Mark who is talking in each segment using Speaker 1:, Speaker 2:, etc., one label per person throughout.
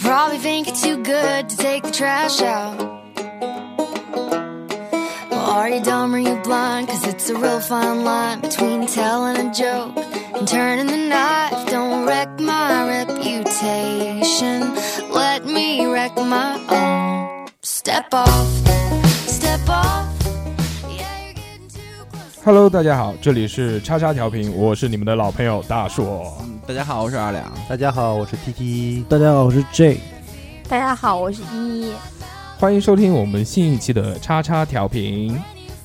Speaker 1: Probably think it's too good to take the trash out. Well, are you dumb or you blind? Cause it's a real fine line between telling a joke and turning the knife. Don't wreck my reputation. Let me wreck my own. Step off, step off. Yeah, you're getting too close.
Speaker 2: Hello，大家好，这里是叉叉调频，我是你们的老朋友大硕。
Speaker 3: 大家好，我是二两。
Speaker 4: 大家好，我是 T T。
Speaker 5: 大家好，我是 J。
Speaker 6: 大家好，我是依依。
Speaker 2: 欢迎收听我们新一期的叉叉调频。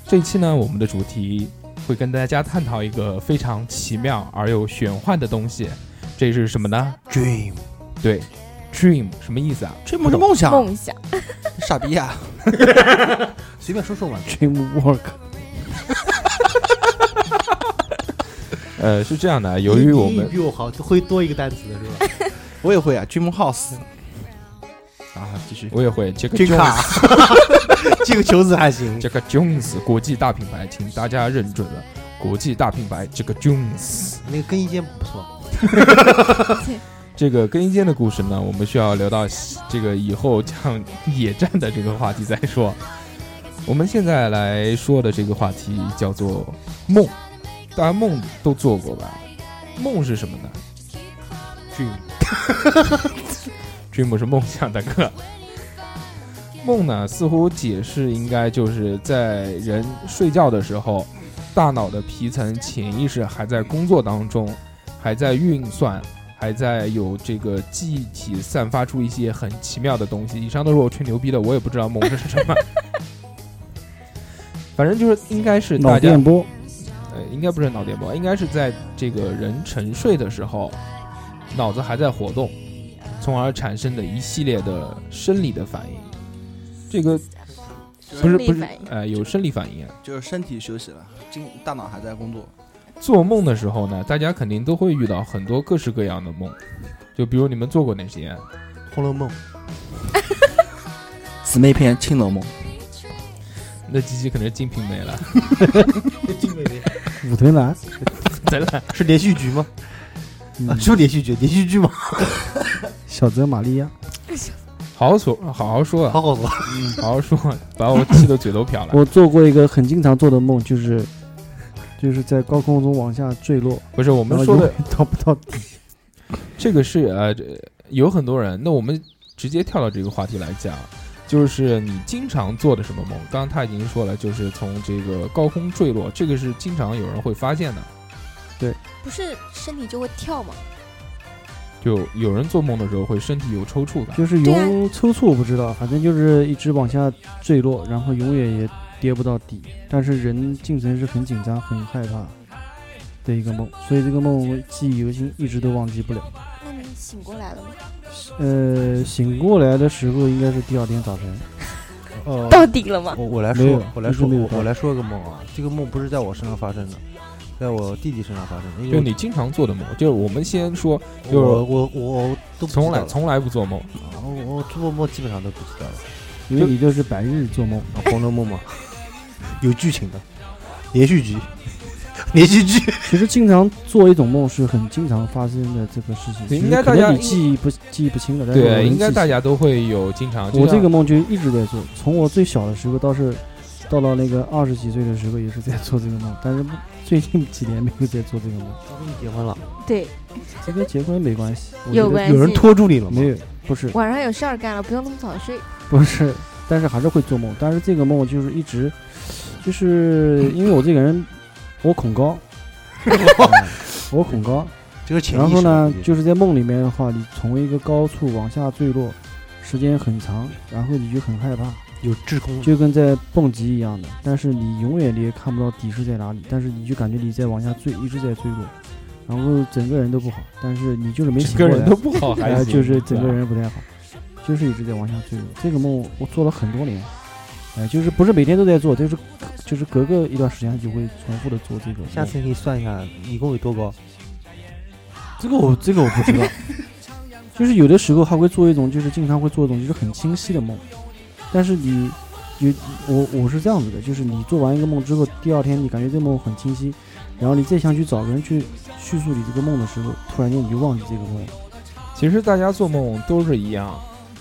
Speaker 2: 这一期呢，我们的主题会跟大家探讨一个非常奇妙而又玄幻的东西，这是什么呢？
Speaker 4: Dream，
Speaker 2: 对，dream 什么意思啊？
Speaker 3: 追梦是梦想，
Speaker 6: 梦想，
Speaker 3: 傻逼啊 呀、
Speaker 4: 随便说说嘛。
Speaker 5: Dreamwork，
Speaker 2: 呃，是这样的，由于我
Speaker 4: 你
Speaker 2: 们
Speaker 4: 比我好，会多一个单词的是吧？
Speaker 3: 我也会啊，Dream House。啊，继续。
Speaker 2: 我也会这个
Speaker 4: 这
Speaker 2: Jones，
Speaker 4: 卡，这个球子还行。
Speaker 2: 这个 Jones 国际大品牌，请大家认准了，国际大品牌这个 Jones。
Speaker 4: 那个更衣间不错，
Speaker 2: 这个更衣间的故事呢，我们需要留到这个以后讲野战的这个话题再说。我们现在来说的这个话题叫做梦，大家梦都做过吧？梦是什么呢？dream，dream 是梦想的歌。梦呢，似乎解释应该就是在人睡觉的时候，大脑的皮层潜意识还在工作当中，还在运算，还在有这个记忆体散发出一些很奇妙的东西。以上都是我吹牛逼的，我也不知道梦是什么。 反正就是应该是
Speaker 5: 脑
Speaker 2: 大家
Speaker 5: 电波，
Speaker 2: 呃，应该不是脑电波，应该是在这个人沉睡的时候，脑子还在活动，从而产生的一系列的生理的反应。这个不是
Speaker 6: 生理
Speaker 2: 不是
Speaker 6: 反应，
Speaker 2: 呃，有生理反应啊。
Speaker 3: 就是身体休息了，精大脑还在工作。
Speaker 2: 做梦的时候呢，大家肯定都会遇到很多各式各样的梦，就比如你们做过哪些？
Speaker 4: 《红楼梦》
Speaker 3: 姊妹篇《青楼梦》，
Speaker 2: 那鸡鸡可能是《金瓶梅》了，
Speaker 5: 武 藤兰，
Speaker 2: 真的。
Speaker 4: 是连续剧吗？
Speaker 5: 嗯
Speaker 4: 啊，是连续剧，连续剧吗？
Speaker 5: 小泽玛利亚，
Speaker 2: 好好说，好好说，啊，
Speaker 4: 好好说，
Speaker 2: 好好说，把我气得嘴都瓢了。
Speaker 5: 我做过一个很经常做的梦，就是就是在高空中往下坠落，
Speaker 2: 不是我
Speaker 5: 然
Speaker 2: 们
Speaker 5: 后
Speaker 2: 说
Speaker 5: 永
Speaker 2: 的
Speaker 5: 远 到不到底。
Speaker 2: 这个是呃，这有很多人。那我们直接跳到这个话题来讲，就是你经常做的什么梦？刚刚他已经说了，就是从这个高空坠落，这个是经常有人会发现的。
Speaker 6: 不是身体就会跳吗？
Speaker 2: 就有人做梦的时候会身体有抽搐感，
Speaker 5: 就是
Speaker 6: 对啊
Speaker 5: 永抽搐，我不知道，反正就是一直往下坠落，然后永远也跌不到底。但是人精神是很紧张、很害怕的一个梦，所以这个梦我记忆犹新，一直都忘记不了。
Speaker 6: 那你醒过来了吗？
Speaker 5: 呃，醒过来的时候应该是第二天早晨，
Speaker 4: 哦
Speaker 6: 到底了吗？
Speaker 4: 我我来
Speaker 5: 没有
Speaker 4: 说，我来说，
Speaker 5: 一直没有
Speaker 4: 我我来说个梦啊。这个梦不是在我身上发生的，在我弟弟身上发生的。因
Speaker 2: 就
Speaker 4: 为
Speaker 2: 你经常做的梦。就是我们先说，就是
Speaker 4: 我我我我都不知道
Speaker 2: 从来
Speaker 4: 了
Speaker 2: 从来不做梦，
Speaker 4: 啊我我做梦基本上都不知道了。
Speaker 5: 因为你就是白日做梦。
Speaker 4: 啊《红楼梦》嘛， 有剧情的，连续剧，连续 剧。
Speaker 5: 其实经常做一种梦是很经常发生的这个事情，
Speaker 2: 对
Speaker 5: 只
Speaker 2: 应
Speaker 5: 是
Speaker 2: 该
Speaker 5: 可
Speaker 2: 大家
Speaker 5: 能你
Speaker 2: 应
Speaker 5: 记忆不记忆不清了，但是我能
Speaker 2: 对，应该
Speaker 5: 记
Speaker 2: 大
Speaker 5: 起
Speaker 2: 家都会有经常。就
Speaker 5: 我
Speaker 2: 像
Speaker 5: 这个梦就一直在做，从我最小的时候到是到了那个二十几岁的时候也是在做这个梦，但是不最近几年没有在做这个梦，
Speaker 4: 你结婚了？
Speaker 6: 对，
Speaker 5: 这跟结婚没关系，我
Speaker 6: 有
Speaker 5: 觉得
Speaker 6: 关系
Speaker 4: 有人拖住你了吗？
Speaker 5: 没有？不是
Speaker 6: 晚上有事儿干了，不用那么早睡。
Speaker 5: 不是，但是还是会做梦，但是这个梦就是一直就是因为我这个人我恐高， 嗯我恐高，
Speaker 4: 这个潜意识。
Speaker 5: 然后呢，就是在梦里面的话，你从一个高处往下坠落，时间很长，然后你就很害怕，
Speaker 2: 嗯
Speaker 4: 有制空，
Speaker 5: 就跟在蹦极一样的。但是你永远你也看不到底是在哪里，但是你就感觉你在往下坠，一直在坠落，然后整个人都不好，但是你就是没
Speaker 2: 整
Speaker 5: 醒
Speaker 2: 个
Speaker 5: 过
Speaker 2: 人
Speaker 5: 来
Speaker 2: 都，不 好，还
Speaker 5: 呃，
Speaker 2: 行
Speaker 5: 就是整个人不太好，就是一直在往下坠落。这个梦我做了很多年，呃，就是不是每天都在做，就是就是隔个一段时间就会重复的做这个梦。
Speaker 4: 下次你可以算一下，一共有多高？
Speaker 5: 这个我这个我 不知道，就是有的时候还会做一种，就是经常会做一种就是很清晰的梦，但是你有我我是这样子的，就是你做完一个梦之后，第二天你感觉这个梦很清晰，然后你再想去找个人去叙述你这个梦的时候，突然间你就忘记这个梦了。
Speaker 2: 其实大家做梦都是一样，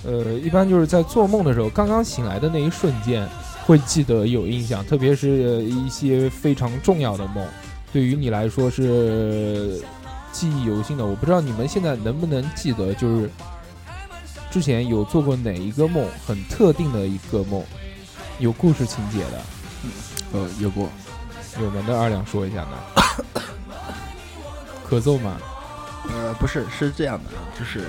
Speaker 2: 呃，一般就是在做梦的时候，刚刚醒来的那一瞬间会记得有印象，特别是呃一些非常重要的梦，对于你来说是记忆犹新的。我不知道你们现在能不能记得，就是之前有做过哪一个梦，很特定的一个梦，有故事情节的，
Speaker 3: 呃，有过，
Speaker 2: 有没的二两说一下呢？ 咳嗽嘛，
Speaker 3: 呃，不是，是这样的，啊就是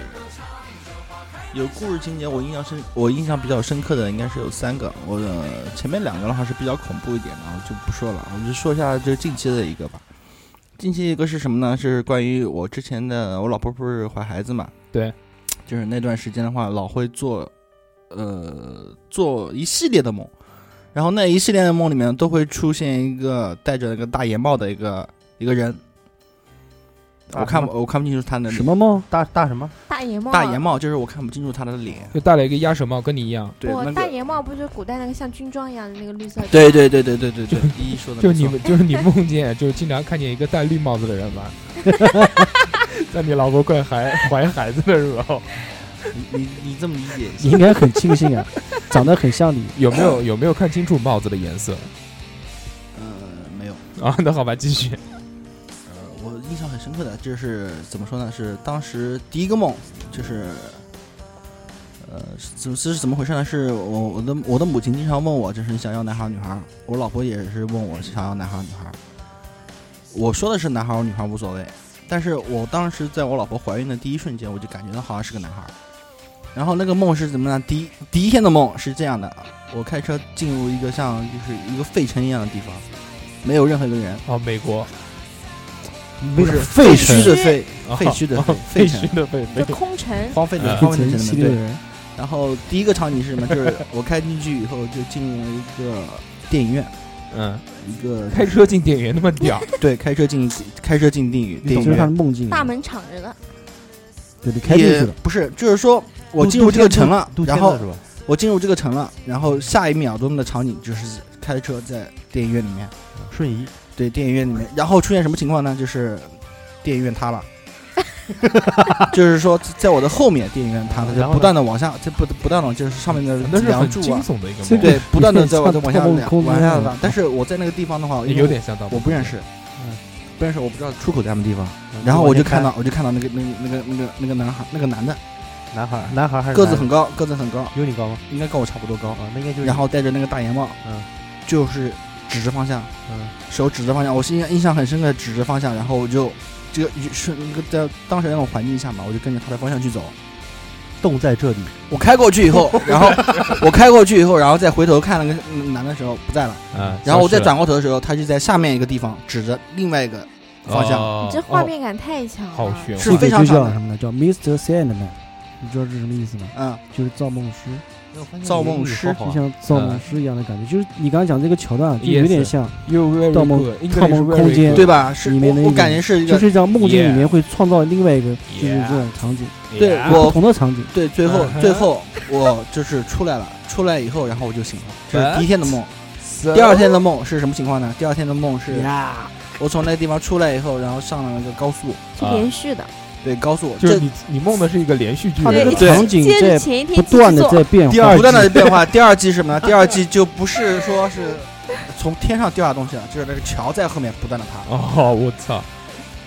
Speaker 3: 有故事情节，我印象深，我印象比较深刻的应该是有三个，我的前面两个的话是比较恐怖一点的，啊我就不说了，我就说一下这近期的一个吧。近期一个是什么呢？是关于我之前的，我老婆不是怀孩子嘛？
Speaker 2: 对，
Speaker 3: 就是那段时间的话，老会做，呃，做一系列的梦，然后那一系列的梦里面都会出现一个戴着那个大檐帽的一个一个人，我看不我看不清楚他的脸
Speaker 5: 什么梦？
Speaker 4: 大大什么？
Speaker 6: 大檐帽，
Speaker 3: 大檐，帽，就是我看不清楚他的脸。
Speaker 2: 就戴了一个鸭舌帽，跟你一样，
Speaker 3: 对，
Speaker 6: 我
Speaker 3: 那
Speaker 6: 大
Speaker 3: 个，
Speaker 6: 檐帽不就是古代那个像军装一样的那个绿色？
Speaker 3: 对对对对对对对，一一说的
Speaker 2: 就你们，就是你梦见，就是经常看见一个戴绿帽子的人吧，在你老婆快怀怀孩子的时候，
Speaker 3: 你你你这么理解一
Speaker 5: 你
Speaker 3: 下，
Speaker 5: 应该很庆幸啊， 长得很 像你。
Speaker 2: 有没有有没有看清楚帽子的颜色
Speaker 3: 呃，没有，
Speaker 2: 啊？那好吧，继续。
Speaker 3: 呃，我印象很深刻的就是怎么说呢？是当时第一个梦，就是，呃，是怎这是怎么回事呢？是我我的我的母亲经常问我，就是你想要男孩儿女孩儿？我老婆也是问我想要男孩儿女孩儿。我说的是男孩儿女孩儿无所谓，但是我当时在我老婆怀孕的第一瞬间，我就感觉到好像是个男孩儿。然后那个梦是怎么呢？第一第一天的梦是这样的：我开车进入一个像就是一个废城一样的地方，没有任何一个人，
Speaker 2: 哦，美国
Speaker 5: 不
Speaker 3: 是
Speaker 5: 废
Speaker 3: 墟
Speaker 5: 城
Speaker 3: 的废，
Speaker 2: 啊
Speaker 3: 废墟的
Speaker 2: 啊
Speaker 3: 废
Speaker 2: 废
Speaker 3: 城
Speaker 2: 墟的废
Speaker 6: 就
Speaker 2: 废
Speaker 6: 空城，
Speaker 3: 荒废的
Speaker 2: 嗯
Speaker 3: 荒废的
Speaker 5: 一
Speaker 3: 城
Speaker 5: 系
Speaker 3: 市
Speaker 5: 列的
Speaker 3: 对。
Speaker 5: 人，
Speaker 3: 然后第一个场景是什么？就是我开进去以后就进入了一个电影院，
Speaker 2: 嗯，
Speaker 3: 一个
Speaker 2: 开车进电影院那么屌，
Speaker 3: 对开车进开车进电影
Speaker 5: 这
Speaker 3: 电影
Speaker 5: 就是他
Speaker 3: 院
Speaker 5: 的，梦境。
Speaker 6: 大门敞着的，
Speaker 5: 对，你开进去
Speaker 3: 也
Speaker 5: 了，
Speaker 3: 不是，就是说我进入这个城了
Speaker 4: 都，
Speaker 3: 然后
Speaker 4: 是吧？
Speaker 3: 我进入这个城了，然后下一秒钟的场景就是开车在电影院里面，
Speaker 4: 瞬移，
Speaker 3: 对电影院里面，然后出现什么情况呢？就是电影院塌了。就是说，在我的后面，电影院塌了，
Speaker 4: 然
Speaker 3: 就
Speaker 4: 后呢
Speaker 3: 不断的往下，就不不断的就是上面的
Speaker 2: 那是
Speaker 3: 梁
Speaker 2: 很
Speaker 3: 柱
Speaker 2: 惊
Speaker 3: 啊，
Speaker 2: 悚的一 个
Speaker 5: 这
Speaker 2: 梦，
Speaker 5: 个
Speaker 3: 对，不断的在往
Speaker 5: 像
Speaker 3: 往下
Speaker 5: 盗梦
Speaker 3: 两
Speaker 5: 空间
Speaker 3: 往下
Speaker 5: 一样
Speaker 3: 拉，但是我在那个地方的话，因为
Speaker 2: 有点像盗
Speaker 3: 我
Speaker 2: 梦
Speaker 3: 不认识，
Speaker 4: 嗯
Speaker 3: 不认识，我不知道出口在什么地方。然后我就看
Speaker 4: 到
Speaker 3: 到，我就看到那个那个那个那个那个男孩，那个男的
Speaker 4: 男孩儿，男孩儿还是
Speaker 3: 个子
Speaker 4: 男
Speaker 3: 很
Speaker 4: 的，
Speaker 3: 高，个子很高，
Speaker 4: 有你高吗？
Speaker 3: 应该跟我差不多高，
Speaker 4: 啊，那应该就是
Speaker 3: 然后戴着那个大檐帽，
Speaker 4: 嗯，
Speaker 3: 就是指着方向，
Speaker 4: 嗯，
Speaker 3: 手指着方向，我是印象印象很深刻，指着方向，然后我就这个是那个在当时那种环境下嘛，我就跟着他的方向去走。
Speaker 4: 洞在这里，
Speaker 3: 我开过去以 后，然后我开过去以后，然后再回头看那个那个男的时候不在了。
Speaker 2: 啊。
Speaker 3: 然后我再转过头的时候，他就在下面一个地方指着另外一个方向，
Speaker 2: 向
Speaker 6: 你这画面感太强了。
Speaker 2: 哦好玄
Speaker 3: 是
Speaker 2: 幻，
Speaker 3: 非常
Speaker 5: 就
Speaker 3: 长
Speaker 5: 叫
Speaker 3: 的
Speaker 5: 什么呢？叫 Mr. Sandman，你知道这是什么意思吗？
Speaker 3: 嗯，
Speaker 5: 就是造梦师，
Speaker 3: 造梦师
Speaker 5: 就像造梦师一样的感觉。就是你刚刚讲这个桥段，啊就有
Speaker 2: Yes
Speaker 5: 点像，
Speaker 2: 又
Speaker 5: 盗梦盗梦空间
Speaker 3: 对吧？是
Speaker 5: 里面
Speaker 3: 我
Speaker 5: 的一
Speaker 3: 我
Speaker 5: 种
Speaker 3: 感觉是一
Speaker 5: 就
Speaker 3: 个
Speaker 5: 是像梦境里
Speaker 2: Yeah
Speaker 5: 面会创造另外一个，就是这
Speaker 2: Yeah 啊
Speaker 5: 种场景，
Speaker 3: 对我
Speaker 5: 不同的场景。
Speaker 3: 对，最后
Speaker 2: 嗯哼
Speaker 3: 最后我就是出来了，出来以后，然后我就醒了，这是
Speaker 2: But-
Speaker 3: 第一天的梦。第
Speaker 2: 第
Speaker 3: 二天的梦是什么情况呢？第二天的梦是
Speaker 5: 呀，
Speaker 3: 我从那个地方出来以后，然后上了那个高速，
Speaker 6: 是连续的，
Speaker 3: 对高速，
Speaker 2: 就是
Speaker 3: 这
Speaker 2: 你你梦的是一个连续剧
Speaker 5: 它，这个
Speaker 3: 哦对
Speaker 5: 场景
Speaker 6: 接着
Speaker 5: 在
Speaker 6: 前一天
Speaker 5: 不断的
Speaker 6: 继续做
Speaker 5: 在变
Speaker 4: 第
Speaker 5: 化
Speaker 4: 二，
Speaker 3: 不断的变化。第二季是什么呢？第二季就不是说是从天上掉下东西了，就是那个桥在后面不断的爬。
Speaker 2: 哦，我操，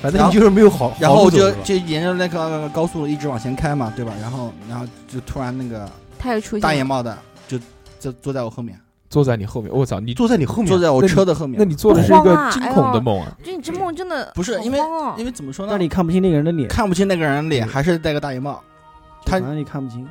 Speaker 4: 反
Speaker 3: 然
Speaker 4: 正
Speaker 3: 后
Speaker 4: 你就是没有好，
Speaker 3: 然后
Speaker 4: 好
Speaker 3: 我
Speaker 4: 路走
Speaker 3: 就是
Speaker 4: 吧
Speaker 3: 就沿着那个高速一直往前开嘛，对吧？然后然后就突然那个
Speaker 6: 他又出现
Speaker 3: 大
Speaker 6: 了
Speaker 3: 眼帽的就就坐在我后面，
Speaker 2: 坐在你后面，我操，你
Speaker 4: 坐在你后面，
Speaker 3: 坐在我
Speaker 2: 那你
Speaker 3: 车的后 面
Speaker 2: 那。你做的是一个惊恐的梦啊，
Speaker 6: 就你这梦真的
Speaker 3: 不是
Speaker 6: 好
Speaker 3: 因为
Speaker 6: 慌哦
Speaker 3: 因为怎么说呢
Speaker 5: 但？你看不清那个人的脸，
Speaker 3: 看不清那个人的脸，还是戴个大檐帽，他
Speaker 5: 反正你看不清。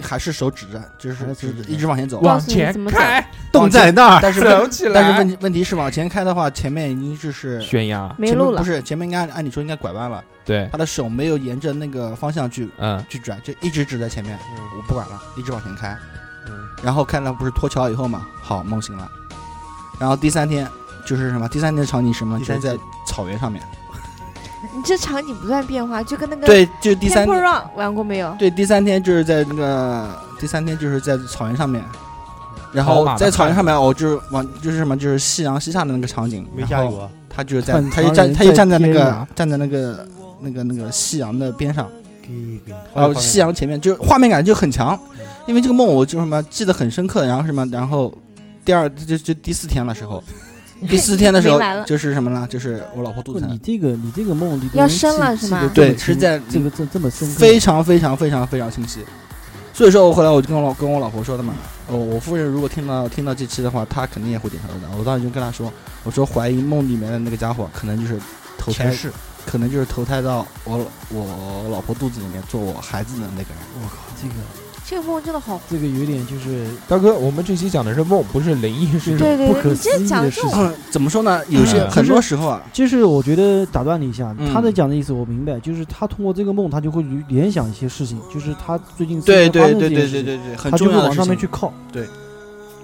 Speaker 3: 还是手指着，就是
Speaker 5: 还是手指着
Speaker 3: 一直往前走。
Speaker 2: 往
Speaker 6: 告诉你
Speaker 2: 前
Speaker 6: 怎么走
Speaker 2: 开，
Speaker 4: 洞在那儿，
Speaker 3: 但是
Speaker 2: 走
Speaker 3: 问
Speaker 2: 起来，
Speaker 3: 但是问题问题是往前开的话，前面已经就是
Speaker 2: 悬崖，
Speaker 6: 没
Speaker 3: 前
Speaker 6: 路
Speaker 3: 面
Speaker 6: 了
Speaker 3: 不，是前面应该按理说应该拐弯了，
Speaker 2: 对，
Speaker 3: 他的手没有沿着那个方向去
Speaker 2: 嗯，
Speaker 3: 去转，就一直指在前面。我不管了，一直往前开。
Speaker 4: 嗯
Speaker 3: 然后看到不是脱桥以后嘛，好梦醒了。然后第三天就是什么？第三天场景是什么？
Speaker 4: 第
Speaker 3: 就
Speaker 4: 三
Speaker 3: 是
Speaker 4: 天
Speaker 3: 在草原上面。
Speaker 6: 你这场景不断变化，就跟那个
Speaker 3: 对，就第
Speaker 6: Temple
Speaker 3: 三
Speaker 6: Run 玩过没有？
Speaker 3: 对，第三天就是在那个第三天就是在草原上面，然
Speaker 2: 跑
Speaker 3: 后
Speaker 2: 马的
Speaker 3: 在草原
Speaker 2: 汉
Speaker 3: 上面，我就是往就是什么就是夕阳西下的那个场景，
Speaker 4: 没
Speaker 3: 然
Speaker 4: 加
Speaker 3: 后
Speaker 4: 油啊，
Speaker 3: 他就是在
Speaker 5: 看
Speaker 3: 他就
Speaker 5: 唐
Speaker 3: 站
Speaker 5: 人
Speaker 3: 他就
Speaker 5: 在
Speaker 3: 站在那
Speaker 5: 天
Speaker 3: 个
Speaker 5: 涯
Speaker 3: 站在那个那个那个夕阳的边上，
Speaker 4: 给给，
Speaker 3: 然后啊夕阳前面就是画面感就很强，因为这个梦我就什么记得很深刻，然后什么，然后第二就就第四天的 时候，第四天的时候
Speaker 6: 明白了
Speaker 3: 就是什么呢？就是我老婆肚
Speaker 5: 不
Speaker 3: 子
Speaker 5: 哦你
Speaker 3: 疼，
Speaker 5: 这个你这个梦里
Speaker 6: 要生了是吗
Speaker 3: 对是在
Speaker 5: 这个这这么深刻，
Speaker 3: 非常非常非常非常清晰。所以说我后来我就跟我老跟我老婆说的嘛，我我夫人如果听到听到这期的话，她肯定也会点头的。我当时就跟她说，我说怀疑梦里面的那个家伙可能就是投
Speaker 4: 前
Speaker 3: 胎，
Speaker 4: 世，
Speaker 3: 可能就是投胎到我我老婆肚子里面做我孩子的那个人。
Speaker 5: 我靠，这个
Speaker 6: 这个梦真的好，
Speaker 5: 这个有点就是
Speaker 2: 大哥，我们这期讲的是梦，不是灵异事
Speaker 6: 对
Speaker 2: 件。
Speaker 6: 对
Speaker 5: 不
Speaker 6: 对，
Speaker 5: 可
Speaker 6: 你
Speaker 5: 思
Speaker 6: 这
Speaker 5: 议
Speaker 6: 讲
Speaker 5: 的
Speaker 6: 这
Speaker 5: 事
Speaker 6: 种
Speaker 5: 情。
Speaker 3: 嗯，怎么说呢？有些
Speaker 2: 嗯
Speaker 3: 很多时候啊，
Speaker 5: 就是我觉得打断你一下，
Speaker 3: 嗯
Speaker 5: 他在讲的意思我明白，就是他通过这个梦，他就会联想一些事情，就是他最近
Speaker 3: 对
Speaker 5: 发
Speaker 3: 对
Speaker 5: 生
Speaker 3: 对
Speaker 5: 的这件
Speaker 3: 对
Speaker 5: 事情
Speaker 3: 对对对，很
Speaker 5: 他就
Speaker 3: 重
Speaker 5: 会
Speaker 3: 要的
Speaker 5: 往
Speaker 3: 事
Speaker 5: 上面
Speaker 3: 情。
Speaker 5: 去靠。
Speaker 3: 对，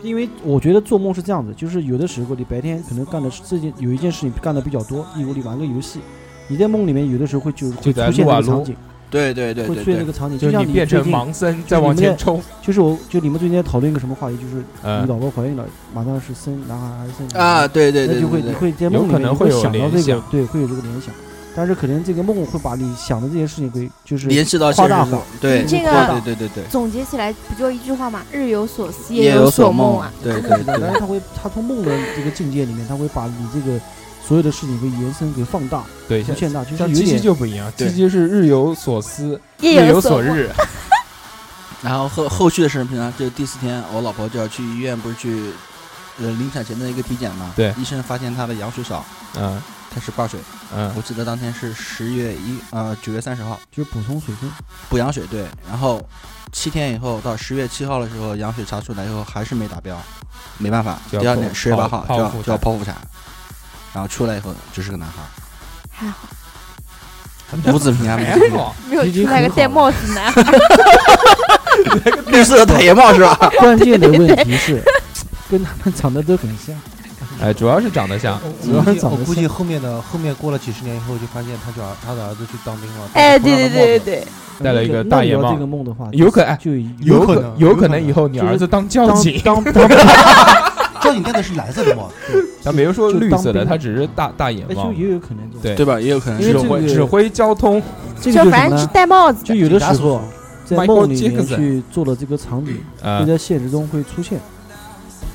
Speaker 5: 因为我觉得做梦是这样子，就是有的时候你白天可能干的是这件有一件事情干的比较多，例如你玩个游戏，你在梦里面有的时候会就会
Speaker 2: 就在
Speaker 5: 出现
Speaker 2: 撸啊
Speaker 5: 这个
Speaker 2: 撸
Speaker 5: 场景，
Speaker 3: 对对对
Speaker 5: 会
Speaker 3: 对
Speaker 5: 出现这
Speaker 3: 对，
Speaker 5: 个场景，
Speaker 2: 就是
Speaker 5: 像
Speaker 2: 你变
Speaker 5: 最
Speaker 2: 成
Speaker 5: 近，
Speaker 2: 盲僧，再往前冲。
Speaker 5: 就是我就你们最近在讨论一个什么话题，就是你
Speaker 2: 嗯，
Speaker 5: 老婆怀孕了，马上是生男孩还是生女孩
Speaker 3: 啊，对对
Speaker 5: 那
Speaker 3: 对
Speaker 5: 就会
Speaker 3: 对
Speaker 5: 你
Speaker 3: 对，
Speaker 5: 会在梦里
Speaker 2: 有可
Speaker 5: 面
Speaker 2: 能
Speaker 5: 你
Speaker 2: 会有
Speaker 5: 想到
Speaker 2: 联
Speaker 5: 这个
Speaker 2: 想，
Speaker 5: 对，会有这个联想，但是可能这个梦会把你想的这些事情给就是
Speaker 3: 联系到现
Speaker 5: 夸
Speaker 3: 实
Speaker 5: 大
Speaker 3: 中
Speaker 5: 化，，
Speaker 3: 对
Speaker 6: 这个
Speaker 3: 对对对对对，
Speaker 6: 总结起来不就一句话吗？日有所思，
Speaker 3: 夜
Speaker 6: 有
Speaker 3: 所
Speaker 6: 梦
Speaker 3: 啊
Speaker 6: 啊。，
Speaker 3: 对
Speaker 5: 是
Speaker 3: 对
Speaker 5: 的，但
Speaker 3: 对
Speaker 5: 是他会他从梦的这个境界里面，他会把你这个所有的事情给延伸、给放大、
Speaker 2: 对，
Speaker 5: 无
Speaker 2: 像
Speaker 5: 限大，就是
Speaker 2: 像
Speaker 5: 有
Speaker 2: 七七
Speaker 5: 点
Speaker 2: 就不一样，
Speaker 3: 对
Speaker 2: 七七是日有所思，
Speaker 6: 夜
Speaker 2: 有
Speaker 6: 所梦
Speaker 2: 日。
Speaker 3: 然后后后续的视频呢，就第四天，我老婆就要去医院，不是去呃临产前的一个体检嘛，
Speaker 2: 对
Speaker 3: 医生发现她的羊水少，
Speaker 2: 嗯
Speaker 3: 她是挂水，
Speaker 2: 嗯，
Speaker 3: 我记得当天是十月一呃九月三十号
Speaker 5: 就是补充水分，
Speaker 2: 啊
Speaker 3: 补羊水，对，然后七天以后到十月七号的时候，羊水查出来以后还是没达标，没办法，
Speaker 2: 就
Speaker 3: 第
Speaker 2: 要
Speaker 3: 二
Speaker 2: 剖
Speaker 3: 天十月八号
Speaker 2: 剖
Speaker 3: 就要
Speaker 2: 剖腹
Speaker 3: 就
Speaker 2: 产
Speaker 3: 要剖腹产，然后出来以后就是个男 孩，
Speaker 6: 还好
Speaker 3: 母子平安， 母子
Speaker 2: 还
Speaker 3: 平安
Speaker 2: 好，
Speaker 6: 没有
Speaker 5: 已经
Speaker 6: 出来个
Speaker 5: 很好
Speaker 6: 戴
Speaker 5: 了
Speaker 6: 帽子 男孩。
Speaker 3: 绿色的大爷帽是吧？
Speaker 5: 关键的问题是跟他们长得都很像，
Speaker 2: 哎，主要是长得像，
Speaker 5: 主要
Speaker 4: 我估
Speaker 5: 是
Speaker 4: 计
Speaker 5: 长
Speaker 4: 我
Speaker 5: 得
Speaker 4: 估计
Speaker 5: 像。
Speaker 4: 后面的后面过了几十年以后，就发现他就儿他的儿子去当兵了。
Speaker 6: 哎，
Speaker 4: 戴
Speaker 6: 对
Speaker 4: 着
Speaker 6: 对
Speaker 4: 头
Speaker 6: 对
Speaker 4: 上的
Speaker 6: 对
Speaker 4: 帽子
Speaker 6: 对，
Speaker 2: 戴了一个
Speaker 5: 那
Speaker 2: 大眼
Speaker 5: 聊
Speaker 2: 帽
Speaker 5: 这个梦的话，
Speaker 2: 有可爱
Speaker 5: 就
Speaker 4: 有可
Speaker 2: 可
Speaker 4: 能
Speaker 2: 有
Speaker 4: 有
Speaker 2: 可
Speaker 4: 可
Speaker 2: 能
Speaker 4: 能
Speaker 2: 以后你
Speaker 5: 就是
Speaker 2: 儿子当交
Speaker 5: 当
Speaker 2: 警，
Speaker 5: 当当
Speaker 4: 叫你戴的是蓝色的帽，对
Speaker 2: 咱啊别说
Speaker 5: 就
Speaker 2: 绿
Speaker 5: 当
Speaker 2: 色的，
Speaker 5: 兵
Speaker 2: 他只是大大眼
Speaker 5: 哎
Speaker 2: 帽
Speaker 5: 就，也有可能这种
Speaker 2: 对
Speaker 3: 对吧？也有可能
Speaker 5: 因为
Speaker 3: 是
Speaker 2: 指
Speaker 5: 这
Speaker 2: 挥
Speaker 5: 个
Speaker 2: 指挥交通，
Speaker 5: 这个
Speaker 6: 就
Speaker 5: 就是什
Speaker 6: 反
Speaker 5: 么
Speaker 6: 正是
Speaker 5: 呢？
Speaker 6: 戴帽子
Speaker 5: 就
Speaker 6: 的。
Speaker 5: 有的
Speaker 4: 警察
Speaker 5: 时
Speaker 4: 叔
Speaker 5: 候
Speaker 4: 叔
Speaker 5: 在
Speaker 2: Michael
Speaker 5: 梦里面
Speaker 2: Jackson
Speaker 5: 去做了这个场景，会
Speaker 2: 嗯，
Speaker 5: 在现实中会出现。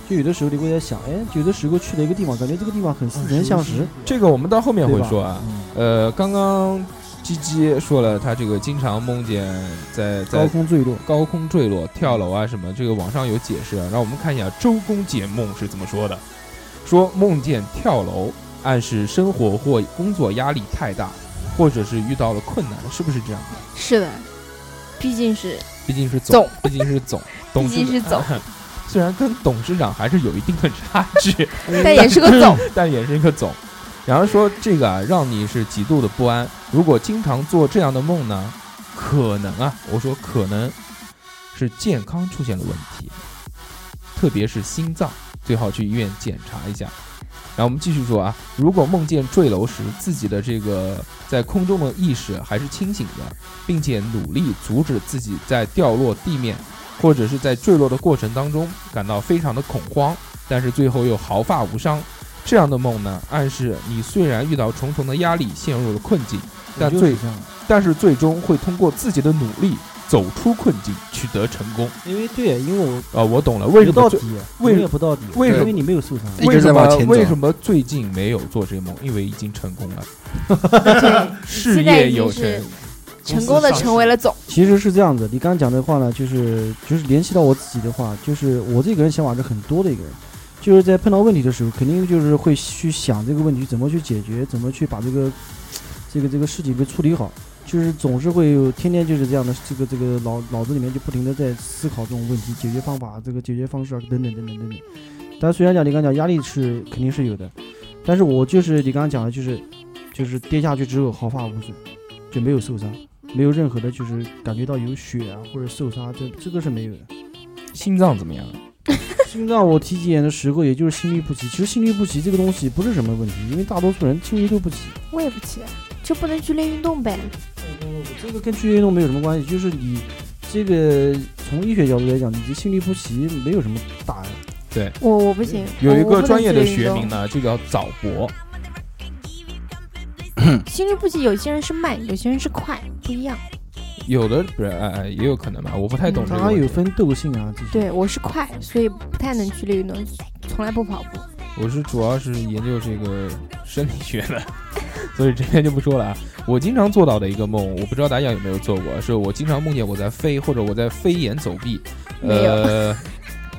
Speaker 5: 就有的时候你会在想，哎，有的时候去了一个地方，感觉这个地方很似曾相识，
Speaker 2: 这个我们到后面
Speaker 5: 对
Speaker 2: 会
Speaker 5: 吧嗯
Speaker 2: 说啊。呃，刚刚鸡鸡说了，他这个经常梦见在
Speaker 5: 高
Speaker 2: 在
Speaker 5: 空坠落，
Speaker 2: 高空坠落、跳楼啊什么，这个网上有解释啊。让我们看一下周公解梦是怎么说的：说梦见跳楼，暗示生活或工作压力太大，或者是遇到了困难，是不是这样？
Speaker 6: 是的，毕竟是
Speaker 2: 毕竟是总，
Speaker 6: 总
Speaker 2: 毕竟是 总，董
Speaker 6: 毕
Speaker 2: 事
Speaker 6: 竟是总，
Speaker 2: 虽然跟董事长还是有一定的差距，
Speaker 6: 但也是个 总。
Speaker 2: 但也是一个总。然后说这个啊，让你是极度的不安。如果经常做这样的梦呢，可能啊，我说可能是健康出现了问题，特别是心脏，最好去医院检查一下。然后我们继续说啊，如果梦见坠楼时，自己的这个在空中的意识还是清醒的，并且努力阻止自己在掉落地面，或者是在坠落的过程当中感到非常的恐慌，但是最后又毫发无伤，这样的梦呢，暗示你虽然遇到重重的压力，陷入了困境，但
Speaker 5: 就
Speaker 2: 最
Speaker 5: 是这样。
Speaker 2: 但是最终会通过自己的努力走出困境，取得成功。
Speaker 5: 因为对，因为我
Speaker 2: 啊，我懂了，为什
Speaker 5: 不
Speaker 2: 么
Speaker 5: 到
Speaker 2: 最
Speaker 5: 底，
Speaker 2: 为
Speaker 5: 永远不到底，
Speaker 2: 为
Speaker 5: 因
Speaker 2: 什
Speaker 5: 为你没有受伤，
Speaker 3: 一
Speaker 2: 为
Speaker 3: 直
Speaker 2: 什
Speaker 3: 在往
Speaker 2: 么
Speaker 3: 前走
Speaker 2: 为什么最近没有做这个梦？因为已经成功了， 事
Speaker 6: 现在
Speaker 2: 业
Speaker 6: 已
Speaker 2: 有
Speaker 6: 经
Speaker 2: 成。
Speaker 6: 是成功的成为了总。
Speaker 5: 其实是这样子，你刚刚讲的话呢，就是就是联系到我自己的话，就是我这个人想法是很多的一个人，就是在碰到问题的时候，肯定就是会去想这个问题怎么去解决，怎么去把这个这个这个事情给处理好，就是总是会有天天就是这样的，这个这个脑脑子里面就不停的在思考这种问题、解决方法、这个解决方式啊等等等等等等。但虽然讲你刚刚讲压力是肯定是有的，但是我就是你刚刚讲的，就是就是跌下去之后毫发无损，就没有受伤。没有任何的，就是感觉到有血啊或者受伤啊，这这个是没有的。
Speaker 2: 心脏怎么样？
Speaker 5: 心脏我体检的时候，也就是心律不齐。其实心律不齐这个东西不是什么问题，因为大多数人心律都不齐，
Speaker 6: 我也不起来，就不能剧烈运动呗。
Speaker 5: 这个跟剧烈运动没有什么关系。就是你这个从医学角度来讲，你这心律不齐没有什么大碍。
Speaker 6: 我我不行，
Speaker 2: 有一
Speaker 6: 我我不
Speaker 2: 个
Speaker 6: 能
Speaker 2: 专业的
Speaker 6: 剧烈
Speaker 2: 学
Speaker 6: 运动
Speaker 2: 名呢，就叫早搏。
Speaker 6: 嗯心律不齐，有些人是慢，有些人是快，不一样。
Speaker 2: 有的不是，哎哎，也有可能吧，我不太懂
Speaker 5: 嗯
Speaker 2: 这个
Speaker 5: 它
Speaker 2: 问题
Speaker 5: 有分斗性啊这些。
Speaker 6: 对，我是快，所以不太能剧烈运动，从来不跑步。
Speaker 2: 我是主要是研究这个生理学的， 所以这边就不说了啊。我经常做到的一个梦，我不知道大家有没有做过，是我经常梦见我在飞，或者我在飞檐走壁。
Speaker 6: 没有
Speaker 2: 呃，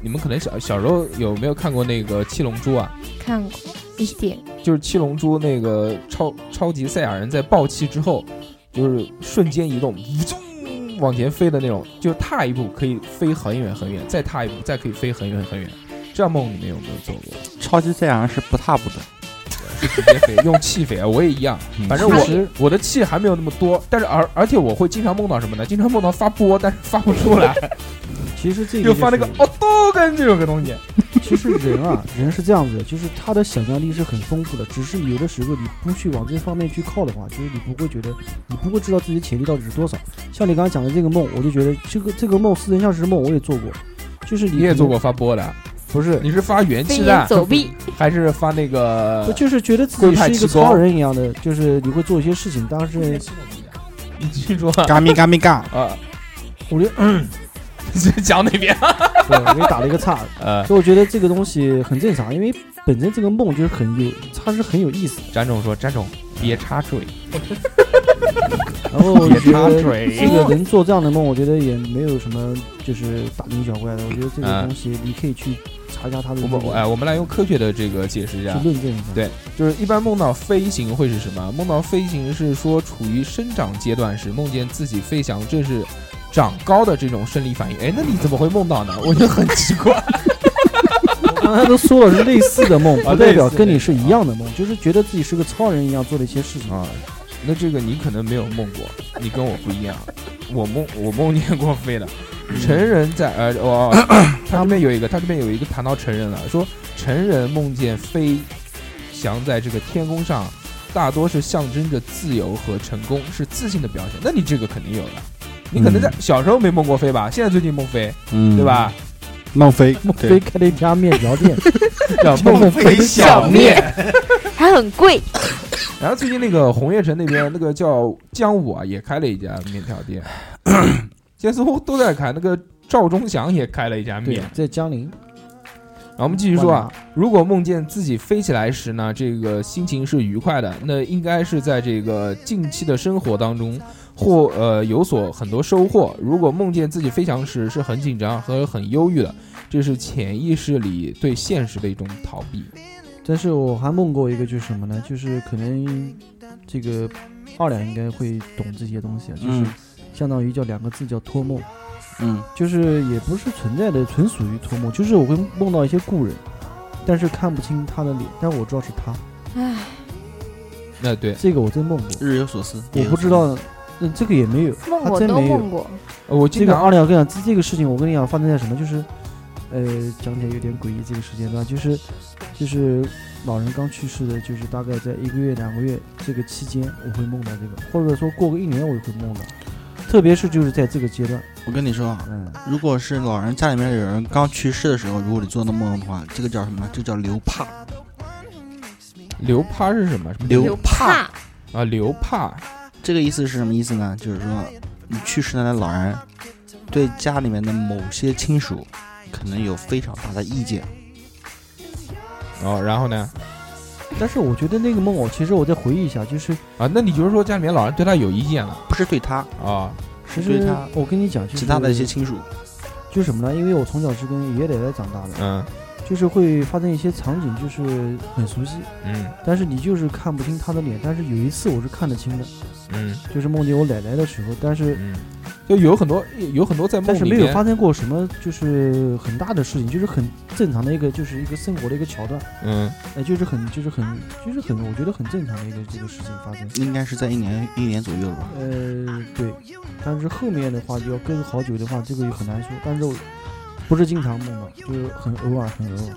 Speaker 2: 你们可能小小时候有没有看过那个《七龙珠》啊？
Speaker 6: 看过一点，
Speaker 2: 就是《七龙珠》那个超超级赛亚人在爆气之后，就是瞬间移动，嗡往前飞的那种，就踏一步可以飞很远很远，再踏一步再可以飞很远很远。这样梦你们有没有做过？
Speaker 7: 超级赛亚人是不踏步的，
Speaker 2: 是直接飞，用气飞啊！我也一样，反正
Speaker 6: 他
Speaker 3: 嗯
Speaker 2: 我我的气还没有那么多，但是而而且我会经常梦到什么呢？经常梦到发波，但是发不出 来，
Speaker 5: 其实这个
Speaker 2: 就发那个
Speaker 5: 是
Speaker 2: 哦都跟这种个东西。
Speaker 5: 其实人啊， 人是这样子的，就是他的想象力是很丰富的，只是有的时候你不去往这方面去靠的话，就是你不会觉得，你不会知道自己潜力到底是多少。像你刚刚讲的这个梦，我就觉得这个这个梦似曾相识梦我也做过，就是你
Speaker 2: 你也做
Speaker 5: 可
Speaker 2: 过发波的？啊
Speaker 5: 能不是？
Speaker 2: 你是发元
Speaker 6: 飞
Speaker 2: 气
Speaker 6: 檐
Speaker 2: 弹，
Speaker 6: 走壁，
Speaker 2: 还是发那个
Speaker 5: 我？就是觉得自
Speaker 2: 龟
Speaker 5: 己
Speaker 2: 派
Speaker 5: 是一个
Speaker 2: 气功
Speaker 5: 超人一样的，就是你会做一些事情。当时
Speaker 2: 你继续说
Speaker 7: 嘎咪嘎咪嘎，
Speaker 2: 啊！
Speaker 5: 我就
Speaker 2: 讲哪边？
Speaker 5: 对，我给打了一个岔，
Speaker 2: 呃，
Speaker 5: 所以我觉得这个东西很正常，因为本身这个梦就是很有，它是很有意思的。
Speaker 2: 詹总说，詹总别插嘴，
Speaker 5: 然后我
Speaker 2: 别
Speaker 5: 觉
Speaker 2: 插
Speaker 5: 得
Speaker 2: 嘴。
Speaker 5: 这个能做这样的梦，我觉得也没有什么就是大惊小怪的。我觉得这个
Speaker 2: 嗯
Speaker 5: 东西你可以去查一下它的
Speaker 2: 我
Speaker 5: 这
Speaker 2: 们
Speaker 5: 个，
Speaker 2: 我哎，
Speaker 5: 去
Speaker 2: 我们来用科学的这个解释一下。
Speaker 5: 论证一下。
Speaker 2: 对就是一般梦到飞行会是什么？梦到飞行是说处于生长阶段时，梦见自己飞翔，这是长高的这种生理反应。哎，那你怎么会梦到呢？我觉得很奇怪。
Speaker 5: 刚才都说了是类似的 梦，
Speaker 2: 啊
Speaker 5: 不代表
Speaker 2: 类似
Speaker 5: 跟你是一样的梦，就是觉得自己是个超人一样做了一些事情。
Speaker 2: 啊，那这个你可能没有梦过，你跟我不一样。我梦我梦见过飞的， 成人在呃 哦，他这边有一个，他这边有一个谈到成人了，说成人梦见飞翔在这个天空上，大多是象征着自由和成功，是自信的表现。那你这个肯定有的，你可能在小时候没梦过飞吧，现在最近梦飞，
Speaker 7: 嗯
Speaker 2: 对？吧？
Speaker 7: 孟非，
Speaker 5: 孟非
Speaker 7: 对，
Speaker 5: 开了一家面条 店，
Speaker 2: 叫梦飞小面。
Speaker 6: 还很贵。
Speaker 2: 然后最近那个红叶城那边那个叫江武啊，也开了一家面条 店，现在似乎都在开。那个赵忠祥也开了一家
Speaker 5: 对
Speaker 2: 面。，
Speaker 5: 在江陵。
Speaker 2: 然后我们继续说啊，，如果梦见自己飞起来时呢，这个心情是愉快的，那应该是在这个近期的生活当中或呃有所很多收获。如果梦见自己飞翔时是很紧张和很忧郁的，这是潜意识里对现实的一种逃避。
Speaker 5: 但是我还梦过一个，就是什么呢？就是可能这个二两应该会懂这些东西啊，就是
Speaker 3: 嗯
Speaker 5: 相当于叫两个字叫托梦。
Speaker 3: 嗯，
Speaker 5: 就是也不是存在的，纯属于托梦，就是我会梦到一些故人，但是看不清他的脸，但我知道是他，
Speaker 6: 唉，
Speaker 2: 那对，
Speaker 5: 这个我真梦过，
Speaker 3: 日有所思，
Speaker 5: 我不知道，嗯，这个也没有，
Speaker 6: 梦
Speaker 5: 他
Speaker 6: 我
Speaker 5: 真
Speaker 6: 都
Speaker 5: 没有
Speaker 6: 梦。过，
Speaker 2: 呃我
Speaker 5: 这
Speaker 2: 经
Speaker 5: 个
Speaker 2: 常
Speaker 5: 二两，我跟你讲，这这个事情我跟你讲发生在什么，就是，呃，讲起来有点诡异，这个时间段就是，就是老人刚去世的，就是大概在一个月两个月这个期间，我会梦到这个，或者说过个一年我也会梦到，特别是就是在这个阶段，
Speaker 3: 我跟你说啊，
Speaker 5: 嗯，
Speaker 3: 如果是老人家里面有人刚去世的时候，如果你做那梦的话，这个叫什么呢？这个叫留帕。
Speaker 2: 流趴是什么？什么
Speaker 3: 流
Speaker 6: 流帕，
Speaker 2: 啊流帕
Speaker 3: 这个意思是什么意思呢？就是说，你去世的老人对家里面的某些亲属可能有非常大的意见。
Speaker 2: 哦，然后呢？
Speaker 5: 但是我觉得那个梦我其实我再回忆一下，就是
Speaker 2: 啊，那你就是说家里面老人对他有意见了
Speaker 3: 不是对他，
Speaker 2: 啊？
Speaker 5: 其
Speaker 3: 对
Speaker 5: 实
Speaker 3: 他
Speaker 5: 我跟你讲，就是
Speaker 3: 其他的一些亲属。
Speaker 5: 就是什么呢？因为我从小是跟爷爷奶奶长大的，
Speaker 2: 嗯
Speaker 5: 就是会发生一些场景，就是很熟悉，
Speaker 2: 嗯
Speaker 5: 但是你就是看不清他的脸。但是有一次我是看得清的，
Speaker 2: 嗯
Speaker 5: 就是梦见我奶奶的时候，但是
Speaker 2: 嗯，就有很多有很多在梦
Speaker 5: 但是
Speaker 2: 里
Speaker 5: 没有
Speaker 2: 面，
Speaker 5: 发生过什么就是很大的事情，就是很正常的一个就是一个生活的一个桥段，
Speaker 2: 嗯，
Speaker 5: 呃，就是很就是很就是很我觉得很正常的一个这个事情发生。
Speaker 3: 应该是在一年一年左右吧。
Speaker 5: 呃，对，但是后面的话要跟好久的话，这个也很难说。但是我不是经常梦到，就是很偶尔，很偶尔。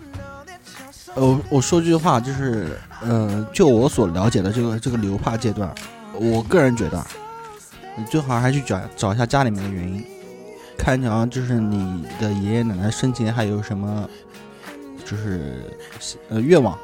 Speaker 3: 呃，我我说句话，就是呃，就我所了解的这个这个留帕阶段，我个人觉得，你最好还去找找一下家里面的原因，看一下就是你的爷爷奶奶生前还有什么，就是呃愿望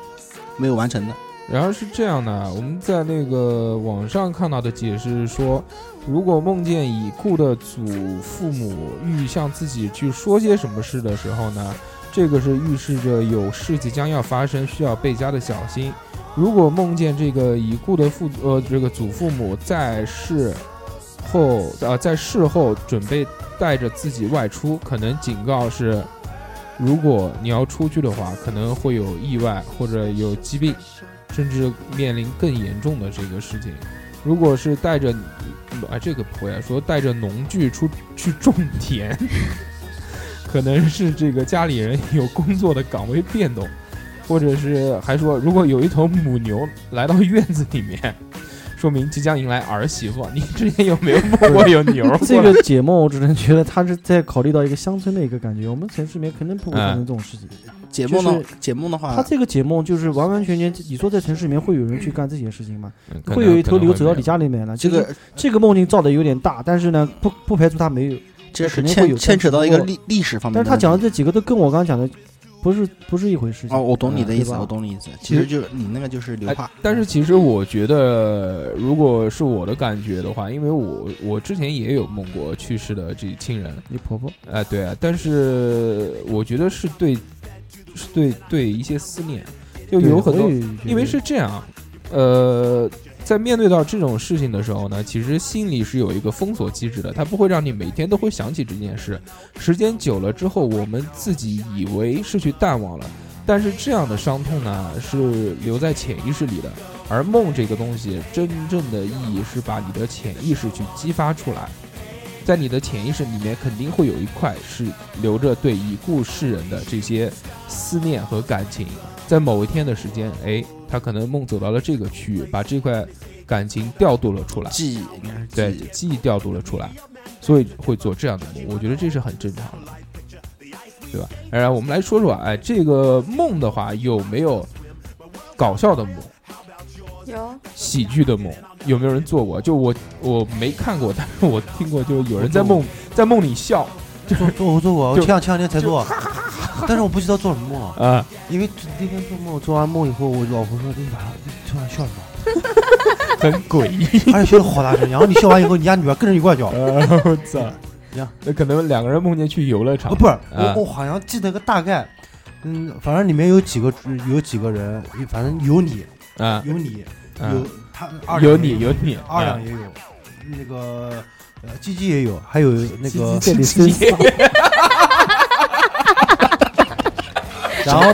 Speaker 3: 没有完成的，
Speaker 2: 然后是这样的，我们在那个网上看到的解释是说，如果梦见已故的祖父母欲向自己去说些什么事的时候呢，这个是预示着有事即将要发生，需要倍加的小心。如果梦见这个已故的父呃这个祖父母在世后呃在事后准备带着自己外出，可能警告是，如果你要出去的话，可能会有意外或者有疾病。甚至面临更严重的这个事情。如果是带着，啊，这个不会啊，说带着农具出去种田， 可能是这个家里人有工作的岗位变动，或者是还说，如果有一头母牛来到院子里面，说明即将迎来儿媳妇。你之前有没有摸过有牛过来？
Speaker 5: 这个解梦，我只能觉得他是在考虑到一个乡村的一个感觉，我们城市里面肯定不会发生这种事情。
Speaker 3: 解梦呢
Speaker 5: 就？
Speaker 3: 解梦的
Speaker 5: 他
Speaker 3: 话，
Speaker 5: 这个解梦就是完完全全，你说在城市里面会有人去干这些事情吗？
Speaker 2: 嗯可能
Speaker 5: 会有一头牛
Speaker 2: 可能会
Speaker 5: 走到你家里面了。
Speaker 3: 这
Speaker 5: 就是
Speaker 3: 个
Speaker 5: 这个梦境造的有点大，但是呢，不不排除他没有。
Speaker 3: 这是
Speaker 5: 肯定会有
Speaker 3: 牵牵扯到一个
Speaker 5: 但是
Speaker 3: 历历史方面
Speaker 5: 但
Speaker 3: 的问题。
Speaker 5: 是他讲的这几个都跟我刚刚讲的不是不是一回事情。
Speaker 3: 哦，我懂你的意思，
Speaker 5: 嗯对吧
Speaker 3: 我懂你意思。其实就是你那个就是流
Speaker 2: 哎
Speaker 3: 派，
Speaker 2: 但是其实我觉得，如果是我的感觉的话，因为我我之前也有梦过去世的这亲人，
Speaker 5: 你婆婆
Speaker 2: 哎、对啊，但是我觉得是对，是对对一些思念，就有很多，，因为是这样，啊呃，在面对到这种事情的时候呢，其实心里是有一个封锁机制的，它不会让你每天都会想起这件事。时间久了之后，我们自己以为是去淡忘了，但是这样的伤痛呢，是留在潜意识里的。而梦这个东西，真正的意义是把你的潜意识去激发出来。在你的潜意识里面，肯定会有一块是留着对已故世人的这些思念和感情。在某一天的时间，哎，他可能梦走到了这个区域，把这块感情调度了出来，
Speaker 3: 记忆
Speaker 5: 哎
Speaker 3: 应该是
Speaker 2: 对
Speaker 3: 记忆。，
Speaker 2: 记忆调度了出来，所以会做这样的梦。我觉得这是很正常的，对吧？然后我们来说说，哎，这个梦的话有没有搞笑的梦？
Speaker 6: 有
Speaker 2: 喜剧的梦，有没有人做过？就我我没看过， 但是我听过，就有人在梦在梦里笑
Speaker 4: 做做哦我做过，我
Speaker 2: 就
Speaker 4: 前两前两天才做，但是我不知道做什么梦了，
Speaker 2: 啊、
Speaker 4: 因为那天做梦，做完梦以后，我老婆说你晚上突然笑什么，
Speaker 2: 很诡异。
Speaker 4: 而且笑的好大声，然后你笑完以后，你家女儿跟着一块笑。哦
Speaker 2: 呃，我操
Speaker 4: 呀！
Speaker 2: 那可能两个人梦见去游乐场
Speaker 4: 哦，，不是，
Speaker 2: 啊
Speaker 4: 我我好像记得个大概，嗯，反正里面有几个有几个人，反正有你，
Speaker 2: 啊，
Speaker 4: 有你，
Speaker 2: 啊
Speaker 4: 有他二
Speaker 2: 有
Speaker 4: 两也
Speaker 2: 你有你
Speaker 4: 二两
Speaker 2: 啊
Speaker 4: 也有，那个呃鸡鸡也有，还有那个，
Speaker 5: 这里身上
Speaker 4: 然后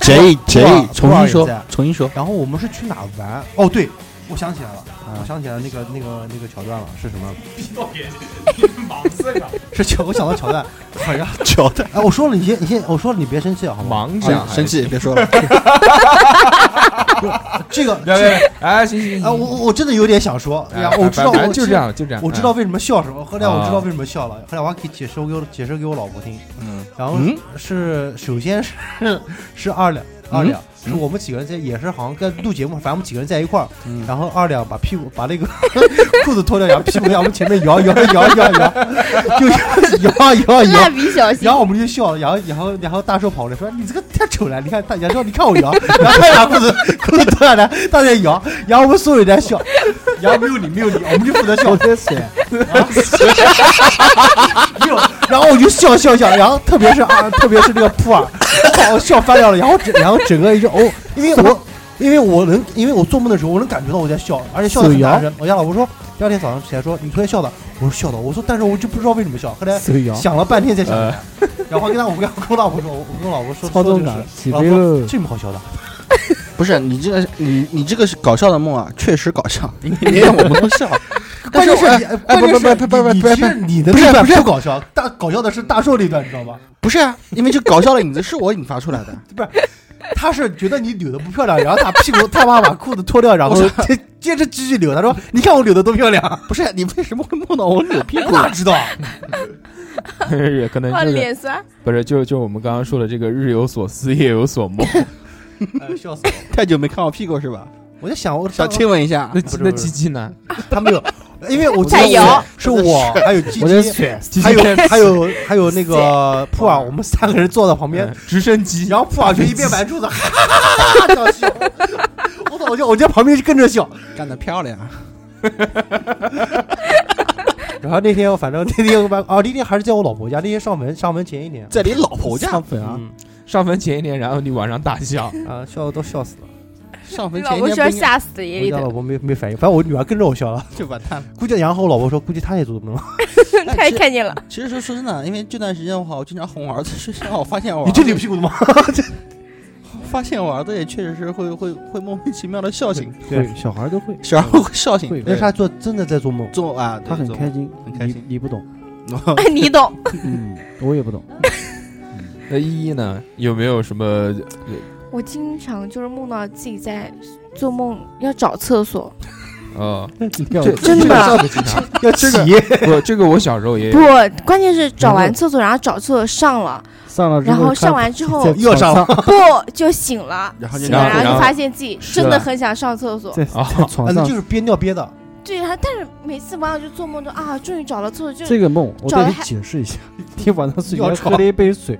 Speaker 7: 杰杰，
Speaker 4: 杰重
Speaker 7: 重
Speaker 4: 新
Speaker 7: 新说，
Speaker 4: 说
Speaker 3: 啊
Speaker 7: 重新 说，
Speaker 4: 然后我们是去哪玩？哦，对，我想起来了，
Speaker 7: 啊
Speaker 4: 我想起来那个那个那个桥段了，是什么？是桥，我想到桥段，好呀，
Speaker 7: 乔的，
Speaker 4: 哎，我说了，你先你先，我说了，你别生气好吗？
Speaker 2: 盲想、
Speaker 3: 生气，别说了。
Speaker 4: 这个，
Speaker 2: 对，对对，哎，行行行，
Speaker 4: 啊，我我我真的有点想说，哎呀，
Speaker 2: 哎
Speaker 4: 我知道，
Speaker 2: 反正
Speaker 4: 我
Speaker 2: 就这，样，就这样，哎
Speaker 4: 我知道为什么笑什么，后来我
Speaker 2: 啊
Speaker 4: 知道为什么笑了，后来我还可以解释给我解释给我老婆听，
Speaker 3: 嗯，
Speaker 4: 然后
Speaker 7: 嗯
Speaker 4: 是首先是 是二两
Speaker 2: 嗯
Speaker 4: 二两。是我们几个人在，也是好像在录节目，反正我们几个人在一块儿，
Speaker 2: 嗯
Speaker 4: 然后二两把屁股把那个 裤子脱掉，然后屁股在我们前面摇摇摇摇 摇，就摇摇摇
Speaker 6: 蜡，笔小新
Speaker 4: 然，后我们就笑了，然后然后然后大叔跑过来说：“你这个太丑了，你看大杨说你看我摇，然后他俩裤子裤子脱下来，大家摇，然后我们所有人在笑，然后没有你没有你，我们就负责笑，啊
Speaker 5: 这谁？
Speaker 4: 没有，然后我就笑笑笑，然后特别是啊，特别是那个普洱，把我笑翻掉了，然后整然后整个一直哦，因为我因为我能因为我做梦的时候我能感觉到我在笑，而且笑的很大声，我家老婆说第二天早上起来说你昨天笑的，我说笑的，我说但是我就不知道为什么笑，后来
Speaker 5: 手摇
Speaker 4: 想了半天才想起来，然后跟他我跟我跟我老婆说，我我跟我老婆说
Speaker 5: 呃操纵
Speaker 4: 说
Speaker 5: 感
Speaker 4: 这个事
Speaker 5: 起
Speaker 4: 老
Speaker 5: 飞
Speaker 4: 婆
Speaker 5: 喽！
Speaker 4: 这么好笑的，
Speaker 3: 不是你这个，你你这个是搞笑的梦啊，确实搞笑，也让我们都笑。但
Speaker 4: 关
Speaker 3: 是哎
Speaker 4: 键是你哎
Speaker 3: 哎
Speaker 4: 关键是
Speaker 3: 不不不不
Speaker 4: 你
Speaker 3: 不
Speaker 4: 你
Speaker 3: 不
Speaker 4: 其实你的
Speaker 3: 不是
Speaker 4: 那段
Speaker 3: 不是
Speaker 4: 不搞笑，大搞笑的是大硕那段，你知道吧？
Speaker 3: 不是啊，因为这搞笑的影子是我引发出来的。
Speaker 4: 他是觉得你扭的不漂亮，然后他屁股他妈把裤子脱掉，然后
Speaker 3: 我
Speaker 4: 接接着继续扭。他说：“你看我扭的多漂亮。
Speaker 3: 不是你为什么会梦到我扭屁
Speaker 4: 我
Speaker 3: 股？哎
Speaker 4: 哪知道？
Speaker 2: 也可
Speaker 3: 嗯
Speaker 2: 能
Speaker 6: 哦，
Speaker 2: 就是
Speaker 6: 脸酸，
Speaker 2: 不是，就就我们刚刚说的这个日有所思，夜有所 梦。
Speaker 4: 哎，笑死我！了！
Speaker 3: 太久没看我屁股是吧？
Speaker 4: 我在想，我
Speaker 3: 想亲吻 一下啊
Speaker 2: 那。
Speaker 4: 不是不
Speaker 2: 那
Speaker 4: 是
Speaker 2: 鸡鸡呢？
Speaker 4: 他没有，因为我
Speaker 6: 太
Speaker 4: 有
Speaker 6: 摇
Speaker 4: 是我还有鸡
Speaker 5: 我在
Speaker 4: 鸡，
Speaker 2: 鸡鸡
Speaker 4: 还有还有还有那个普洱，我们三个人坐在旁边
Speaker 2: 嗯，直升机
Speaker 4: 然后普洱就一边玩柱子，哈哈哈哈哈哈笑笑。我操！我就我就在旁边就跟着笑。
Speaker 7: 干得漂亮！
Speaker 3: 啊
Speaker 4: 然后那天我反正那天我把啊那天还是在我老婆家，那天上坟上坟前一天
Speaker 3: 在你老婆家
Speaker 5: 上坟啊，
Speaker 2: 嗯，上坟前一天，然后你晚上大笑，
Speaker 4: 啊笑的都笑死了。
Speaker 3: 上
Speaker 6: 你
Speaker 3: 坟
Speaker 6: 老
Speaker 3: 前一
Speaker 6: 婆
Speaker 3: 天
Speaker 6: 是
Speaker 3: 不
Speaker 6: 要
Speaker 3: 应该
Speaker 6: 吓死爷
Speaker 4: 我
Speaker 6: 爷
Speaker 4: 家
Speaker 6: 的，
Speaker 4: 老婆没没反应，反正我女儿跟着我笑了。
Speaker 7: 就完蛋了。
Speaker 4: 估计然后我老婆说，估计她也做梦了。
Speaker 6: 他也看见 了，
Speaker 3: 其实说说真的，啊因为这段时间的话，我经常哄我儿子睡觉，我发现我
Speaker 4: 你
Speaker 3: 儿
Speaker 4: 这
Speaker 3: 子
Speaker 4: 里屁股的吗？
Speaker 3: 发现我儿子也确实是会会会莫名其妙的笑醒，
Speaker 5: 会小孩都会，
Speaker 3: 小孩会笑醒
Speaker 5: 会，
Speaker 4: 那是她做真的在做梦。
Speaker 3: 做啊，对
Speaker 5: 他很
Speaker 3: 做
Speaker 5: 开心，
Speaker 3: 很开心
Speaker 5: 你你不懂，
Speaker 3: 哎
Speaker 6: 你懂。
Speaker 5: 嗯，我也不懂，
Speaker 2: 那依依呢？有没有什么
Speaker 6: 我经常就是梦到自己在做梦要找厕所，
Speaker 2: 呃？
Speaker 5: 这
Speaker 2: 真
Speaker 6: 的吗
Speaker 4: 要这个
Speaker 2: 不，这个我小时候也
Speaker 6: 不
Speaker 2: 有，，
Speaker 6: 关键是找完厕所，然后找厕所上 了，
Speaker 5: 上了之
Speaker 6: 然后
Speaker 5: 后
Speaker 6: 上
Speaker 5: 看
Speaker 6: 完之后
Speaker 5: 在
Speaker 4: 又上
Speaker 5: 床
Speaker 6: 不就醒了，
Speaker 3: 然后就
Speaker 6: 醒了，
Speaker 2: 然后
Speaker 6: 然后
Speaker 2: 然
Speaker 6: 就
Speaker 2: 后
Speaker 6: 发现自己真的很想上厕所。
Speaker 5: 在
Speaker 2: 啊
Speaker 5: 在床
Speaker 4: 啊，那就
Speaker 5: 上，
Speaker 4: 是憋尿憋的。
Speaker 6: 对，然后但是每次晚上就做梦就啊，终于找了厕所，就
Speaker 5: 这个梦我
Speaker 6: 找
Speaker 5: 得
Speaker 6: 了
Speaker 5: 你
Speaker 6: 还
Speaker 5: 解释一下。 天晚上睡
Speaker 4: 要
Speaker 5: 前
Speaker 4: 床
Speaker 5: 喝了一杯水，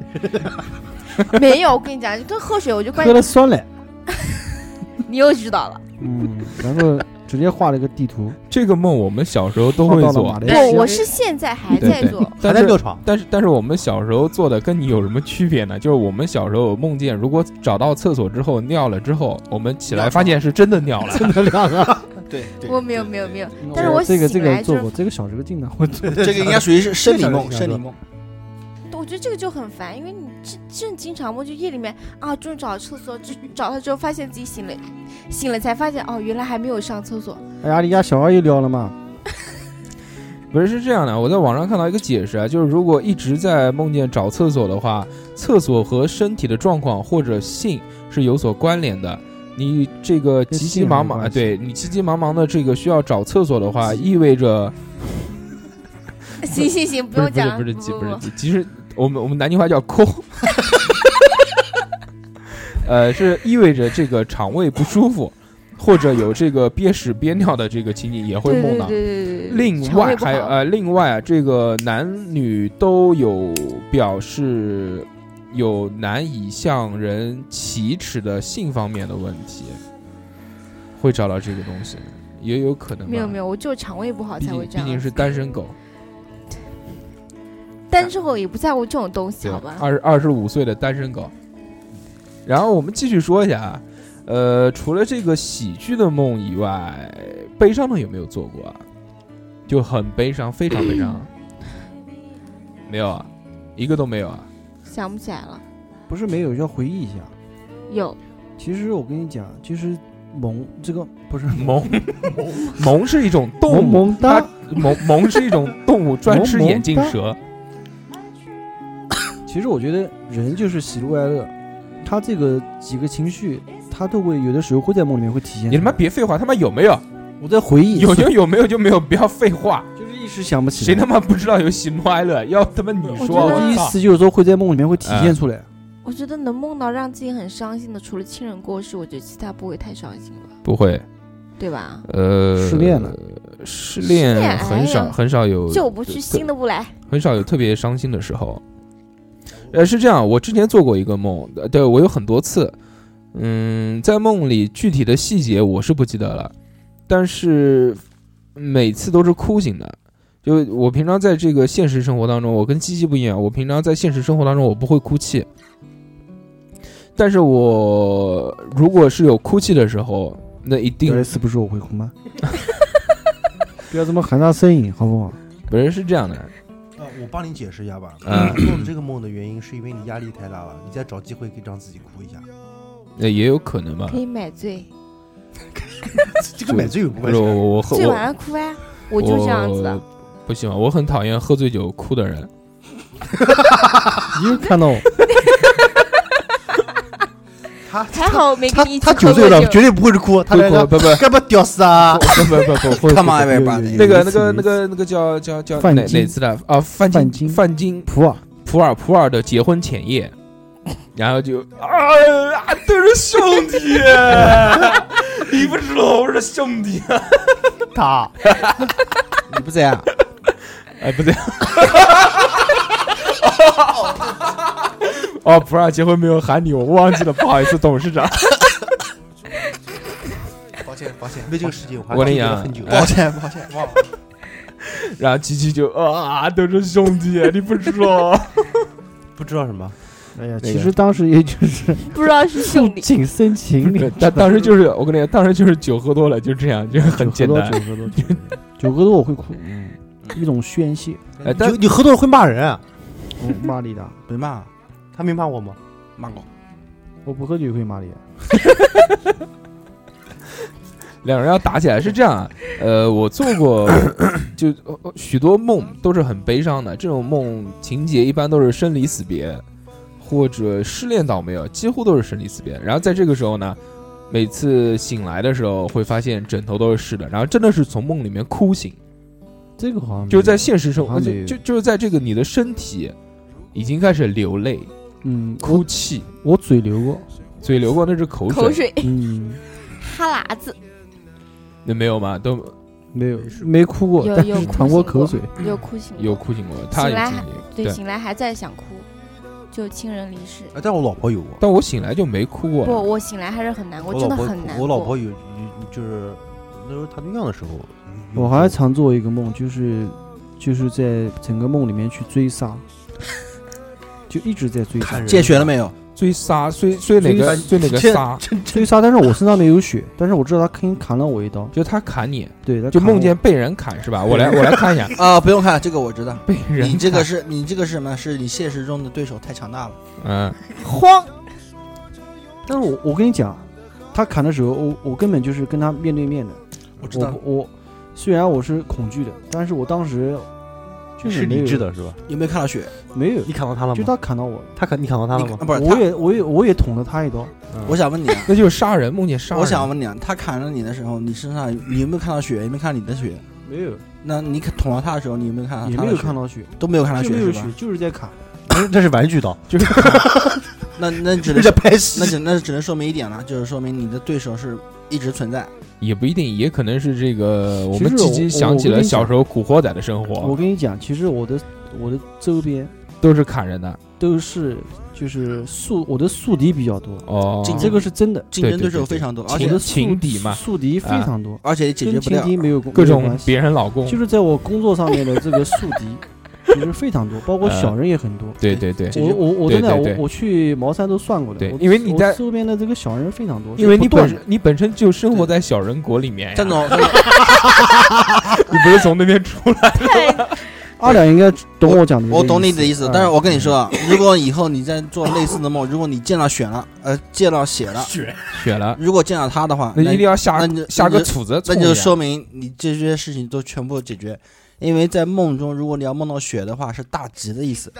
Speaker 6: 没有。我跟你讲，就跟喝水，我就关
Speaker 5: 喝了酸奶，
Speaker 6: 你又知道了。
Speaker 5: 嗯，然后直接画了一个地图，
Speaker 2: 这个梦我们小时候都
Speaker 5: 画
Speaker 2: 会
Speaker 5: 到了
Speaker 2: 做
Speaker 5: 马，来西
Speaker 6: 不，
Speaker 5: 亚。
Speaker 6: 我是现在还
Speaker 2: 对
Speaker 6: 在
Speaker 2: 对
Speaker 6: 做，
Speaker 4: 还
Speaker 2: 但
Speaker 4: 在
Speaker 2: 是
Speaker 4: 尿床，
Speaker 2: 但是但是我们小时候做的跟你有什么区别呢？就是我们小时候梦见，如果找到厕所之后尿了之后，我们起来发现是真的尿 了，
Speaker 4: 真的亮啊！
Speaker 3: 对，对
Speaker 6: 我没有没有没有，
Speaker 5: 嗯
Speaker 6: 但是我
Speaker 5: 这个这
Speaker 6: 醒
Speaker 5: 个
Speaker 6: 来就
Speaker 5: 做
Speaker 6: 是
Speaker 5: 过，这个小时候经常会做。
Speaker 3: 这个应该属于是生理梦，
Speaker 4: 这
Speaker 3: 生
Speaker 4: 个
Speaker 3: 理梦。
Speaker 6: 我觉得这个就很烦，因为你这正经常梦，就夜里面啊，终于找到厕所，就找到之后发现自己醒了，醒了才发现哦，原来还没有上厕所。
Speaker 5: 哎呀，你家小二又撩了嘛？
Speaker 2: 不是是这样的，我在网上看到一个解释啊，就是如果一直在梦见找厕所的话，厕所和身体的状况或者性是有所关联的。你这个
Speaker 5: 跟
Speaker 2: 急急
Speaker 5: 性
Speaker 2: 忙
Speaker 5: 没
Speaker 2: 忙，
Speaker 5: 关
Speaker 2: 啊，
Speaker 5: 系
Speaker 2: 对你急急忙忙的这个需要找厕所的 话，意味着
Speaker 6: 行行行，不
Speaker 2: 不是不
Speaker 6: 用
Speaker 2: 是
Speaker 6: 讲了，
Speaker 2: 不是
Speaker 6: 不
Speaker 2: 急
Speaker 6: 不
Speaker 2: 不是
Speaker 6: 不，
Speaker 2: 急，其实我们我们南京话叫抠， 呃，是意味着这个肠胃不舒服，或者有这个憋屎憋尿的这个情景也 会
Speaker 6: 对
Speaker 2: 梦
Speaker 6: 对
Speaker 2: 到
Speaker 6: 对。对对对，
Speaker 2: 另
Speaker 6: 肠
Speaker 2: 外
Speaker 6: 胃不
Speaker 2: 还有
Speaker 6: 好
Speaker 2: 呃，另外啊，这个男女都有表示有难以向人启齿的性方面的问题，会找到这个东西，也有可能吧
Speaker 6: 没有没有，我就肠胃不好
Speaker 2: 毕
Speaker 6: 才
Speaker 2: 竟
Speaker 6: 会这
Speaker 2: 毕
Speaker 6: 样。
Speaker 2: 竟是单身狗，
Speaker 6: 单身狗也不在乎这种东西，
Speaker 2: 对
Speaker 6: 好吧？
Speaker 2: 二二十五岁的单身狗。然后我们继续说一下啊，呃，除了这个喜剧的梦以外，悲伤的有没有做过啊？就很悲伤，非常悲伤 啊。没有啊，一个都没有啊。
Speaker 6: 想不起来了，
Speaker 5: 不是没有，要回忆一下。
Speaker 6: 有
Speaker 5: 其实我跟你讲，其实萌这 个不是
Speaker 2: 萌 萌是一种动物，
Speaker 5: 萌萌
Speaker 2: 它
Speaker 5: 哒，
Speaker 2: 萌萌是一种动物，专吃眼镜蛇。
Speaker 5: 其实我觉得人就是喜怒哀乐，他这个几个情绪，他都会有的时候会在梦里面会体现出来。
Speaker 2: 你他妈别废话，他妈有没有？
Speaker 5: 我在回忆，
Speaker 2: 有就有，没有就没有，不要废话。
Speaker 5: 就是一时想不起
Speaker 2: 谁
Speaker 5: 来。
Speaker 2: 他妈不知道有喜怒哀乐？要他妈你
Speaker 6: 我觉
Speaker 2: 说，
Speaker 6: 得
Speaker 2: 我
Speaker 5: 第一
Speaker 2: 操！
Speaker 5: 次有时候会在梦里面会体现出来。
Speaker 6: 我觉得能梦到让自己很伤心的，除了亲人过世，我觉得其他不会太伤心了，
Speaker 2: 不会，
Speaker 6: 对吧？
Speaker 2: 呃，
Speaker 5: 失恋了，
Speaker 2: 失
Speaker 6: 失
Speaker 2: 恋
Speaker 6: 恋哎
Speaker 2: 很少
Speaker 6: 呀
Speaker 2: 很少有，
Speaker 6: 就不去，新的不来，
Speaker 2: 很少有特别伤心的时候。呃，是这样，我之前做过一个梦，呃对我有很多次，嗯，在梦里具体的细节我是不记得了，但是每次都是哭醒的。就我平常在这个现实生活当中，我跟鸡鸡不一样，我平常在现实生活当中我不会哭泣，但是我如果是有哭泣的时候，那一定
Speaker 5: 第二次不是我会哭 吗？不要这么含沙射影，好不好？
Speaker 2: 不是是这样的，
Speaker 4: 呃我帮你解释一下吧。
Speaker 2: 嗯
Speaker 4: 你做的这个梦的原因是因为你压力太大了，你再找机会可以让自己哭一下。
Speaker 2: 那也有可能吧
Speaker 6: 可。以买醉，
Speaker 4: 这个买醉有不
Speaker 2: 不
Speaker 4: 关
Speaker 2: 是
Speaker 4: 系。
Speaker 2: 我我喝
Speaker 6: 醉
Speaker 2: 呃我
Speaker 6: 完了哭啊，我就是这样子的。，
Speaker 2: 不喜欢，我很讨厌喝醉酒哭的人。
Speaker 5: 你又看到 我，
Speaker 4: 他
Speaker 6: 还好没
Speaker 4: 他
Speaker 6: 跟你一起
Speaker 4: 他
Speaker 6: 喝
Speaker 4: 酒
Speaker 6: 过
Speaker 4: 醉了，
Speaker 6: 酒
Speaker 4: 绝对不会是哭。他
Speaker 2: 不
Speaker 4: 在
Speaker 2: 不
Speaker 4: 那
Speaker 2: 不不
Speaker 4: 干嘛屌丝 啊？
Speaker 2: 不不不不
Speaker 3: Come on,
Speaker 2: 不，
Speaker 3: everybody！
Speaker 2: 那个那个那个那个叫叫叫
Speaker 5: 范
Speaker 2: 哪
Speaker 5: 金
Speaker 2: 哪次的啊？范
Speaker 5: 范
Speaker 2: 金
Speaker 5: 金
Speaker 2: 范金
Speaker 5: 普啊洱，
Speaker 2: 普洱普洱的结婚前夜，然后就啊啊，都是兄弟， 你不知道我是兄弟啊，
Speaker 4: 他
Speaker 3: 你不在啊？
Speaker 2: 哎不对。 哦，普洱结婚没有喊你，我忘记了，不好意思，董事长。
Speaker 4: 歉抱歉，为这个事情我还
Speaker 2: 我跟你
Speaker 4: 纠结了
Speaker 2: 讲
Speaker 4: 很久。
Speaker 2: 哎
Speaker 3: 抱歉抱歉，忘了。
Speaker 2: 然后琪琪就啊，都是兄弟，你不说，
Speaker 4: 不知道什么，
Speaker 5: 哎呀，
Speaker 2: 那
Speaker 5: 其
Speaker 2: 个
Speaker 5: 实当时也 就是
Speaker 6: 不知道是兄弟，
Speaker 5: 仅生情理，
Speaker 2: 当当时就是我跟你讲，当时就是酒喝多了，就这样，就很简单。
Speaker 5: 酒喝多，酒喝多，酒喝多我会哭，嗯一种宣 泄。
Speaker 2: 哎，但
Speaker 4: 你你喝多了会骂人啊？
Speaker 5: 我骂你的，
Speaker 3: 别骂，
Speaker 4: 他没骂我吗？
Speaker 3: 骂我。
Speaker 5: 我不喝酒会骂你的。
Speaker 2: 两人要打起来是这样啊，呃，我做过就呃许多梦都是很悲伤的，这种梦情节一般都是生离死别，或者失恋倒没有，几乎都是生离死别。然后在这个时候呢，每次醒来的时候会发现枕头都是湿的，然后真的是从梦里面哭醒，
Speaker 5: 这个好像没有
Speaker 2: 就是在现实生活，
Speaker 5: 好像
Speaker 2: 就
Speaker 5: 没有
Speaker 2: 就就是在这个你的身体已经开始流泪、
Speaker 5: 嗯，
Speaker 2: 哭泣，
Speaker 5: 我嘴流过，
Speaker 2: 嘴流过那是口水，
Speaker 6: 口水、
Speaker 5: 嗯，
Speaker 6: 哈喇子，
Speaker 2: 那没有吗？都
Speaker 5: 没有没哭过，
Speaker 6: 有
Speaker 5: 但
Speaker 6: 有
Speaker 5: 是
Speaker 6: 哭
Speaker 5: 淌
Speaker 6: 醒
Speaker 5: 过
Speaker 6: 过
Speaker 5: 口水。
Speaker 6: 又哭醒了
Speaker 2: 有哭醒过，他
Speaker 6: 醒
Speaker 2: 也
Speaker 6: 来
Speaker 2: 经
Speaker 6: 还
Speaker 2: 历，
Speaker 6: 对，醒来还在想哭，就亲人离世。
Speaker 4: 哎但我老婆有过，
Speaker 2: 但我醒来就没哭过
Speaker 6: 不，
Speaker 2: 了。
Speaker 6: 我醒来还是很难过，
Speaker 4: 老
Speaker 6: 真的
Speaker 4: 婆
Speaker 6: 很难
Speaker 4: 我
Speaker 6: 过。
Speaker 4: 老婆有，有就是那时候谈对象的时候，有
Speaker 5: 我好像常做一个梦，就是就是在整个梦里面去追杀，就一直在追
Speaker 4: 看
Speaker 5: 杀
Speaker 4: 人
Speaker 3: 戒血了没有？
Speaker 2: 追杀，追追哪个追哪个
Speaker 4: 这
Speaker 2: 杀，
Speaker 5: 追杀，但是我身上没有血，但是我知道他肯定砍了我一刀，
Speaker 2: 就他砍你，
Speaker 5: 对，他
Speaker 2: 就
Speaker 5: 砍我
Speaker 2: 梦见被人砍是吧？我来我来看一下，
Speaker 3: 啊，不用看这个，我知道。
Speaker 2: 被人
Speaker 3: 你这个
Speaker 2: 砍
Speaker 3: 是你这个是什么？是你现实中的对手太强大了。
Speaker 2: 嗯，
Speaker 6: 慌，
Speaker 5: 但是我我跟你讲，他砍的时候，我我根本就是跟他面对面的，
Speaker 3: 我知道
Speaker 5: 我，我虽然我是恐惧的，但是我当时就是
Speaker 4: 是
Speaker 5: 没有
Speaker 4: 理智，的是吧？
Speaker 3: 有没有看到血？
Speaker 5: 没有
Speaker 4: 你，砍到他了
Speaker 5: 就
Speaker 4: 吗？
Speaker 5: 他砍到我了，
Speaker 4: 他砍你砍到他
Speaker 3: 你
Speaker 4: 了吗？
Speaker 3: 啊不是
Speaker 5: 我
Speaker 3: 他，
Speaker 5: 也我也我也捅了他一刀，
Speaker 3: 我想问你啊，
Speaker 2: 嗯那就是杀人，梦见杀人。
Speaker 3: 我想问你啊，他砍了你的时候，你身上你有没有看到血？有没有看到你的血？
Speaker 5: 没有，
Speaker 3: 那你捅啊到他的时候，你有没有看到？
Speaker 5: 也没有看，到血，
Speaker 3: 都没有看到
Speaker 5: 就
Speaker 3: 血
Speaker 5: 没
Speaker 3: 是
Speaker 5: 有
Speaker 3: 吧
Speaker 5: 血，？就是在砍，
Speaker 4: 这是玩具刀，
Speaker 2: 就是
Speaker 3: 那那只
Speaker 4: 这
Speaker 3: 能
Speaker 4: 是拍 戏
Speaker 3: 那。只那只能说明一点了，就是说明你的对手是一直存在。
Speaker 2: 也不一定，也可能是这 个我们
Speaker 5: 其实
Speaker 2: 积
Speaker 5: 我
Speaker 2: 极想起
Speaker 5: 我
Speaker 2: 了
Speaker 5: 跟你讲
Speaker 2: 小时候古惑仔的生活
Speaker 5: 我，跟你讲，其实我的我的周边
Speaker 2: 都是砍人的
Speaker 5: 都是就是宿我的宿敌比较多，
Speaker 2: 哦。
Speaker 3: 竞
Speaker 5: 这个是真的，
Speaker 3: 竞争
Speaker 2: 对对
Speaker 3: 对
Speaker 2: 对
Speaker 3: 手非常多，而
Speaker 5: 我
Speaker 2: 情
Speaker 3: 且
Speaker 5: 的宿
Speaker 2: 情敌嘛啊
Speaker 5: 宿敌非常多，
Speaker 3: 而且也解
Speaker 5: 跟
Speaker 3: 决不
Speaker 5: 情
Speaker 3: 掉。
Speaker 5: 敌没有
Speaker 2: 各
Speaker 5: 没有
Speaker 2: 种
Speaker 5: 关系
Speaker 2: 别人老公，
Speaker 5: 就是在我工作上面的这个宿敌其实非常多， 包括
Speaker 2: 呃
Speaker 5: 小人也很多。
Speaker 2: 对对对，
Speaker 3: 这
Speaker 5: 我我我
Speaker 2: 对
Speaker 5: 真的
Speaker 2: 对对
Speaker 5: 我我去茅山都算过的，
Speaker 2: 对
Speaker 5: 我
Speaker 2: 因为你
Speaker 5: 我
Speaker 2: 在
Speaker 5: 周边的这个小人非常多，
Speaker 2: 因为
Speaker 5: 是
Speaker 2: 你
Speaker 5: 不断
Speaker 2: 本身你本身就生活在小人国里面呀，
Speaker 3: 张总，张总
Speaker 2: 你不是从那边出来？
Speaker 5: 二两应该懂我讲的，
Speaker 3: 我懂你的 意思，
Speaker 5: 嗯
Speaker 3: 但是我跟你说，啊，如果以后你再做类似的梦，如果你见到血了，呃，见到血了，
Speaker 2: 血了，
Speaker 3: 如果见到他的话，
Speaker 2: 那一定要
Speaker 3: 那
Speaker 2: 下
Speaker 3: 你
Speaker 2: 下
Speaker 3: 那
Speaker 2: 个
Speaker 3: 你
Speaker 2: 杵子
Speaker 3: 那
Speaker 2: 冲一下，
Speaker 3: 就说明你这些事情都全部解决，因为在梦中，如果你要梦到血的话，是大吉的意思。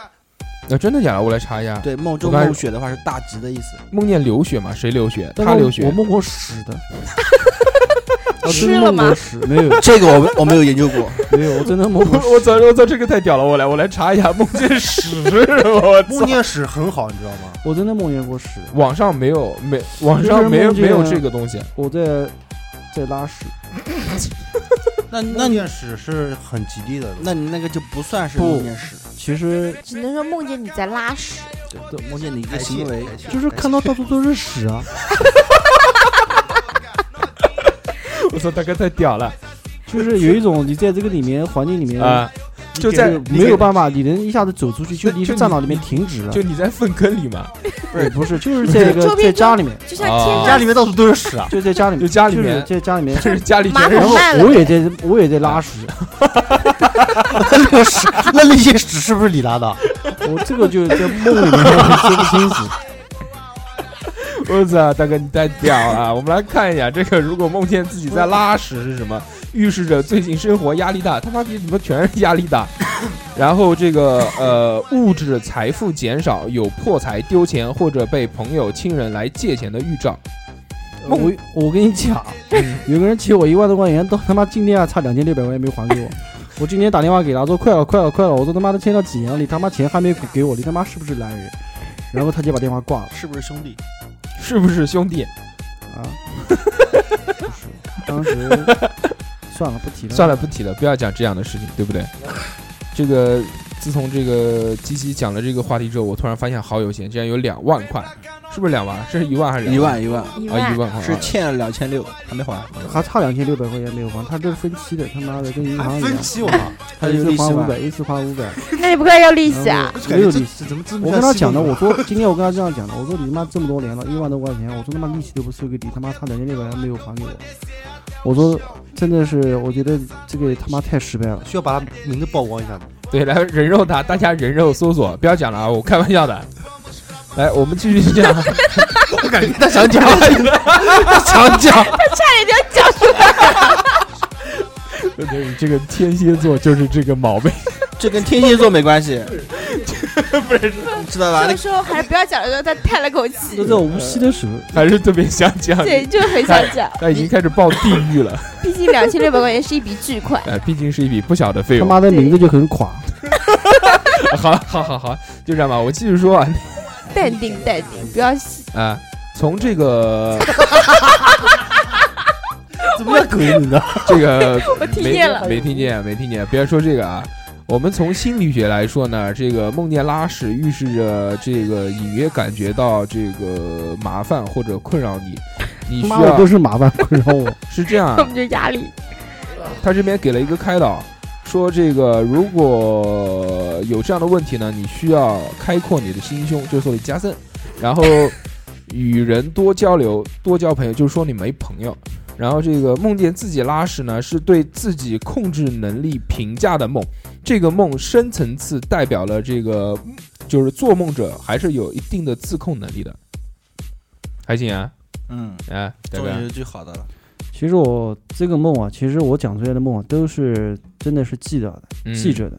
Speaker 2: 那真的假的？我来查一下，
Speaker 3: 对，梦中
Speaker 2: 我刚才
Speaker 3: 梦血的话是大吉的意思。
Speaker 2: 梦见流血嘛？谁流血？
Speaker 5: 但
Speaker 2: 他
Speaker 5: 是
Speaker 2: 流血
Speaker 5: 我。梦过屎 的，我
Speaker 6: 吃
Speaker 5: 真的
Speaker 6: 了
Speaker 5: 梦
Speaker 6: 吗
Speaker 5: 过屎，没有
Speaker 3: 这个我我没有研究过，
Speaker 5: 没有，我真的梦过屎。
Speaker 2: 我我操！我操！这个太屌了！我来，我来查一下梦见屎。我
Speaker 4: 梦
Speaker 2: 操！
Speaker 4: 见屎很好，你知道吗？
Speaker 5: 我真的梦见过屎，
Speaker 2: 网上没有没网上没有
Speaker 5: 就是梦见
Speaker 2: 没有这个东西，
Speaker 5: 我在在拉屎，
Speaker 3: 那那
Speaker 4: 梦
Speaker 3: 你
Speaker 4: 见屎是很吉利的，
Speaker 3: 那你那个就不算是
Speaker 5: 不
Speaker 3: 梦见屎，
Speaker 5: 其实
Speaker 6: 只能说梦见你在拉屎，
Speaker 3: 对，梦见你一个行为。
Speaker 5: 就是看到到处都是屎 啊，
Speaker 2: 我操！大哥太屌了
Speaker 5: 就是有一种你在这个里面环境里面
Speaker 2: 啊！就在
Speaker 5: 是没有办法，嗯你能一下子走出去，就
Speaker 2: 那
Speaker 5: 你
Speaker 2: 就
Speaker 5: 站
Speaker 2: 你
Speaker 5: 到里面停止了
Speaker 2: 就，你在粪坑里嘛，
Speaker 5: 不是不是，就是在一
Speaker 6: 周
Speaker 5: 个
Speaker 6: 边
Speaker 5: 在家里面，
Speaker 6: 就像
Speaker 2: 啊
Speaker 6: 天
Speaker 4: 家
Speaker 6: 上
Speaker 4: 里面到处都是屎 啊！
Speaker 5: 就在家里
Speaker 2: 就
Speaker 5: 面，
Speaker 2: 家里
Speaker 5: 就
Speaker 2: 面
Speaker 5: 是，在家里面
Speaker 2: 就，是 家里
Speaker 6: 马
Speaker 2: 全是
Speaker 6: 桶
Speaker 5: 然后
Speaker 6: 慢了
Speaker 5: 我也在我也在拉屎，
Speaker 4: 那个屎，那那些屎是不是你拉的？
Speaker 5: 我这个就在梦里面 说不清楚。
Speaker 2: 我操，啊大哥你太屌了！我们来看一下这个，如果梦见自己在拉屎是什么，预示着最近生活压力大，他妈逼你们全是压力 大。然后这个呃，物质财富减少，有破财、丢钱或者被朋友、亲人来借钱的预兆。
Speaker 5: 我我跟你讲，有个人欠我一万多块钱，到他妈今天还差两千六百块钱没还给我。我今天打电话给他说快了快了快了，我说他妈的欠到几年了，你他妈钱还没给我，你他妈是不是男人？然后他就把电话挂了
Speaker 3: 是不是兄弟？
Speaker 2: 是不是兄弟？
Speaker 5: 啊。不是，当时算了不
Speaker 3: 嗯
Speaker 5: 提了，
Speaker 2: 算了，不提了，不要讲这样的事情，对不 对？这个自从这个鸡鸡讲了这个话题之后，我突然发现好有钱，竟然有两万块，是不是两万？是一万还是两
Speaker 3: 一万一嗯万
Speaker 6: 一
Speaker 2: 啊？
Speaker 6: 万
Speaker 2: 一万块
Speaker 3: 是
Speaker 2: 钱
Speaker 3: 欠了两千六还没还，
Speaker 5: 还差两千六百块钱没有还，他这是分期的，他妈的跟银行
Speaker 4: 啊
Speaker 5: 一
Speaker 4: 分
Speaker 5: 样，
Speaker 4: 期我靠，
Speaker 3: 他
Speaker 5: 一
Speaker 3: 就
Speaker 5: 次
Speaker 3: 利
Speaker 5: 还
Speaker 3: 息
Speaker 5: 五
Speaker 3: 吧
Speaker 5: 百，。一次还五百，
Speaker 6: 那你不该要利息
Speaker 4: 嗯
Speaker 6: 啊？
Speaker 5: 没有利息。
Speaker 4: 息，怎么这么
Speaker 5: 我跟他讲的，我说今天我跟他这样讲的，我说你妈这么多年了，一万多块钱，我说他妈利息都不收给你，他妈差两千六百还没有还给我，我说真的是，我觉得这个他妈太失败了。
Speaker 4: 需要把他名字曝光一下的。
Speaker 2: 对，来人肉他，大家人肉搜索，不要讲了啊，我开玩笑的。来，我们继续讲，
Speaker 4: 我感觉他想讲，
Speaker 2: 讲讲。
Speaker 6: 差点就要讲出
Speaker 2: 你这个天蝎座就是这个毛病，
Speaker 3: 这跟天蝎座没关系， 不是知道吧？那
Speaker 6: 来，这个时候还是不要讲了，他叹了口
Speaker 5: 都
Speaker 6: 气，
Speaker 5: 在我无锡的时候，
Speaker 2: 还是特别想讲。
Speaker 6: 对，就很想讲。
Speaker 2: 他已经开始报地狱了，
Speaker 6: 毕竟两千六百块钱是一笔巨款，
Speaker 2: 哎，毕竟是一笔不小的费
Speaker 5: 他
Speaker 2: 用。
Speaker 5: 妈的名字就很垮。
Speaker 2: 好了，好好好，就这样吧。我继续说啊，
Speaker 6: 淡定淡定，不要细
Speaker 2: 啊，从这个
Speaker 4: 怎么叫鬼你呢？
Speaker 2: 这个
Speaker 6: 我听
Speaker 2: 没
Speaker 6: 见了
Speaker 2: 没听见，没听见，别说这个啊。我们从心理学来说呢，这个梦见拉屎预示着这个隐约感觉到这个麻烦或者困扰你，你需
Speaker 5: 妈的
Speaker 2: 要
Speaker 5: 都是麻烦困扰 我。
Speaker 2: 是这样啊
Speaker 6: 我，们就压力。
Speaker 2: 他这边给了一个开导，说这个如果有这样的问题呢，你需要开阔你的心胸，就是说你加深，然后 与人多交流，多交朋友，就是说你没朋友。然后这个梦见自己拉屎呢，是对自己控制能力评价的梦。这个梦深层次代表了这个，就是做梦者还是有一定的自控能力的。还行啊，
Speaker 3: 嗯，
Speaker 2: 哎，对
Speaker 3: 终
Speaker 2: 不
Speaker 3: 于
Speaker 2: 对？
Speaker 3: 有句好的了。
Speaker 5: 其实我这个梦啊，其实我讲出来的梦啊，都是真的是记得的、
Speaker 2: 嗯
Speaker 5: 记着的，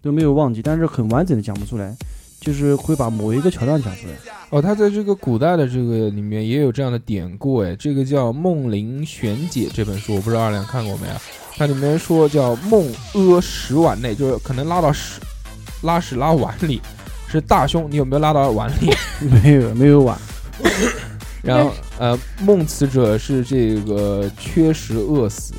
Speaker 5: 都没有忘记，但是很完整的讲不出来，就是会把某一个桥段讲出来。
Speaker 2: 哦，他在这个古代的这个里面也有这样的典故，哎，这个叫《梦灵玄解》这本书，我不知道二两看过没有？它里面说叫梦阿十碗内，就是可能拉到屎，拉屎拉碗里，是大胸，你有没有拉到碗里？
Speaker 5: 没有，没有碗，
Speaker 2: 然后呃，梦此者是这个缺食饿死，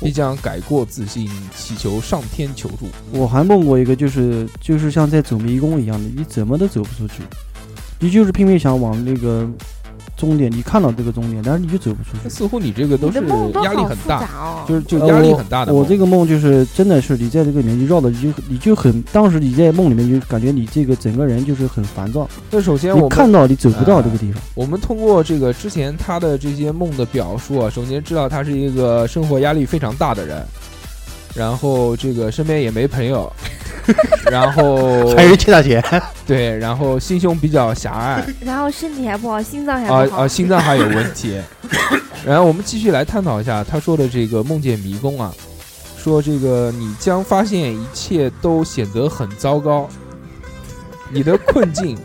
Speaker 2: 必将改过自新，祈求上天求助。
Speaker 5: 我还梦过一个，就是就是像在走迷宫一样的，你怎么都走不出去，你就是拼命想往那个终点，你看到这个终点，但是你就走不出
Speaker 2: 那
Speaker 5: 去。
Speaker 2: 似乎你这个都
Speaker 6: 你的
Speaker 2: 是
Speaker 6: 梦都
Speaker 2: 压力
Speaker 6: 好
Speaker 2: 很
Speaker 6: 复
Speaker 2: 大，
Speaker 6: 杂哦。
Speaker 2: 就是就
Speaker 5: 呃
Speaker 2: 压力很大的
Speaker 5: 我。
Speaker 2: 梦。
Speaker 5: 我这个梦就是真的是你在这个里面，你绕的你就你就很，当时你在梦里面就感觉你这个整个人就是很烦躁，
Speaker 2: 那首先
Speaker 5: 你
Speaker 2: 我们
Speaker 5: 看到你走不哎到
Speaker 2: 呃
Speaker 5: 这个地方。
Speaker 2: 我们通过这个之前他的这些梦的表述啊，首先知道他是一个生活压力非常大的人，然后这个身边也没朋友，然后
Speaker 4: 还是欠他钱？
Speaker 2: 对，然后心胸比较狭隘
Speaker 6: 然后身体还不好，心脏还
Speaker 2: 啊
Speaker 6: 不好，
Speaker 2: 啊，心脏还有问题。然后我们继续来探讨一下他说的这个梦见迷宫啊，说这个你将发现一切都显得很糟糕，你的困境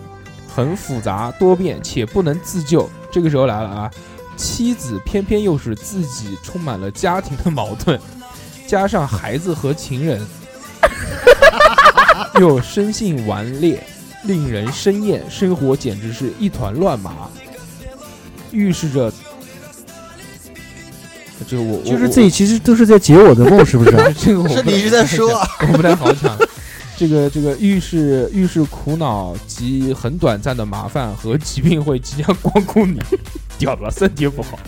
Speaker 2: 很复杂多变且不能自救。这个时候来了啊，妻子偏偏又使自己充满了家庭的矛盾， 加上孩子和情人， 又生性顽劣，令人生厌，生活简直是一团乱麻，预示着。这个我我
Speaker 5: 就是
Speaker 2: 我
Speaker 5: 这其实都是在解我的梦，是不是？
Speaker 2: 这个我
Speaker 3: 是
Speaker 2: 不太
Speaker 3: 你一直在说，
Speaker 2: 我不太好讲。这个这个预示预示苦恼及很短暂的麻烦和疾病会即将光顾你， 屌了，身体不好。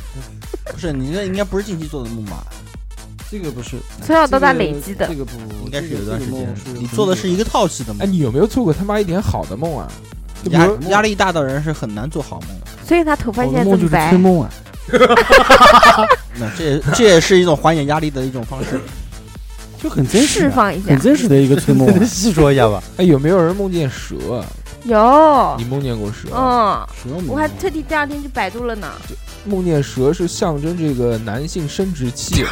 Speaker 3: 不是你这应该不是近期做的梦吧？
Speaker 5: 这个不是
Speaker 6: 从小到大累积的
Speaker 5: 这。个不
Speaker 3: 应该是有一段时间，你
Speaker 5: 你
Speaker 3: 做的是一个套系的
Speaker 2: 哎，
Speaker 3: 梦。
Speaker 2: 你有没有做过他妈一点好的梦啊？就比
Speaker 3: 压
Speaker 2: 如
Speaker 3: 压力大的人是很难做好梦的，
Speaker 6: 所以他头发
Speaker 5: 我
Speaker 6: 现在这
Speaker 5: 的梦哦就
Speaker 6: 么
Speaker 5: 是
Speaker 6: 白
Speaker 5: 春，梦啊，
Speaker 3: 那这 也这也是一种缓解压力的一种方 式。
Speaker 5: 就很真实
Speaker 6: 释
Speaker 5: 啊，
Speaker 6: 放一下
Speaker 5: 很。真实的一个春梦啊。
Speaker 4: 细说一下吧。
Speaker 2: 哎，有没有人梦见蛇？
Speaker 6: 有，
Speaker 2: 你梦见过蛇？
Speaker 6: 啊嗯，
Speaker 5: 蛇梦
Speaker 6: 我还特地第二天去百度了呢。
Speaker 2: 梦见蛇是象征这个男性生殖器，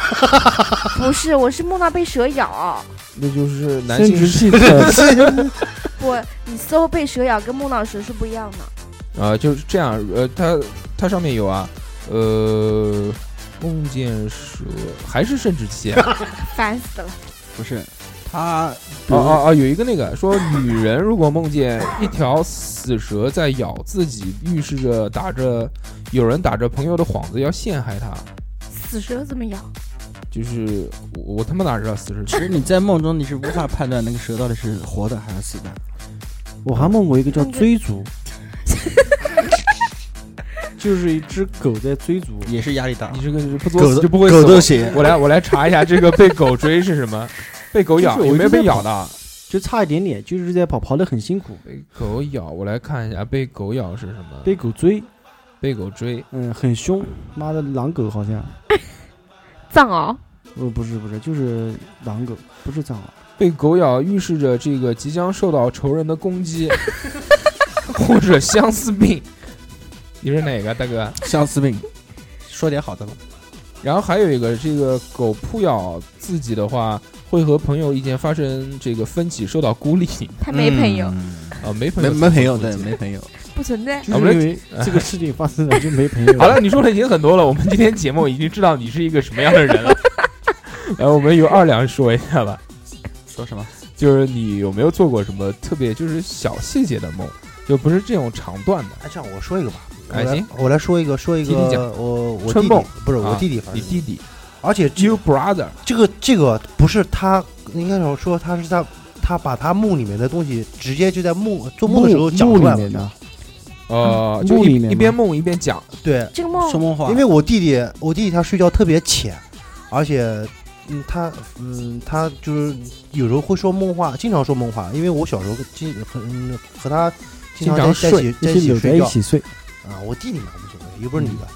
Speaker 6: 不是，我是梦到被蛇咬。
Speaker 2: 那就是男
Speaker 5: 生
Speaker 2: 性
Speaker 5: 殖
Speaker 2: 生
Speaker 5: 器的
Speaker 6: 不，你搜被蛇咬跟梦到蛇是不一样的。
Speaker 2: 啊、就是这样。呃，它它上面有啊，呃，梦见蛇还是生殖器啊。
Speaker 6: 烦死了！
Speaker 3: 不是，他
Speaker 2: 哦哦哦，有一个那个说，女人如果梦见一条死蛇在咬自己，预示着打着有人打着朋友的幌子要陷害她。
Speaker 6: 死蛇怎么咬？
Speaker 2: 就是我我他妈哪知道死
Speaker 3: 其
Speaker 2: 蛇？
Speaker 3: 实你在梦中你是无法判断那个蛇到底是活的还是死的。
Speaker 5: 我还梦过一个叫追逐，就是一只狗在追逐我。
Speaker 3: 也是压力大
Speaker 2: 你。这个是不作
Speaker 3: 狗
Speaker 2: 死
Speaker 3: 的
Speaker 2: 就不会
Speaker 3: 狗
Speaker 2: 死
Speaker 3: 的
Speaker 2: 我。
Speaker 3: 血，
Speaker 2: 我来我来查一下这个被狗追是什 么，被狗咬
Speaker 5: 就是
Speaker 2: 有
Speaker 5: 我一
Speaker 2: 没有
Speaker 5: 直
Speaker 2: 被
Speaker 5: 在
Speaker 2: 咬
Speaker 5: 跑
Speaker 2: 的啊？
Speaker 5: 就差一点点，就是在跑，跑得很辛苦，
Speaker 2: 被狗咬，我来看一下被狗咬是什么？
Speaker 5: 被狗追，
Speaker 2: 被狗追，
Speaker 5: 嗯，很凶，妈的狼狗好像，
Speaker 6: 藏獒，
Speaker 5: 呃，不是不是，就是狼狗，不是藏獒，
Speaker 2: 被狗咬预示着这个即将受到仇人的攻 击，或者相思病。 你是哪个大哥？
Speaker 3: 相思病。说点好的吧，
Speaker 2: 然后还有一个，这个狗扑咬自己的话，会和朋友意见发生这个分歧，受到孤立。
Speaker 6: 他没朋友，
Speaker 3: 嗯
Speaker 2: 啊，没朋
Speaker 3: 没
Speaker 2: 友，
Speaker 3: 没朋友，对，没朋友。
Speaker 6: 不存在。
Speaker 5: 就是因为这个事情发生了就没朋 友
Speaker 2: 好了，，你说的已经很多了，我们今天节目已经知道你是一个什么样的人 了。来，我们由二两说一下吧，
Speaker 3: 说什么？
Speaker 2: 就是你有没有做过什么特别就是小细节的梦，就不是这种长段的。
Speaker 4: 哎，这样我说一个吧，我
Speaker 2: 哎
Speaker 4: 来
Speaker 2: 行
Speaker 4: 我来说一个，说一
Speaker 2: 弟弟讲
Speaker 4: 个，我我
Speaker 2: 春
Speaker 4: 弟
Speaker 2: 梦
Speaker 4: 弟不是我
Speaker 2: 啊
Speaker 4: 弟弟，反
Speaker 2: 你
Speaker 4: 正
Speaker 2: 弟弟
Speaker 4: 而且这
Speaker 2: ，You brother，
Speaker 4: 这个这个不是他，应该是说他是在他把他墓里面的东西直接就在墓做梦的时候讲
Speaker 5: 墓
Speaker 4: 出来
Speaker 5: 里
Speaker 4: 了
Speaker 5: 面，的，
Speaker 2: 呃，
Speaker 5: 嗯
Speaker 2: 就
Speaker 5: 梦
Speaker 2: 一
Speaker 5: 里面
Speaker 2: 一边
Speaker 5: 吗
Speaker 2: 梦一边讲，
Speaker 4: 对，
Speaker 6: 这个梦
Speaker 3: 说梦话，
Speaker 4: 因为我弟弟，我弟弟他睡觉特别浅，而且，嗯，他，嗯，他就是有时候会说梦话，经常说梦话。因为我小时候经和嗯和他
Speaker 2: 经
Speaker 4: 经
Speaker 2: 常
Speaker 4: 常在在一起在
Speaker 5: 一
Speaker 4: 一
Speaker 5: 起嗯
Speaker 4: 起
Speaker 5: 搂在
Speaker 4: 睡
Speaker 5: 一
Speaker 4: 觉
Speaker 5: 起睡，
Speaker 4: 啊，我弟弟嘛无所谓，又不是女的。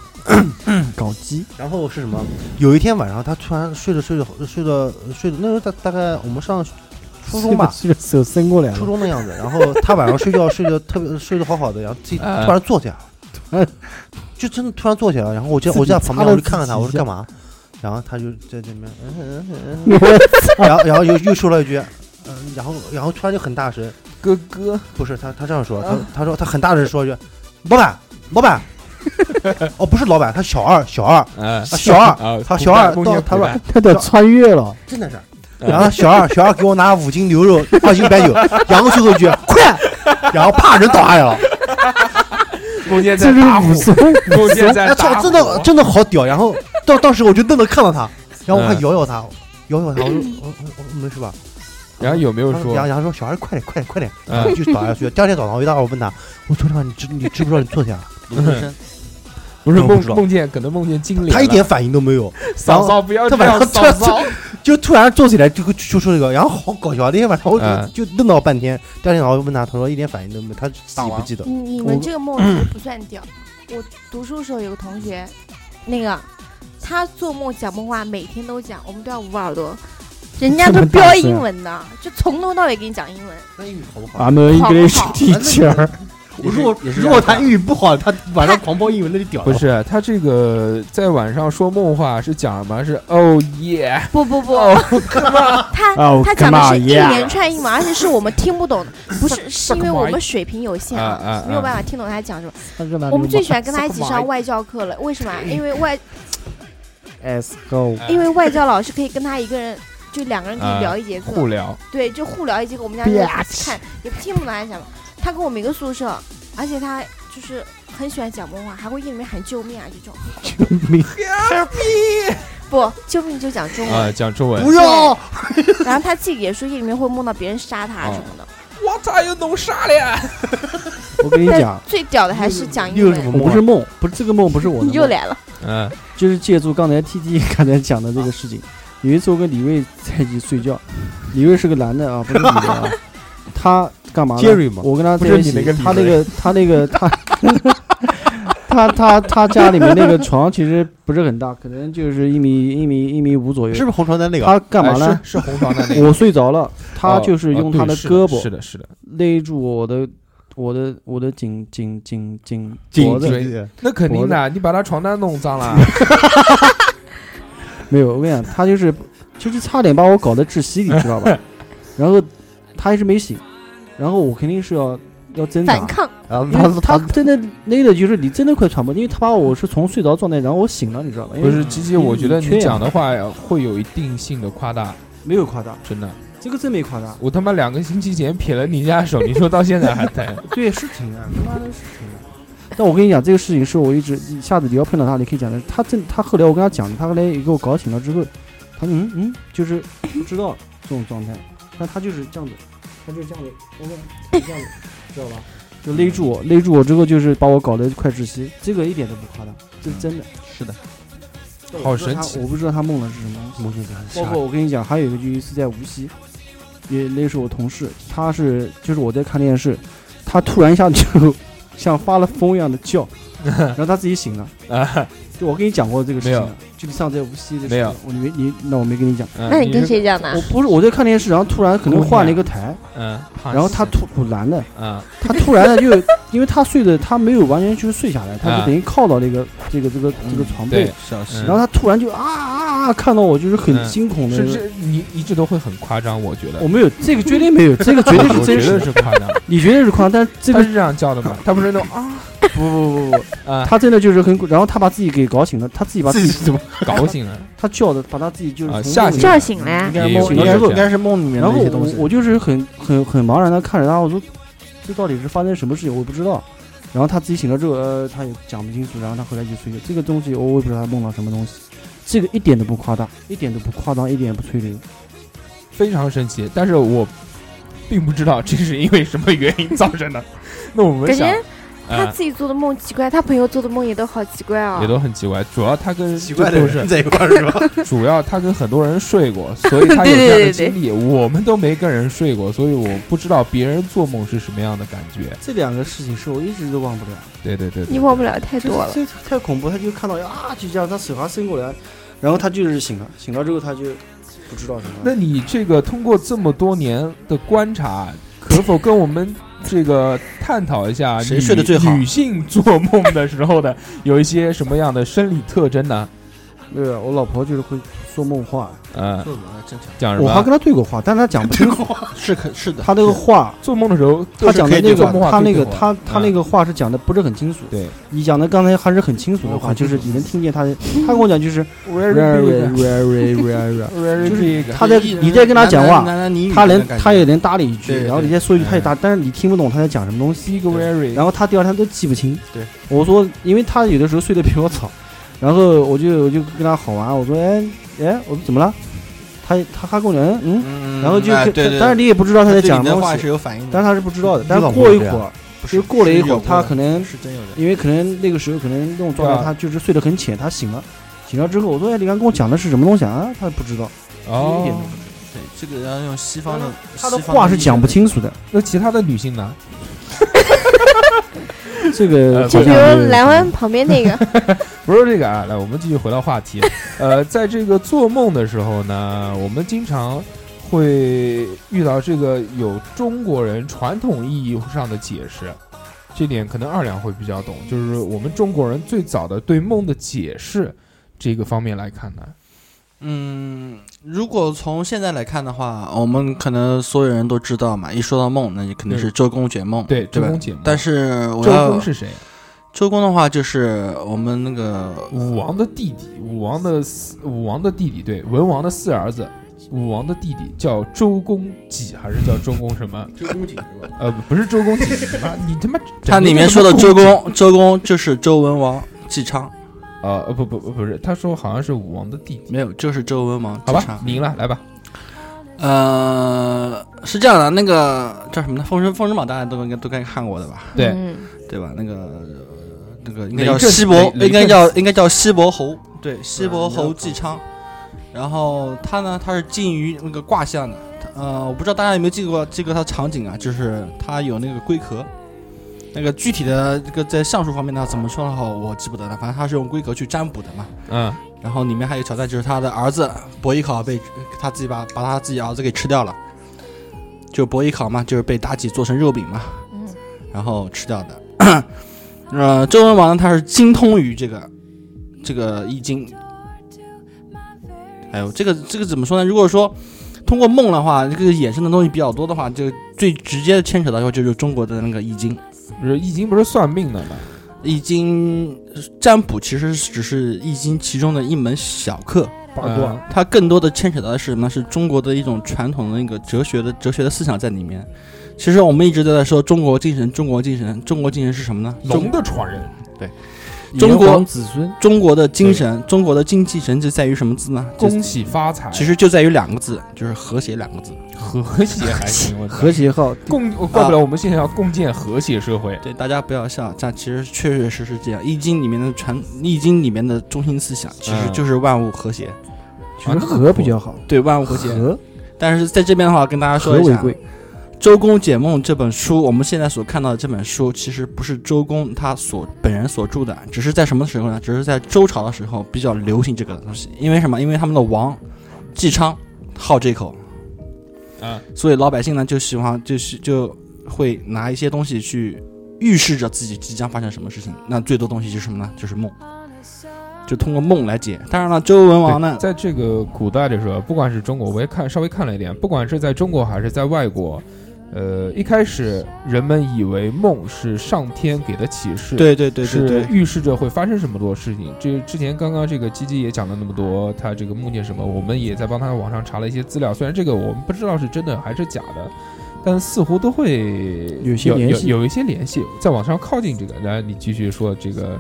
Speaker 5: 搞基，
Speaker 4: 然后是什么？有一天晚上，他突然睡着睡着睡着睡着，那时候大大概我们上初中吧，
Speaker 5: 这个手伸过来
Speaker 4: 初
Speaker 5: 了，
Speaker 4: 中的样子。然后他晚上睡觉睡得特别睡得好好的，然后自己
Speaker 2: 啊
Speaker 5: 哎
Speaker 4: 突然坐起来了，突然
Speaker 5: 然
Speaker 4: 就真的突然坐起来了。然后我就
Speaker 5: 自己
Speaker 4: 我就在旁边，我就
Speaker 5: 擦
Speaker 4: 看看
Speaker 5: 了自己
Speaker 4: 他，我
Speaker 5: 一
Speaker 4: 说
Speaker 5: 下
Speaker 4: 干嘛？然后他就在这边，嗯嗯嗯嗯 嗯然后然后又又说了一句，嗯，然后然后突然就很大声，
Speaker 2: 哥哥，
Speaker 4: 不是他他这样说，他
Speaker 5: 嗯
Speaker 4: 他说他很大声说一句，老板老板，哦不是老板，他小二小二，
Speaker 2: 啊，
Speaker 4: 小二
Speaker 2: 啊，
Speaker 4: 他小二到他
Speaker 2: 软，
Speaker 5: 他得穿越了，
Speaker 4: 真的是。
Speaker 2: 嗯
Speaker 4: 然后小二小二给我拿五斤牛肉，二斤白酒，然后最后一句快，然后啪人倒下来了。
Speaker 2: 弓箭在
Speaker 5: 这是
Speaker 2: 打虎
Speaker 5: 武，松，
Speaker 2: 弓箭在打
Speaker 4: 哎操，
Speaker 2: 虎，
Speaker 4: 真的真的好屌！然后到当时我就愣能看到他，然后我还
Speaker 2: 嗯
Speaker 4: 摇摇他，摇摇 他，我说嗯我我我没事吧？
Speaker 2: 然后有没有
Speaker 4: 然后
Speaker 2: 说
Speaker 4: 然后然后说小孩快点快点快点，然
Speaker 2: 嗯
Speaker 4: 后就倒下去。第二天早上我一大早我问他，我昨天晚上你知你知不知道你坐下了？
Speaker 3: 卢森生
Speaker 2: 不是
Speaker 4: 我不
Speaker 2: 梦
Speaker 4: 知道
Speaker 2: 梦见可能梦见 精灵了？
Speaker 4: 他一点反应都没有，然
Speaker 2: 嫂
Speaker 4: 后
Speaker 2: 嫂不要这
Speaker 4: 他晚
Speaker 2: 样，
Speaker 4: 上
Speaker 2: 嫂
Speaker 4: 这
Speaker 2: 嫂。
Speaker 4: 就突然坐起来就就就说这个，然后好搞笑啊。那天晚上我
Speaker 2: 嗯
Speaker 4: 就就愣了半天，第二天早上我问他，他说一点反应都没有，他自己
Speaker 3: 啊
Speaker 4: 不记得。
Speaker 6: 你你
Speaker 5: 我
Speaker 6: 们这个 梦其实不算屌。我读书的时候有个同学，那个他做梦讲梦话，每天都讲，我们都要捂耳朵。人家
Speaker 5: 这
Speaker 6: 都
Speaker 5: 么大
Speaker 6: 标
Speaker 5: 声
Speaker 6: 英文的，就从头到尾给你讲英文。
Speaker 4: 那英语好不好？
Speaker 3: 啊
Speaker 5: I'm an
Speaker 6: 好
Speaker 5: 啊 English
Speaker 6: 好
Speaker 4: 哎
Speaker 5: teacher，
Speaker 3: 也是
Speaker 4: 如果
Speaker 3: 也是
Speaker 4: 如果
Speaker 3: 压力大
Speaker 4: 他英语不好，他晚上狂报英文，那就屌了。
Speaker 2: 不是他这个在晚上说梦话是讲什么？是哦耶，
Speaker 6: 不不不， 他
Speaker 5: 哦
Speaker 6: 他讲的
Speaker 5: come
Speaker 6: 是
Speaker 5: on，
Speaker 6: 一
Speaker 5: yeah
Speaker 6: 连串英文，而且是我们听不懂的，不是是因为
Speaker 2: Suck my-
Speaker 6: 我们水平有限
Speaker 2: 啊啊啊
Speaker 6: 没有办法听懂他讲什么。我们最喜欢跟他一起上外教课了，为什么啊？因为外
Speaker 5: S go，
Speaker 6: 因为外教老师可以跟他一个人，就两个人可以聊一节课，
Speaker 2: 互聊，
Speaker 6: 对，就互聊一节课。我们家就在看，也不听不懂他在讲什么。他跟我们一个宿舍，而且他就是很喜欢讲梦话，还会夜里面喊救命啊这种。不，救命就讲
Speaker 5: 嗯
Speaker 6: 中
Speaker 2: 啊，
Speaker 6: 文。
Speaker 2: 讲中文。
Speaker 4: 不要，
Speaker 6: 然后他自己也说夜里面会梦到别人杀他什么的。
Speaker 2: 我咋又弄啥了？
Speaker 5: 我跟你
Speaker 6: 但
Speaker 5: 讲，
Speaker 6: 最屌的还是讲
Speaker 4: 又
Speaker 6: 英
Speaker 4: 有什么
Speaker 6: 文。
Speaker 5: 我不是梦，不是这个梦，不是我的
Speaker 6: 你又
Speaker 5: 梦，
Speaker 6: 来了，
Speaker 2: 嗯，
Speaker 5: 就是借助刚才 T T 刚才讲的这个事情，有一次我跟李卫在一起睡觉，李卫是个男的啊，不是女的啊，他干嘛呢
Speaker 4: Jerry 吗
Speaker 5: 我跟他
Speaker 2: 不
Speaker 5: 在
Speaker 2: 是
Speaker 5: 一
Speaker 2: 你
Speaker 5: 起
Speaker 2: 那个，
Speaker 5: 他
Speaker 2: 李
Speaker 5: 那
Speaker 2: 卫
Speaker 5: 个他那个他 他他他家里面那个床其实不是很大，可能就是一米一米一米五左右。
Speaker 4: 是不是红床单那个？
Speaker 5: 他干嘛呢
Speaker 2: 哎？？是是红床的那个。
Speaker 5: 我睡着了，他
Speaker 2: 哦
Speaker 5: 就是
Speaker 2: 哦
Speaker 5: 用
Speaker 2: 对
Speaker 5: 他的
Speaker 2: 是
Speaker 5: 胳膊
Speaker 2: 是的，是的。
Speaker 5: 勒住我的我的我的颈颈颈颈脖
Speaker 4: 颈
Speaker 5: 子，
Speaker 4: 椎
Speaker 2: 那肯定的，你把他床单弄脏了。
Speaker 5: 没有，我跟你讲，他就是就是差点把我搞得窒息，你知道 吧？然后他还是没醒，然后我肯定是要要挣扎
Speaker 6: 反，抗，
Speaker 4: 然后
Speaker 5: 因为
Speaker 4: 他
Speaker 5: 他真的勒的就是你真的快喘不，因为他把我是从睡着状态，然后我醒了，你知道吧？因
Speaker 2: 不
Speaker 5: 为
Speaker 2: 是，吉吉，我觉得
Speaker 5: 你确
Speaker 2: 你
Speaker 5: 呀
Speaker 2: 讲的话会有一定性的夸大，
Speaker 5: 没有夸大，
Speaker 2: 真的。
Speaker 5: 这个真没夸大，
Speaker 2: 我他妈两个星期前撇了你一下手，你说到现在 还在。
Speaker 5: 对，是挺的，他妈的是挺的。但我跟你讲，这个事情是我一直一下子你要碰到他，你可以讲的。他真他后来我跟他讲，他后来也给我搞醒了之后，他说嗯嗯，就是不知道嗯这种状态，但他就是这样子，他就是这样子，我们这样子，知道吧？就勒住我，勒住我之后就是把我搞得快窒息，这个一点都不夸张，这是真的。
Speaker 3: 是的，
Speaker 2: 好神奇
Speaker 5: 我不知道他梦的是什么东西。
Speaker 4: 梦见的很
Speaker 5: 包括我跟你讲，还有一个就一次在无锡，也那是我同事，他是就是我在看电视，他突然一下就像发了疯一样的 叫，然后他自己醒了。
Speaker 2: 啊！
Speaker 5: 就我跟你讲过这个事情
Speaker 2: 没有
Speaker 5: 了，就你上次在无锡的
Speaker 2: 没
Speaker 5: 时
Speaker 2: 有
Speaker 5: 候，我没你那我没跟你讲，
Speaker 2: 嗯
Speaker 6: 那你跟
Speaker 2: 是
Speaker 6: 谁讲
Speaker 5: 我
Speaker 6: 的？啊
Speaker 5: 不是我在看电视，然后突然可能换了一个台，
Speaker 2: 嗯，
Speaker 5: 然后他突突然的，
Speaker 2: 嗯
Speaker 5: 他突 然的就因为他睡的他没有完全就是睡下来，他
Speaker 2: 啊嗯
Speaker 5: 就等于靠到那个这个这个这个床被
Speaker 2: 对，
Speaker 3: 小时
Speaker 5: 然后他突然就啊啊啊看到我就是很
Speaker 2: 嗯
Speaker 5: 惊恐的
Speaker 2: 是，这你一直都会很夸张，我觉得
Speaker 5: 我没有，这个绝对没有，这个绝对是
Speaker 2: 我
Speaker 5: 真
Speaker 2: 觉
Speaker 5: 实
Speaker 2: 得
Speaker 5: 的，
Speaker 2: 是夸张，
Speaker 5: 你绝对是夸张，但是 这
Speaker 2: 他
Speaker 5: 个
Speaker 2: 是这样叫的 吗？他不是那种啊
Speaker 5: 不不不不，
Speaker 2: 啊，
Speaker 5: 他真的就是很，然后他把自己给搞醒了，他自己把自己
Speaker 7: 怎么？
Speaker 2: 搞醒 了，
Speaker 5: 他叫的，把他自己就是
Speaker 2: 啊
Speaker 5: 从
Speaker 2: 吓
Speaker 5: 梦里
Speaker 2: 醒
Speaker 5: 面
Speaker 6: 叫醒了，
Speaker 5: 应该
Speaker 2: 也
Speaker 5: 是
Speaker 2: 有
Speaker 5: 梦
Speaker 2: 应
Speaker 5: 里
Speaker 2: 该
Speaker 5: 面
Speaker 2: 是这样
Speaker 5: 醒了
Speaker 3: 应该是梦里面
Speaker 5: 然
Speaker 3: 的
Speaker 5: 后
Speaker 3: 一些东
Speaker 5: 我
Speaker 3: 西。
Speaker 5: 我就是很很很茫然的看着他，我说这到底是发生什么事情，我也不知道。然后他自己醒了之后，呃，他也讲不清楚，然后他后来就睡觉。这个东西我也不知道他梦到什么东西，这个一点都不夸大，一点都不夸张，一点也不吹牛。
Speaker 2: 非常神奇，但是我并不知道这是因为什么原因造 成的。那我们
Speaker 6: 感
Speaker 2: 想
Speaker 6: 觉他
Speaker 2: 啊，
Speaker 6: 自己做的梦奇怪，他朋友做的梦也都好奇怪啊
Speaker 2: 也。都很奇怪，主要他跟
Speaker 3: 奇怪
Speaker 2: 这
Speaker 3: 的
Speaker 2: 都是
Speaker 3: 人在一块儿是 吧？
Speaker 2: 主要他跟很多人睡过，所以他有
Speaker 6: 对对
Speaker 2: 这样的
Speaker 6: 对对
Speaker 2: 经历。我们都没跟人睡过，所以我不知道别人做梦是什么样的感觉。
Speaker 5: 这两个事情是我一直都忘不了。
Speaker 2: 对对对对
Speaker 6: 你忘不了太多 了，
Speaker 5: 这这太恐怖，他就看到啊，就这样，他手还伸过来，然后他就是醒了，醒了之后他就不知道什么
Speaker 2: 那你这个通过这么多年的观察，可否跟我们这个探讨一下
Speaker 3: 谁
Speaker 2: 女
Speaker 3: 睡得最好
Speaker 2: 女性做梦的时候的有一些什么样的生理特征呢？
Speaker 5: 那个啊我老婆就是会说梦话，
Speaker 2: 呃，
Speaker 3: 做什么正常？
Speaker 2: 讲什
Speaker 5: 我还
Speaker 2: 么？
Speaker 5: 跟她对过话，但她讲不清楚，
Speaker 3: 是可是的，
Speaker 5: 她那个话
Speaker 2: 做梦的时候，
Speaker 5: 他讲的那
Speaker 2: 做
Speaker 5: 个
Speaker 2: 梦，话
Speaker 5: 他
Speaker 2: 对
Speaker 5: 那个
Speaker 2: 对话
Speaker 5: 他他那
Speaker 2: 嗯
Speaker 5: 个话是讲的不是很清楚。
Speaker 2: 对，
Speaker 5: 你讲的刚才还是很清楚的话，
Speaker 3: 嗯
Speaker 5: 就是你能听见他的。他跟我讲就是
Speaker 2: very big
Speaker 5: very very very，
Speaker 2: very
Speaker 5: 就是
Speaker 2: big，
Speaker 5: 他在你在跟他讲话
Speaker 3: 男男男
Speaker 4: 嗯
Speaker 3: 女女
Speaker 5: 他能
Speaker 3: 的感觉
Speaker 5: 他也能搭理一
Speaker 3: 对
Speaker 5: 句，
Speaker 3: 对
Speaker 5: 然后你再说一句他也搭，但是你听不懂他在讲什么东西。
Speaker 2: big very，
Speaker 5: 然后他第二天都记不清。
Speaker 3: 对，
Speaker 5: 我说因为他有的时候睡得比我早，然后我就我就跟他好玩，我说哎哎我说怎么了？他他还跟我讲嗯嗯，
Speaker 3: 嗯，
Speaker 5: 然后就
Speaker 3: 哎
Speaker 5: 跟
Speaker 3: 对对，
Speaker 5: 但是
Speaker 3: 对
Speaker 5: 你也不知道他在
Speaker 3: 对
Speaker 5: 讲
Speaker 3: 你
Speaker 5: 什
Speaker 3: 的
Speaker 5: 么
Speaker 3: 话
Speaker 5: 东
Speaker 3: 是
Speaker 5: 西，
Speaker 3: 有反应的，
Speaker 5: 但是他是不知道的。
Speaker 4: 你
Speaker 5: 但是
Speaker 4: 老婆
Speaker 5: 过一
Speaker 4: 这样
Speaker 5: 会儿。
Speaker 3: 不
Speaker 5: 就是过了一
Speaker 3: 是
Speaker 5: 会
Speaker 3: 有
Speaker 5: 儿，他
Speaker 3: 过
Speaker 5: 可能
Speaker 3: 是真有的。
Speaker 5: 因为可能那个时候可能那种状态，
Speaker 2: 对啊
Speaker 5: 他就是睡得很浅，他醒了，醒了之后，我说哎，你刚跟我讲的是什么东西啊？他不知道，一点
Speaker 2: 哦
Speaker 5: 都不，知道，
Speaker 3: 对，这个要用西方的，
Speaker 5: 他的
Speaker 3: 西方
Speaker 5: 话是
Speaker 3: 理解
Speaker 5: 讲不
Speaker 3: 的。
Speaker 5: 清楚的。
Speaker 2: 那其他的女性呢？
Speaker 5: 这个
Speaker 2: 呃
Speaker 6: 就
Speaker 5: 好
Speaker 6: 比
Speaker 5: 像嗯
Speaker 6: 如
Speaker 5: 是
Speaker 6: 蓝湾旁边那个，
Speaker 2: 不是这个啊，来，我们继续回到话题。呃，在这个做梦的时候呢，我们经常会遇到这个有中国人传统意义上的解释，这点可能二两会比较懂，就是我们中国人最早的对梦的解释这个方面来看呢，
Speaker 3: 嗯，如果从现在来看的话，我们可能所有人都知道嘛，一说到梦，那就肯定是周公解梦，
Speaker 2: 对
Speaker 3: 对吧
Speaker 2: 周公解梦
Speaker 3: 但是我
Speaker 2: 周
Speaker 3: 要
Speaker 2: 公是谁？
Speaker 3: 周公的话，就是我们那个
Speaker 2: 武王的弟弟，武王的四武王的弟弟，对，文王的四儿子。武王的弟弟叫周公己，还是叫周公什么？
Speaker 4: 周公瑾是吧？
Speaker 2: 呃，不是周公己，你妈你他妈整
Speaker 3: 它
Speaker 2: 天
Speaker 3: 里面
Speaker 2: 他妈
Speaker 3: 说的
Speaker 2: 公
Speaker 3: 周
Speaker 2: 己
Speaker 3: 公，周公就是周文王姬昌，
Speaker 2: 啊、呃，不不不，不是，他说好像是武王的弟弟，
Speaker 3: 没有，就是周文王
Speaker 2: 好
Speaker 3: 姬
Speaker 2: 吧，
Speaker 3: 昌。
Speaker 2: 赢了，来吧，
Speaker 3: 呃，是这样的，那个叫什么呢？《封神》《封神榜》大家都应该都该看过的吧？
Speaker 2: 对
Speaker 6: 嗯
Speaker 3: 对吧？那个呃那个应
Speaker 2: 雷
Speaker 3: 该叫
Speaker 2: 震
Speaker 3: 西
Speaker 2: 雷
Speaker 3: 伯，
Speaker 2: 雷
Speaker 3: 应该
Speaker 2: 震啊
Speaker 3: 叫应该叫西伯侯，对，西伯
Speaker 5: 你
Speaker 3: 侯
Speaker 5: 要
Speaker 3: 姬昌。然后他呢，他是近于那个卦象的，他呃，我不知道大家有没有记过记过他场景啊，就是他有那个龟壳。那个具体的这个在象数方面呢，怎么说的话我记不得了，反正他是用龟壳去占卜的嘛。
Speaker 2: 嗯，
Speaker 3: 然后里面还有挑战，就是他的儿子伯邑考被呃他自己把把他自己儿子给吃掉了，就伯邑考嘛，就是被妲己做成肉饼嘛，
Speaker 6: 嗯，
Speaker 3: 然后吃掉的。 呃，周文王呢，他是精通于这个这个易经。哎呦，这个这个怎么说呢？如果说通过梦的话，这个衍生的东西比较多的话，就最直接牵扯到就就是中国的那个易经。
Speaker 2: 不是易经不是算命的吗？
Speaker 3: 易经占卜其实只是易经其中的一门小课，
Speaker 2: 八
Speaker 4: 卦
Speaker 3: 它更多的牵扯到的是什么呢？是中国的一种传统的那个哲学的哲学的思想在里面。其实我们一直都在说中国精神，中国精神，中国精神是什么呢？中
Speaker 2: 龙的传人，
Speaker 5: 嗯炎
Speaker 3: 中国
Speaker 5: 黄子孙，
Speaker 3: 中国的精神，中国的精气神就在于什么字呢？就
Speaker 2: 恭喜发财，
Speaker 3: 其实就在于两个字，就是和谐两个字。
Speaker 2: 和谐还行， 我操
Speaker 5: 和谐号
Speaker 2: 共，怪不了我们现在要共建和谐社会。
Speaker 3: 对，大家不要笑，但其实确确实实这样。《易经》里面的传，《易经》里面的中心思想其实就是万物和谐，
Speaker 5: 其
Speaker 2: 啊
Speaker 5: 实
Speaker 2: 那个
Speaker 5: 和
Speaker 2: 不
Speaker 5: 比较好，
Speaker 3: 嗯对万物和谐。
Speaker 5: 和
Speaker 3: 但是在这边的话，跟大家说
Speaker 5: 和
Speaker 3: 一
Speaker 5: 为
Speaker 3: 下，
Speaker 5: 贵，
Speaker 3: 《周公解梦》这本书，我们现在所看到的这本书，其实不是周公他所本人所著的，只是在什么时候呢？只是在周朝的时候比较流行这个东西。因为什么？因为他们的王姬昌好这口，
Speaker 2: 啊，
Speaker 3: 所以老百姓呢就喜欢就是就会拿一些东西去预示着自己即将发生什么事情。那最多东西就是什么呢？就是梦，就通过梦来解。当然了，周文王呢
Speaker 2: 对，在这个古代的时候，不管是中国，我也看稍微看了一点，不管是在中国还是在外国，呃，一开始人们以为梦是上天给的启示，
Speaker 3: 对对对对对
Speaker 2: 是预示着会发生什么多事情。这之前刚刚这个鸡鸡也讲了那么多，他这个梦见什么，我们也在帮他网上查了一些资料，虽然这个我们不知道是真的还是假的。但似乎都会
Speaker 5: 有些联系
Speaker 2: 有有一些联系，在往上靠近这个。然后你继续说这个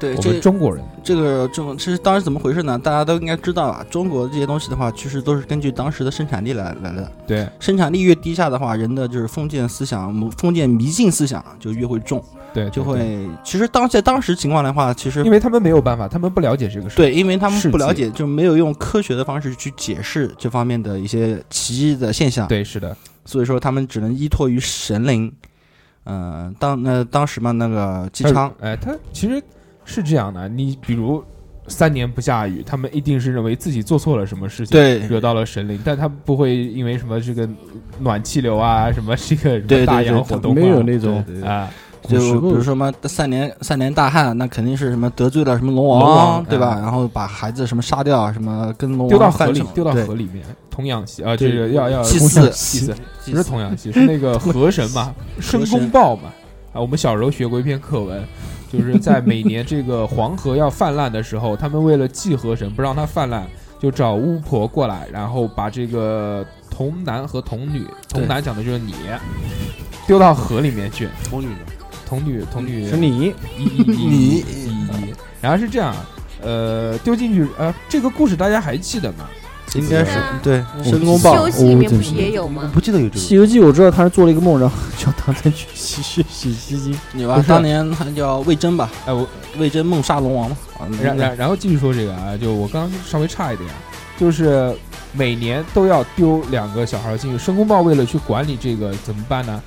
Speaker 3: 对，
Speaker 2: 我
Speaker 3: 这
Speaker 2: 们中国人，
Speaker 3: 这个这种其实当时怎么回事呢？大家都应该知道啊，中国这些东西的话，其实都是根据当时的生产力来来的。
Speaker 2: 对，
Speaker 3: 生产力越低下的话，人的就是封建思想、母封建迷信思想啊就越会重，
Speaker 2: 对，
Speaker 3: 就
Speaker 2: 对
Speaker 3: 会。其实当在当时情况的话，其
Speaker 2: 对
Speaker 3: 实
Speaker 2: 因为他们没有办法，他们不了解这个事。，
Speaker 3: 对，因为他们
Speaker 2: 世
Speaker 3: 不了
Speaker 2: 界
Speaker 3: 解，就没有用科学的方式去解释这方面的一些奇异的现象。
Speaker 2: 对，是的，
Speaker 3: 所以说他们只能依托于神灵。嗯，当那当时嘛，那个姬昌，
Speaker 2: 哎，他其实是这样的，你比如三年不下雨，他们一定是认为自己做错了什么事情，
Speaker 3: 对
Speaker 2: 惹到了神灵，但他们不会因为什么这个暖气流啊，什么这个什
Speaker 3: 对
Speaker 2: 么
Speaker 3: 对
Speaker 2: 大
Speaker 3: 对
Speaker 2: 洋
Speaker 3: 对
Speaker 2: 活动
Speaker 5: 没有那
Speaker 3: 对
Speaker 5: 种
Speaker 3: 对对
Speaker 2: 啊，
Speaker 5: 古
Speaker 3: 就
Speaker 5: 时
Speaker 3: 比
Speaker 5: 候
Speaker 3: 如说什么三年三年大旱，那肯定是什么得罪了什么龙
Speaker 2: 龙王
Speaker 3: 对吧？
Speaker 2: 嗯
Speaker 3: 然后把孩子什么杀掉，什么跟龙王
Speaker 2: 丢到河
Speaker 3: 犯
Speaker 2: 里
Speaker 3: 什么，
Speaker 2: 丢到
Speaker 3: 对
Speaker 2: 河里面，童养媳啊，
Speaker 3: 对
Speaker 2: 这个要要
Speaker 3: 祭
Speaker 2: 童
Speaker 3: 祀
Speaker 2: 养祭祀，
Speaker 3: 祭
Speaker 2: 不是
Speaker 3: 祀
Speaker 2: 童养媳，是那 个河神嘛，申公豹嘛。啊，我们小时候学过一篇课文，就是在每年这个黄河要泛滥的时候，他们为了祭河神，不让它泛滥，就找巫婆过来，然后把这个童男和童女，童男讲的就是你，丢到河里面去，
Speaker 3: 童女
Speaker 2: 童女童女
Speaker 5: 是你
Speaker 2: 一一一一一，然后是这样，呃，丢进去，呃，这个故事大家还记得吗？
Speaker 3: 应该
Speaker 5: 嗯
Speaker 3: 是对申公
Speaker 6: 《西游
Speaker 3: 豹，
Speaker 6: 记》里面
Speaker 5: 哦
Speaker 6: 不是也有
Speaker 4: 我
Speaker 6: 吗？
Speaker 4: 不记得有
Speaker 5: 《
Speaker 4: 这
Speaker 5: 西
Speaker 4: 个。
Speaker 5: 游记》，我知道他是做了一个梦，然后 叫唐僧去洗洗洗西经，
Speaker 3: 你
Speaker 5: 不
Speaker 3: 吧，
Speaker 5: 是
Speaker 3: 当年他叫魏征吧，
Speaker 2: 哎，我
Speaker 3: 魏征梦杀龙王嘛，啊，那
Speaker 2: 然然然后继续说这个啊，就我刚刚稍微差一点，啊就是每年都要丢两个小孩进去。申公豹为了去管理这个怎么办呢？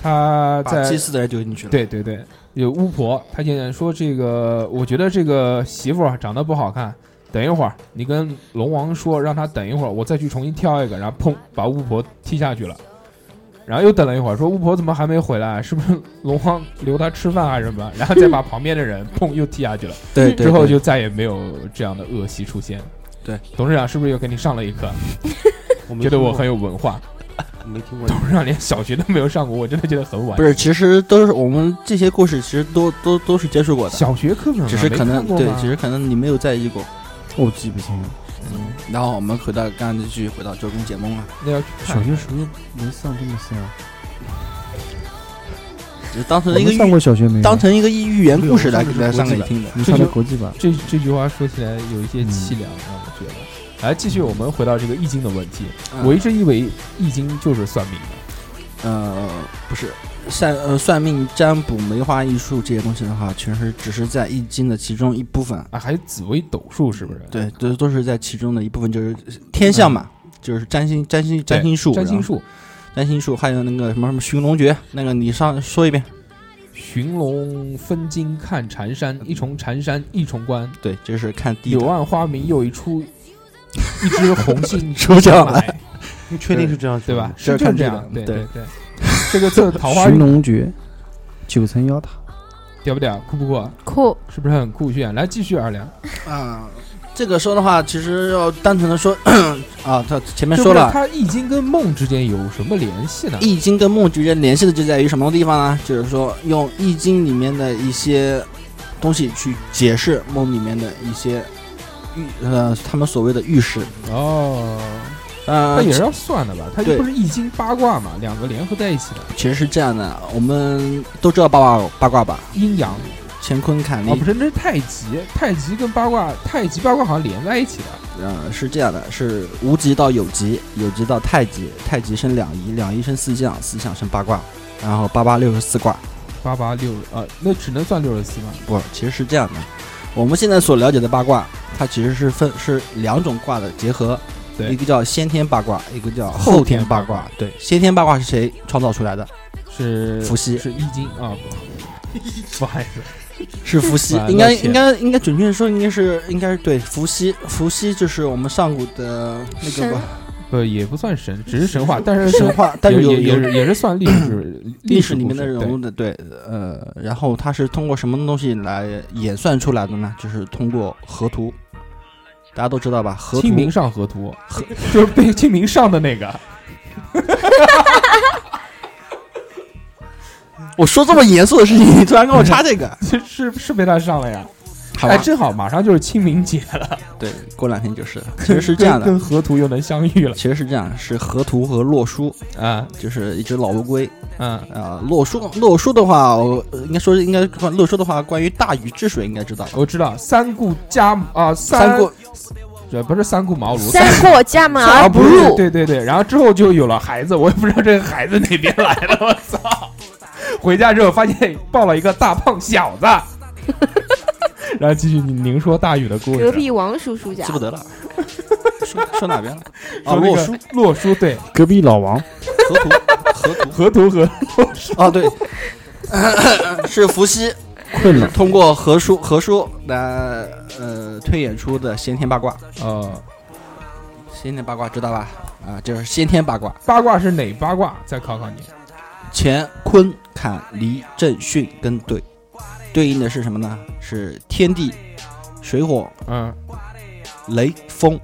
Speaker 2: 他
Speaker 3: 把
Speaker 2: 在
Speaker 3: 祭祀的人丢进去了，
Speaker 2: 对对对，有巫婆，他现在说这个，我觉得这个媳妇儿啊长得不好看，等一会儿你跟龙王说，让他等一会儿，我再去重新挑一个，然后砰把巫婆踢下去了。然后又等了一会儿，说巫婆怎么还没回来？是不是龙王留她吃饭还是什么？然后再把旁边的人 砰又踢下去了。
Speaker 3: 对对，
Speaker 2: 之后
Speaker 3: 对
Speaker 2: 就再也没有这样的恶习出现。
Speaker 3: 对，
Speaker 2: 董事长是不是又给你上了一课？
Speaker 4: 我没
Speaker 2: 觉得
Speaker 4: 听
Speaker 2: 我
Speaker 4: 过
Speaker 2: 很有文化。
Speaker 4: 没听过。
Speaker 2: 董事长连小学都没有上过，我真的觉得很晚。
Speaker 3: 不是，其实都是我们这些故事，其实都都都是接触过的，
Speaker 2: 小学课本吗，
Speaker 3: 只是可能
Speaker 2: 没看过
Speaker 3: 对
Speaker 2: 吗，
Speaker 3: 只是可能你没有在意过。
Speaker 5: 我记不清了。
Speaker 3: 然后我们回到刚刚就继续回到周公解梦啊了，
Speaker 2: 那要去
Speaker 5: 小
Speaker 2: 看。
Speaker 5: 学时候能上这么深啊？
Speaker 3: 就当
Speaker 5: 我
Speaker 3: 成一个
Speaker 5: 们上
Speaker 3: 寓
Speaker 5: 过小学没有？
Speaker 3: 当成一个寓言故事来
Speaker 2: 没有
Speaker 3: 来
Speaker 2: 我上
Speaker 3: 上
Speaker 2: 的是国
Speaker 3: 给
Speaker 2: 际
Speaker 3: 你
Speaker 2: 版
Speaker 3: 听的。
Speaker 5: 你上的国际吧？
Speaker 2: 这这句话说起来有一些
Speaker 3: 嗯
Speaker 2: 凄凉，让我觉得。来，继续我们回到这个易经的问题。
Speaker 3: 嗯
Speaker 2: 我一直以为易经就是算命的，
Speaker 3: 呃，不是，算呃算命、占卜、梅花易数这些东西的话，其实只是在易经的其中一部分。
Speaker 2: 啊，还有紫微斗数，是不是？
Speaker 3: 对，都都是在其中的一部分，就是天象嘛，就是占星、占星、占星术、
Speaker 2: 占星
Speaker 3: 然后、
Speaker 2: 术，
Speaker 3: 占星术，还有那个什么什么寻龙诀，那个你上说一遍。
Speaker 2: 寻龙分金看缠山，
Speaker 3: 嗯
Speaker 2: 一重缠山一重关，
Speaker 3: 对，这是看第一
Speaker 2: 柳
Speaker 3: 的。
Speaker 2: 暗花明又一出，一枝红 杏
Speaker 3: 出
Speaker 2: 墙
Speaker 3: 墙
Speaker 2: 来，
Speaker 4: 你确定是这样？
Speaker 2: 对吧？？是
Speaker 3: 这是
Speaker 2: 就是
Speaker 3: 看
Speaker 2: 这
Speaker 3: 这
Speaker 2: 样
Speaker 3: 个，
Speaker 2: 对
Speaker 3: 对
Speaker 2: 对。这个字 桃花
Speaker 5: 寻
Speaker 2: 运
Speaker 5: 龙诀，九层妖塔。
Speaker 2: 屌不屌？酷不酷？
Speaker 6: 酷，
Speaker 2: 是不是很酷炫？来继续二两。
Speaker 3: 啊、这个说的话，其实要单纯的说 啊，他前面
Speaker 2: 就
Speaker 3: 说
Speaker 2: 不知
Speaker 3: 了
Speaker 2: 道，它易经跟梦之间有什么联系呢？
Speaker 3: 易经跟梦之间联系的就在于什么地方呢？就是说用易经里面的一些东西去解释梦里面的一些预呃他们所谓的预示。
Speaker 2: 哦，它
Speaker 3: 呃，
Speaker 2: 也
Speaker 3: 其
Speaker 2: 是要算的吧？它
Speaker 3: 对
Speaker 2: 不是易经八卦嘛，两个联合在一起的
Speaker 3: 其实是这样的，我们都知道八卦八卦吧？
Speaker 2: 阴阳。
Speaker 3: 乾坤坎
Speaker 2: 啊，
Speaker 3: 离
Speaker 2: 不，是，那是太极，太极跟八卦，太极八卦好像连在一起的。
Speaker 3: 呃，是这样的，是无极到有极，有极到太极，太极生两仪，两仪生四象，四象生八卦，然后八八六十四卦。
Speaker 2: 八八六啊，那只能算六十四吗？
Speaker 3: 不，其实是这样的，我们现在所了解的八卦，它其实是分是两种卦的结合，
Speaker 2: 对
Speaker 3: 一个叫先天八卦，一个叫
Speaker 2: 后
Speaker 3: 后
Speaker 2: 天
Speaker 3: 天
Speaker 2: 八
Speaker 3: 八
Speaker 2: 卦
Speaker 3: 卦。对，先天八卦是谁创造出来的？
Speaker 2: 是
Speaker 3: 伏羲
Speaker 2: 是易经 啊，不好意思，
Speaker 3: 是伏羲
Speaker 2: 完，了
Speaker 3: 应该
Speaker 2: 天
Speaker 3: 应该应该准确地说应该是应该是对伏羲，伏羲就是我们上古的那
Speaker 6: 神
Speaker 3: 个吧
Speaker 2: 不呃也不算神，只是神话，但是
Speaker 3: 神
Speaker 2: 是
Speaker 3: 话，但是
Speaker 2: 也
Speaker 3: 有
Speaker 2: 也也
Speaker 3: 有
Speaker 2: 是也是算历 史
Speaker 3: 历
Speaker 2: 史
Speaker 3: 史里
Speaker 2: 故
Speaker 3: 面的
Speaker 2: 事
Speaker 3: 人
Speaker 2: 对
Speaker 3: 物的对，呃，然后它是通过什么东西来演算出来的呢？就是通过河图，大家都知道吧？河图
Speaker 2: 清明上河图，就是被清明上的那个。
Speaker 3: 我说这么严肃的事情，你突然跟我插这个，
Speaker 2: 是是被他上了呀！
Speaker 3: 好
Speaker 2: 嗯哎，
Speaker 3: 吧？
Speaker 2: 正好马上就是清明节了，
Speaker 3: 对，过两天就是，其实是这样的
Speaker 2: 跟，河图又能相遇了
Speaker 3: 其实是这样，是河图和洛书，
Speaker 2: 啊
Speaker 3: 就是一只老乌龟
Speaker 2: 啊！
Speaker 3: 啊、洛书，洛书的话，我呃应该说应该说洛书的话，关于大禹治水应该知道吧？
Speaker 2: 我知道三顾家啊，
Speaker 3: 三
Speaker 2: 三
Speaker 3: 顾
Speaker 2: 这不是三顾茅庐，
Speaker 6: 三过家门而
Speaker 2: 啊
Speaker 6: 不
Speaker 2: 不是，
Speaker 6: 入，
Speaker 2: 对对对，然后之后就有了孩子，我也不知道这个孩子哪边来的，我操！回家之后发现抱了一个大胖小子，然后继续您您说大禹的故
Speaker 6: 隔
Speaker 2: 事，
Speaker 6: 壁王叔叔家
Speaker 3: 记不得了，说说哪边了？啊，
Speaker 2: 说那
Speaker 3: 洛
Speaker 2: 个
Speaker 3: 书、
Speaker 2: 洛书对
Speaker 5: 隔壁老王，
Speaker 3: 河图、河图。
Speaker 2: 河图和
Speaker 3: 哦，对，是伏羲
Speaker 5: 困了，
Speaker 3: 通过何书何书来呃推演出的先天八卦，
Speaker 2: 呃
Speaker 3: 先天八卦知道吧？啊，就是先天八卦，
Speaker 2: 八卦是哪八卦？再考考你，
Speaker 3: 乾坤坎离震巽艮兑，对应的是什么呢？是天地、水火、
Speaker 2: 嗯。
Speaker 3: 雷、风、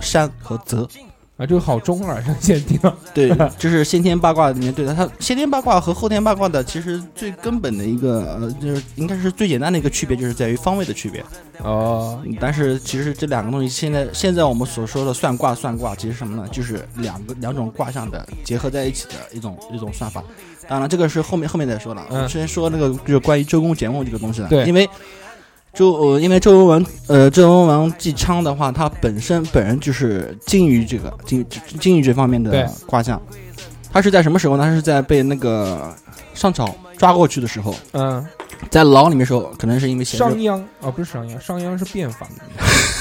Speaker 3: 山和泽。
Speaker 2: 啊，这个好中二，现在听啊到
Speaker 3: 对， 这是先天八卦里面对的。它先天八卦和后天八卦的，其实最根本的一个，呃，就是应该是最简单的一个区别，就是在于方位的区别。
Speaker 2: 哦，
Speaker 3: 嗯但是其实这两个东西，现在现在我们所说的算卦算卦，其实什么呢？就是两个两种卦象的结合在一起的一种一种算法。当然，这个是后面后面再说了。
Speaker 2: 嗯
Speaker 3: 我们先说那个就是关于周公解梦这个东西了。
Speaker 2: 对
Speaker 3: 因为周呃，因为周文王呃，周文王姬昌的话，他本身本人就是金鱼这个金金鱼这方面
Speaker 2: 对
Speaker 3: 的卦象。他是在什么时候呢？他是在被那个上朝抓过去的时候，
Speaker 2: 嗯，
Speaker 3: 在牢里面的时候，可能是因为闲
Speaker 2: 商
Speaker 3: 着。
Speaker 2: 鞅啊，不是商鞅，商鞅是变法，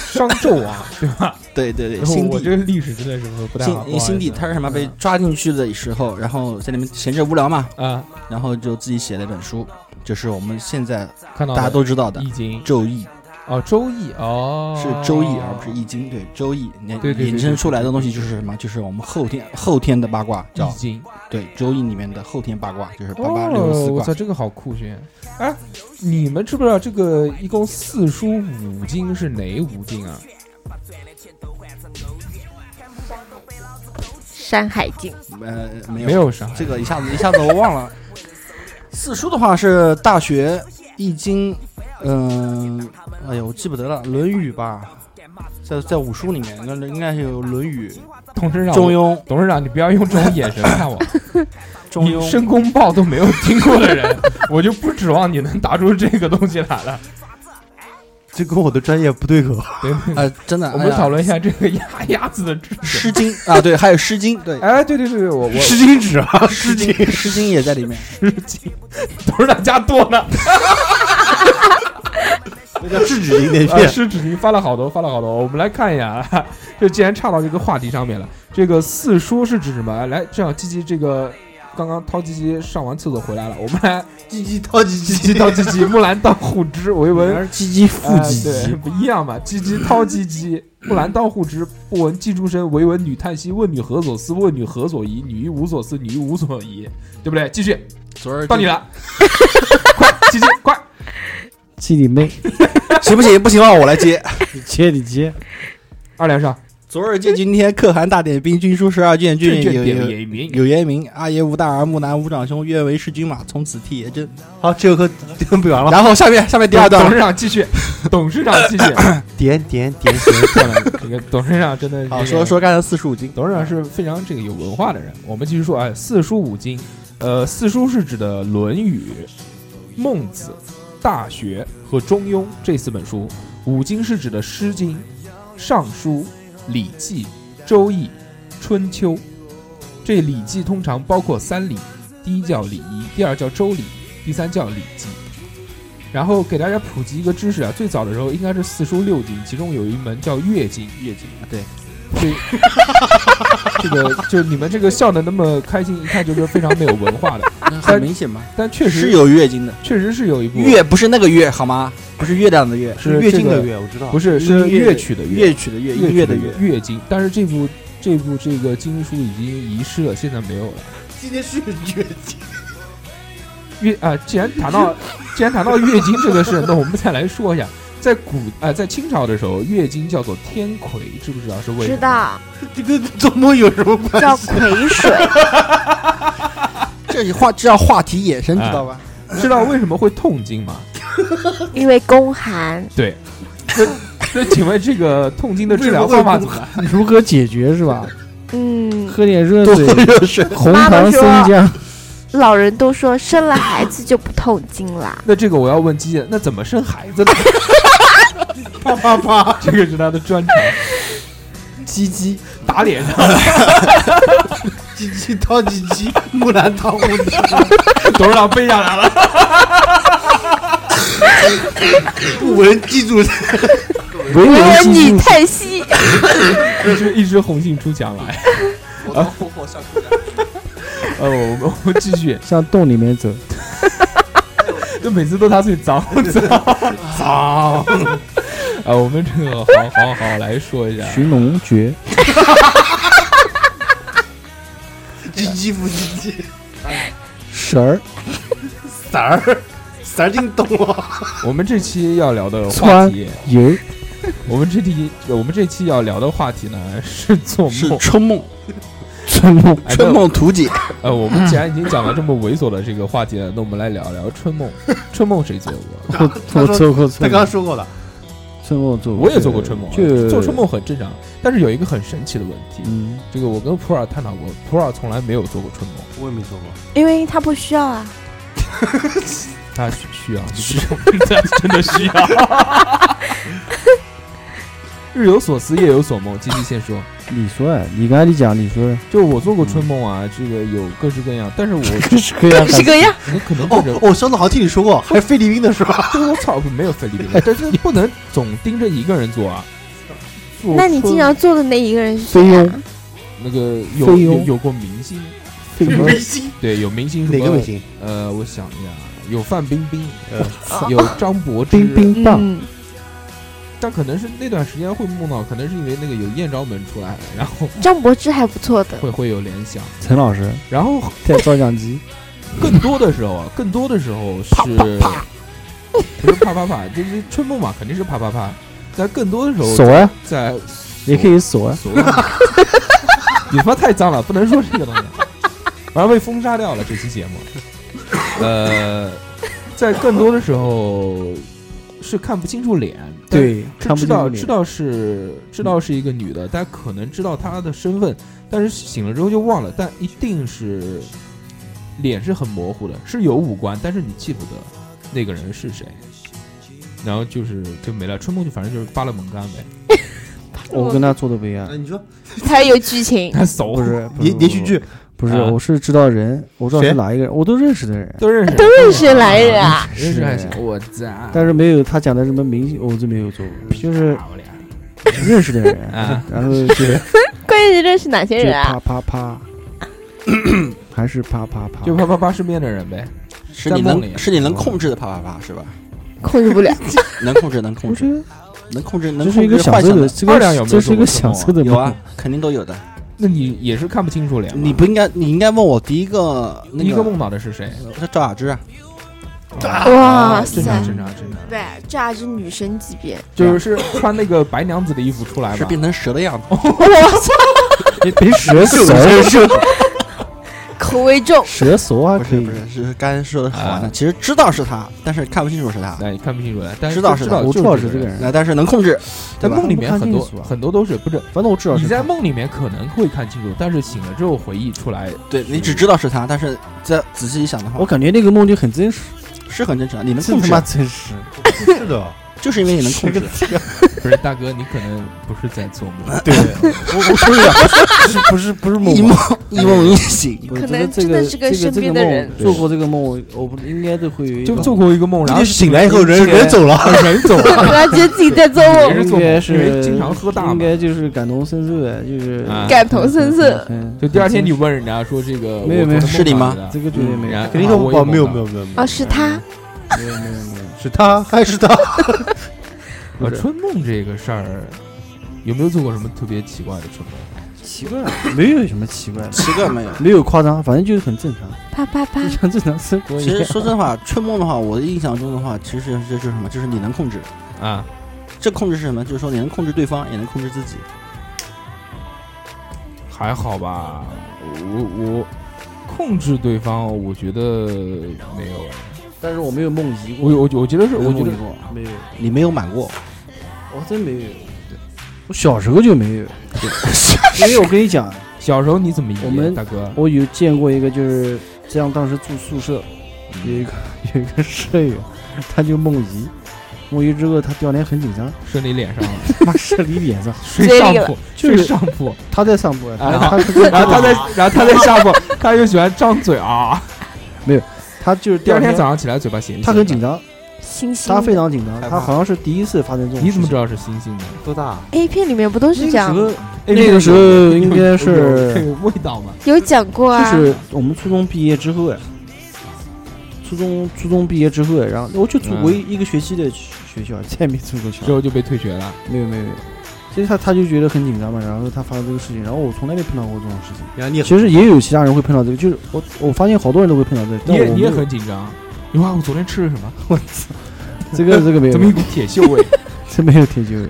Speaker 2: 商纣王对吧？
Speaker 3: 对对对，
Speaker 2: 然后
Speaker 3: 心
Speaker 2: 我
Speaker 3: 地
Speaker 2: 这个历史真的是不太好。嗯
Speaker 3: 辛辛迪他是什么被抓进去的时候，然后在里面闲着无聊嘛，
Speaker 2: 啊，
Speaker 3: 然后就自己写了一本书，就是我们现在
Speaker 2: 看到
Speaker 3: 大家都知道的
Speaker 2: 易经
Speaker 3: 《周易》，
Speaker 2: 哦，周易哦，
Speaker 3: 是《周易》而不是《易经》。对，《周易》衍
Speaker 2: 对对对
Speaker 3: 衍生出来的东西就是什么？就是我们后天后天的八卦，
Speaker 2: 易
Speaker 3: 叫
Speaker 2: 经。
Speaker 3: 对《周易》里面的后天八卦，就是八八六十
Speaker 2: 哦，
Speaker 3: 四
Speaker 2: 我操，
Speaker 3: 卦。
Speaker 2: 这个好酷炫！哎，你们知不知道这个一共四书五经是哪五经啊？
Speaker 6: 山海经》
Speaker 3: 呃，没有
Speaker 2: 没有啥，
Speaker 3: 这个一下子一下子我忘了。四书的话是《大学》《易经》，嗯、哎呀，我记不得了，《论语》吧，在在五书里面，那应该是有《论语》
Speaker 2: 董事
Speaker 3: 《
Speaker 2: 长，
Speaker 3: 中庸》《
Speaker 2: 董事长，你不要用这种眼神看我。
Speaker 3: 中庸
Speaker 2: 你》申公豹都没有听过的人， 我就不指望你能答出这个东西来了。
Speaker 4: 这跟我的专业不对口。
Speaker 2: 对，
Speaker 3: 呃，真的，
Speaker 2: 我们
Speaker 3: 哎呀
Speaker 2: 讨论一下这个鸭鸭子的知
Speaker 3: 《
Speaker 2: 识。
Speaker 3: 诗经》啊，对，还有《诗经》，对，《
Speaker 2: 哎，对对对对，我我
Speaker 4: 湿巾纸啊，
Speaker 3: 诗经》《诗经》也在里面。
Speaker 2: 诗经， 董事长加多呢。
Speaker 4: 那叫制止型垫
Speaker 2: 啊，
Speaker 4: 片。
Speaker 2: 湿纸巾发了好多，发了好多。我们来看一眼啊，就既然岔到这个话题上面了，这个四书是指什么？来，正好鸡鸡这个刚刚涛鸡鸡上完厕所回来了，我们来
Speaker 4: 鸡鸡掏鸡
Speaker 2: 鸡鸡
Speaker 4: 鸡
Speaker 2: 涛鸡鸡，木兰当户织，维文
Speaker 3: 唧唧复
Speaker 2: 哎对，不一样嘛。唧唧掏唧唧，木兰当户织，不闻计竹声，惟闻女叹息。问女何所思？问女何所宜？女亦无所思，女亦无所宜，对不对？继续，
Speaker 3: 昨儿
Speaker 2: 到你，了，快，唧唧，快，
Speaker 5: 鸡你妹，
Speaker 3: 行不行？不行的话，我来接。
Speaker 5: 你接你接，
Speaker 2: 二连上，
Speaker 3: 昨儿见今天，可汗大典兵，军书十二卷，
Speaker 2: 卷
Speaker 3: 卷
Speaker 2: 卷
Speaker 3: 有
Speaker 2: 点
Speaker 3: 有
Speaker 2: 也明。
Speaker 3: 有言名。阿爷无大儿，木兰无长兄，愿为市君马，从此替爷征。
Speaker 4: 好，这首歌听不完了。
Speaker 3: 然后下面下面第二
Speaker 2: 董
Speaker 3: 段
Speaker 2: 事，长继续，董事长继续。
Speaker 4: 点点点点，
Speaker 2: 漂亮，这个董事长真的。
Speaker 3: 好啊说，说刚才四十五经，
Speaker 2: 董事长是非常这个有文化的人。我们继续说，哎，四书五经，呃，四书是指的《论语》《孟子》《大学》和《中庸》这四本书。五经是指的《诗经》《尚书》《礼记》《周易》《春秋》。这《礼记》通常包括三礼，第一叫礼仪，第二叫周礼，第三叫礼记。然后给大家普及一个知识啊，最早的时候应该是四书六经，其中有一门叫乐经。乐经，对，这这个就是你们这个笑的那么开心，一看就是非常没有文化的。
Speaker 3: 那
Speaker 2: 很
Speaker 3: 明显嘛，
Speaker 2: 但确
Speaker 3: 是
Speaker 2: 实
Speaker 3: 有月经的，
Speaker 2: 确实是有一部
Speaker 3: 月不是那个月好吗？不是月亮的月，
Speaker 2: 是
Speaker 4: 乐
Speaker 2: 这
Speaker 4: 经
Speaker 2: 个
Speaker 4: 的乐，我知道。
Speaker 2: 不是是乐曲的乐
Speaker 3: 乐曲的乐，音乐的乐。
Speaker 2: 乐经，但是这部这部这个经书已经遗失了，现在没有了。
Speaker 4: 今天是月经，
Speaker 2: 月啊、既然谈到既然谈到月经这个事，那我们再来说一下，在古啊、在清朝的时候，月经叫做天葵，知不知道是为什
Speaker 6: 知
Speaker 2: 么？
Speaker 6: 道
Speaker 4: 这跟做梦有什么关系？
Speaker 6: 叫癸水，
Speaker 3: 这话这叫话题野生，知
Speaker 2: 哎
Speaker 3: 道吧？
Speaker 2: 知道为什么会痛经吗？
Speaker 6: 因为宫寒。
Speaker 2: 对， 那那请问这个痛经的治疗方法怎么来？。
Speaker 5: 如何解决是吧？
Speaker 6: 嗯，
Speaker 5: 喝点热
Speaker 3: 多
Speaker 5: 水，
Speaker 3: 喝热水，
Speaker 5: 红
Speaker 6: 妈妈
Speaker 5: 糖
Speaker 6: 说
Speaker 5: 生姜，
Speaker 6: 老人都说生了孩子就不痛经啦
Speaker 2: 那这个我要问基姐，那怎么生孩子呢？
Speaker 4: 啪啪啪！
Speaker 2: 这个是他的专长，鸡鸡打脸上。
Speaker 4: 鸡鸡掏鸡鸡，木兰当户织，
Speaker 2: 董事长背下来了。
Speaker 4: 不闻记住
Speaker 5: 唯
Speaker 6: 唯
Speaker 5: 有
Speaker 6: 闻
Speaker 5: 记
Speaker 6: 女
Speaker 5: 住
Speaker 6: 叹息，
Speaker 2: 一只一只红杏出墙来。
Speaker 3: 我当婆婆笑出来。
Speaker 2: 呃，我们我们继续，
Speaker 5: 向洞里面走。
Speaker 2: 就每次都他最脏脏 脏。啊，我们这个好好好来说一下，
Speaker 5: 寻龙诀，
Speaker 4: 鸡鸡不鸡鸡，
Speaker 5: 神儿
Speaker 4: 色儿色儿叮咚啊！
Speaker 2: 我们这期要聊的话
Speaker 5: 川
Speaker 2: 题，
Speaker 5: 游，
Speaker 2: 我们这期呃我们这期要聊的话题呢是做
Speaker 3: 是
Speaker 2: 梦。
Speaker 3: 春梦，
Speaker 5: 春梦，
Speaker 2: 哎
Speaker 3: 春梦图解。
Speaker 2: 呃，我们既然已经讲了这么猥琐的这个话题了，那我们来聊聊春梦。春梦谁做过？
Speaker 5: 我我做过
Speaker 4: 他刚
Speaker 5: 春梦
Speaker 4: 刚，说过的，
Speaker 5: 春梦我做过，
Speaker 2: 我也做过春梦啊，
Speaker 5: 就
Speaker 2: 做春梦很正常。但是有一个很神奇的问题，
Speaker 5: 嗯，
Speaker 2: 这个我跟普洱探讨过，普洱从来没有做过春梦。
Speaker 4: 我也没做过。
Speaker 6: 因为他不需要啊。
Speaker 2: 他需需要，你不他 真的需要。日有所思，夜有所梦。鸡鸡先说，
Speaker 5: 你说呀，你刚才你讲，你说呀，
Speaker 2: 就我做过春梦啊，这个有各式各样，但是我
Speaker 5: 这是可以让
Speaker 6: 是个样，
Speaker 2: 你可能对
Speaker 4: 哦
Speaker 2: 着，
Speaker 4: 我上次好像听你说过，还是菲律宾的是吧？
Speaker 2: 对我操，没有菲律宾， 但是不能总盯着一个人做啊。做
Speaker 6: 那你
Speaker 2: 春
Speaker 6: 经常做的那一个人是
Speaker 5: 飞
Speaker 6: 谁啊？
Speaker 5: 佣，
Speaker 2: 那个有
Speaker 5: 菲
Speaker 2: 有
Speaker 5: 佣
Speaker 2: 有过明星，
Speaker 5: 飞
Speaker 2: 什
Speaker 5: 佣
Speaker 2: 么，对，有明星什
Speaker 4: 哪
Speaker 2: 么
Speaker 4: 个 明？星？
Speaker 2: 呃，我想一下啊，有范冰冰，
Speaker 4: 呃
Speaker 2: 有张柏芝，
Speaker 5: 冰冰棒，
Speaker 6: 嗯，
Speaker 2: 但可能是那段时间会梦到，可能是因为那个有艳照门出来，然 后
Speaker 6: 张柏芝还不错的。
Speaker 2: 会会有联想。
Speaker 5: 陈老师
Speaker 2: 然后
Speaker 5: 带照相机，
Speaker 2: 更多的时候 啊，更多的时候是不是啪啪啪，就是春梦嘛，肯定是啪啪啪。但更多的时候
Speaker 5: 锁呀，
Speaker 2: 在
Speaker 5: 啊也可以锁啊呀，
Speaker 2: 所谓的啊你他妈太脏了，不能说这个东西，马上被封杀掉了这期节目。呃，在更多的时候是看不清楚脸，但
Speaker 5: 对，
Speaker 2: 知
Speaker 5: 看不
Speaker 2: 知
Speaker 5: 清
Speaker 2: 道
Speaker 5: 脸
Speaker 2: 知，道是知道是一个女的，但可能知道她的身份，但是醒了之后就忘了，但一定是脸是很模糊的，是有五官，但是你记不得那个人是谁。然后就是就没了，春梦就反正就是巴勒蒙干呗，
Speaker 5: 我跟他做的不一样，
Speaker 4: 呃，你说
Speaker 6: 他有剧情，
Speaker 2: 他熟
Speaker 5: 不是
Speaker 3: 哎
Speaker 5: 不是
Speaker 4: 连连续剧，
Speaker 5: 不是，
Speaker 2: 啊
Speaker 5: 我是知道人，我知道
Speaker 4: 谁
Speaker 5: 是哪一个人，我都认识的人，
Speaker 2: 都认识，嗯
Speaker 6: 都认识来人啊。
Speaker 2: 认识还行
Speaker 5: 是。
Speaker 2: 我在，
Speaker 5: 但是没有他讲的什么明星，我就没有做过，就是认识的人，
Speaker 2: 啊
Speaker 5: 然后就是
Speaker 6: 关键是认识哪些
Speaker 5: 就
Speaker 6: 人啊
Speaker 5: 啪？啪啪，还是啪啪啪，
Speaker 2: 就啪啪啪身边的人呗。
Speaker 3: 嗯是
Speaker 2: 在
Speaker 3: 你
Speaker 2: 梦里
Speaker 3: 能是你能控制的啪啪啪是吧？
Speaker 6: 控制不了。
Speaker 3: 能控制，能控
Speaker 5: 我
Speaker 3: 制，
Speaker 5: 觉得
Speaker 3: 能控制，能
Speaker 5: 这是
Speaker 3: 控
Speaker 5: 一个
Speaker 3: 制
Speaker 5: 享
Speaker 3: 幻
Speaker 5: 受
Speaker 3: 想
Speaker 5: 的，
Speaker 3: 的。
Speaker 5: 这
Speaker 2: 二两有
Speaker 5: 个
Speaker 2: 没有
Speaker 5: 这是一个享受的
Speaker 3: 有啊
Speaker 5: 梦，，
Speaker 3: 肯定都有 的。
Speaker 2: 那你也是看不清楚脸吗，
Speaker 3: 你不应该，你应该问我第一个那
Speaker 2: 第一个梦到的是谁？啊
Speaker 3: 是赵雅芝啊，
Speaker 6: 啊哇
Speaker 2: 正
Speaker 6: 塞！
Speaker 2: 常正常正常，
Speaker 6: 对，这还是女神级别。
Speaker 2: 就是是穿那个白娘子的衣服出来
Speaker 3: 是哦
Speaker 2: 吧？
Speaker 3: 变成蛇的样子。
Speaker 5: 别别蛇
Speaker 4: 秀
Speaker 5: 怂，
Speaker 4: 秀，
Speaker 6: 口味 重，
Speaker 5: 蛇怂还
Speaker 3: 不
Speaker 5: 可
Speaker 3: 是
Speaker 5: 以
Speaker 3: 不，是，是刚才说的好玩的，
Speaker 2: 啊
Speaker 3: 其实知道是他，但是看不清楚是他。
Speaker 2: 哎，看不清楚了，但是
Speaker 3: 知道
Speaker 2: 知
Speaker 3: 是
Speaker 2: 道，
Speaker 5: 我知
Speaker 2: 就
Speaker 5: 道
Speaker 2: 是
Speaker 5: 是这个
Speaker 2: 人。
Speaker 5: 人，
Speaker 3: 那但是能控制，
Speaker 2: 在
Speaker 3: 对吧
Speaker 2: 梦里面
Speaker 5: 看
Speaker 2: 很
Speaker 5: 清
Speaker 2: 多
Speaker 5: 楚啊
Speaker 2: 很多都是不是
Speaker 5: 反正我知道
Speaker 2: 你
Speaker 5: 是
Speaker 2: 在
Speaker 5: 他。
Speaker 2: 梦里面可能会看清楚，但是醒了之后回忆出来，
Speaker 3: 对你只知道是他，但是再仔细一想的话
Speaker 5: 我，感觉那个梦就很真实，
Speaker 3: 是很正常，你能
Speaker 7: 真
Speaker 3: 控
Speaker 7: 他
Speaker 3: 制
Speaker 7: 妈，真实，
Speaker 4: 是的，
Speaker 3: 就是因为你能控制。
Speaker 2: 不是大哥，你可能不是在做梦，
Speaker 7: 对，我我不是不是不是梦
Speaker 3: 一
Speaker 7: 吧，
Speaker 3: 梦一梦一醒，
Speaker 5: 我
Speaker 6: 可
Speaker 5: 觉
Speaker 6: 能
Speaker 5: 得这
Speaker 6: 真
Speaker 5: 个
Speaker 6: 的是
Speaker 5: 这
Speaker 6: 跟
Speaker 5: 个
Speaker 6: 身
Speaker 5: 这
Speaker 6: 边
Speaker 5: 个
Speaker 6: 的
Speaker 5: 梦
Speaker 6: 人，
Speaker 5: 做过这个梦，我我不应该都会有一
Speaker 2: 就
Speaker 5: 个
Speaker 2: 做过一个梦，然
Speaker 4: 今
Speaker 2: 后
Speaker 4: 天是醒来以后人人走了，
Speaker 2: 人走 了，
Speaker 6: 他觉得自己在做
Speaker 2: 是
Speaker 6: 梦，
Speaker 5: 应
Speaker 2: 做梦
Speaker 5: 该
Speaker 2: 因为
Speaker 5: 是
Speaker 2: 经常喝大嘛
Speaker 5: 应该就是感同身受的，就是
Speaker 2: 啊
Speaker 6: 感同身受。
Speaker 5: 嗯
Speaker 2: 就第二天你嗯问人家说这个
Speaker 5: 没有没有
Speaker 3: 是你吗？
Speaker 5: 这个绝对没有
Speaker 2: 然，
Speaker 4: 肯定说哦，没有没有，没有没有
Speaker 6: 哦，，是他，
Speaker 5: 没有没有没有。
Speaker 4: 是他还是他？
Speaker 2: 呃，春梦这个事儿有没有做过什么特别奇怪的春梦？
Speaker 5: 奇怪，啊没有什么奇怪的，
Speaker 3: 奇怪没有。
Speaker 5: 没有夸张，反正就是很正常，
Speaker 6: 啪啪啪
Speaker 5: 就，像正常生活一
Speaker 3: 其
Speaker 5: 样
Speaker 3: 实。说真话，春梦的话，我的印象中的话，其实这就是什么？就是你能控制。
Speaker 2: 啊，
Speaker 3: 这控制是什么？就是说你能控制对方，也能控制自己。
Speaker 2: 还好吧，我我控制对方，我觉得没有，啊
Speaker 5: 但是我没有梦遗
Speaker 2: 我
Speaker 5: 过，
Speaker 2: 我我觉得是，我
Speaker 3: 没有
Speaker 2: 觉得
Speaker 3: 梦遗过，
Speaker 5: 没有，
Speaker 3: 你没有满过。
Speaker 5: 我真没有。我小时候就没 有，因为我跟你讲，
Speaker 2: 小时候你怎么
Speaker 5: 我
Speaker 2: 演，
Speaker 5: 们
Speaker 2: 大哥？
Speaker 5: 我有见过一个，就是这样，当时住宿舍，
Speaker 2: 嗯
Speaker 5: 有一个有一个舍友，他就梦遗，梦遗之后他第二天很紧张，
Speaker 2: 射你脸上了，啊
Speaker 5: 妈 射你脸上，
Speaker 2: 睡
Speaker 6: 嘴
Speaker 2: 上
Speaker 6: 里了
Speaker 2: 铺，
Speaker 5: 就
Speaker 2: 睡
Speaker 5: 是
Speaker 2: 上铺，
Speaker 5: 他在上铺，他
Speaker 2: 然
Speaker 5: 他
Speaker 2: 后然后他在，然后他在下铺，他就喜欢张嘴啊。
Speaker 5: 他就是第
Speaker 2: 第
Speaker 5: 二
Speaker 2: 二天
Speaker 5: 天
Speaker 2: 早上起来嘴巴咸咸，
Speaker 5: 他很紧。张，
Speaker 6: 星星
Speaker 5: 他非常紧张，
Speaker 4: 害
Speaker 5: 他
Speaker 4: 怕
Speaker 5: 好像是第一次发生这种。
Speaker 2: 你怎么知？道是星星呢？
Speaker 4: 多大？
Speaker 6: A 片里面不都是这样？
Speaker 5: 哎那个时候应该是
Speaker 2: 有这个味道嘛。
Speaker 6: 有讲过
Speaker 5: 就
Speaker 6: 啊，
Speaker 5: 是我们初中毕业之后哎，初中初中毕业之后哎，然后我就
Speaker 2: 嗯
Speaker 5: 住过一一个学期的学校，再也没住过校
Speaker 2: 之。后就被退学了。
Speaker 5: 没有没有没有。其实他他就觉得很紧张嘛，然后他发生这个事情，然后我从来没碰到过这种事情。
Speaker 4: 然后你
Speaker 5: 其实也有其他人会碰到这个，就是我我发现好多人都会碰到这个，
Speaker 2: 你
Speaker 5: 但
Speaker 2: 也
Speaker 5: 我
Speaker 2: 你
Speaker 5: 没
Speaker 2: 也
Speaker 5: 有
Speaker 2: 很紧张。你哇，我昨天吃了什么？
Speaker 5: 这个这个没 有
Speaker 2: 怎么，一股铁锈味？
Speaker 5: 这没有铁锈。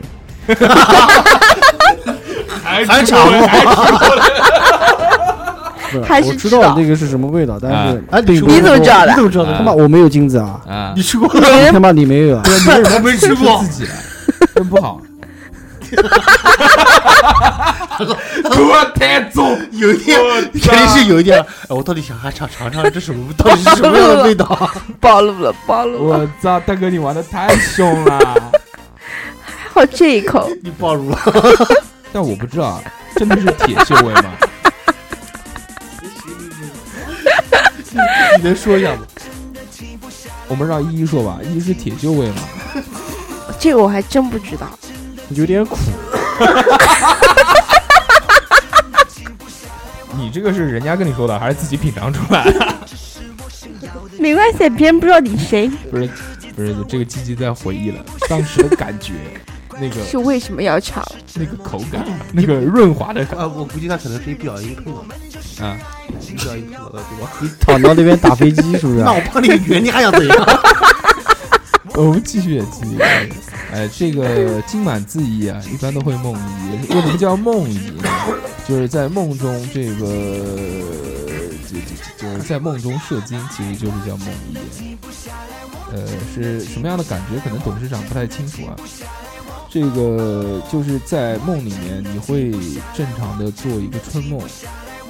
Speaker 4: 还查过？
Speaker 5: 不
Speaker 6: 还是
Speaker 5: 嗯我知
Speaker 6: 知道
Speaker 5: 道那个是什么味道，但是
Speaker 4: 哎，你
Speaker 6: 你怎么知道的
Speaker 4: 你怎么知道的？
Speaker 5: 他妈我没有金子啊，
Speaker 2: 啊
Speaker 4: 你，吃过？
Speaker 6: 有人
Speaker 5: 他妈你没有啊，
Speaker 4: 我没吃 过
Speaker 2: 自己了，真不 好。
Speaker 4: 我太重，有一天肯定是有一天。哎，我到底想还尝尝尝这什么？到底是什么样的味道？
Speaker 6: 暴露了，暴露 了，
Speaker 2: 我操，大哥你玩的太凶了。
Speaker 6: 还好哦这一口，
Speaker 4: 你暴露了。
Speaker 2: 但我不知道，真的是铁锈味吗？
Speaker 4: 你能说一下吗？
Speaker 2: 我们让依依说吧，依依是铁锈味吗？
Speaker 6: 这个我还真不知道。
Speaker 5: 有点苦。
Speaker 2: 你这个是人家跟你说的，还是自己品尝出来？
Speaker 6: 没关系，别人不知道你谁
Speaker 2: 不是， 不是，这个鸡鸡在回忆了当时的感觉，那个
Speaker 6: 是为什么要吵，
Speaker 2: 那个口感，那个润滑的感
Speaker 4: 啊，我估计他可能是一不小心碰到的，
Speaker 2: 啊，
Speaker 4: 一不小心碰到的，对吧？
Speaker 5: 躺到那边打飞机是不是
Speaker 4: 那
Speaker 5: 啊？
Speaker 4: 我碰你圆，你还想怎样？
Speaker 2: 我们继续继续。哎，这个今满自溢啊，一般都会梦遗。为什么叫梦遗呢？就是在梦中这个，就就就是在梦中射精，其实就是叫梦遗。呃，是什么样的感觉？可能董事长不太清楚啊。这个就是在梦里面，你会正常的做一个春梦，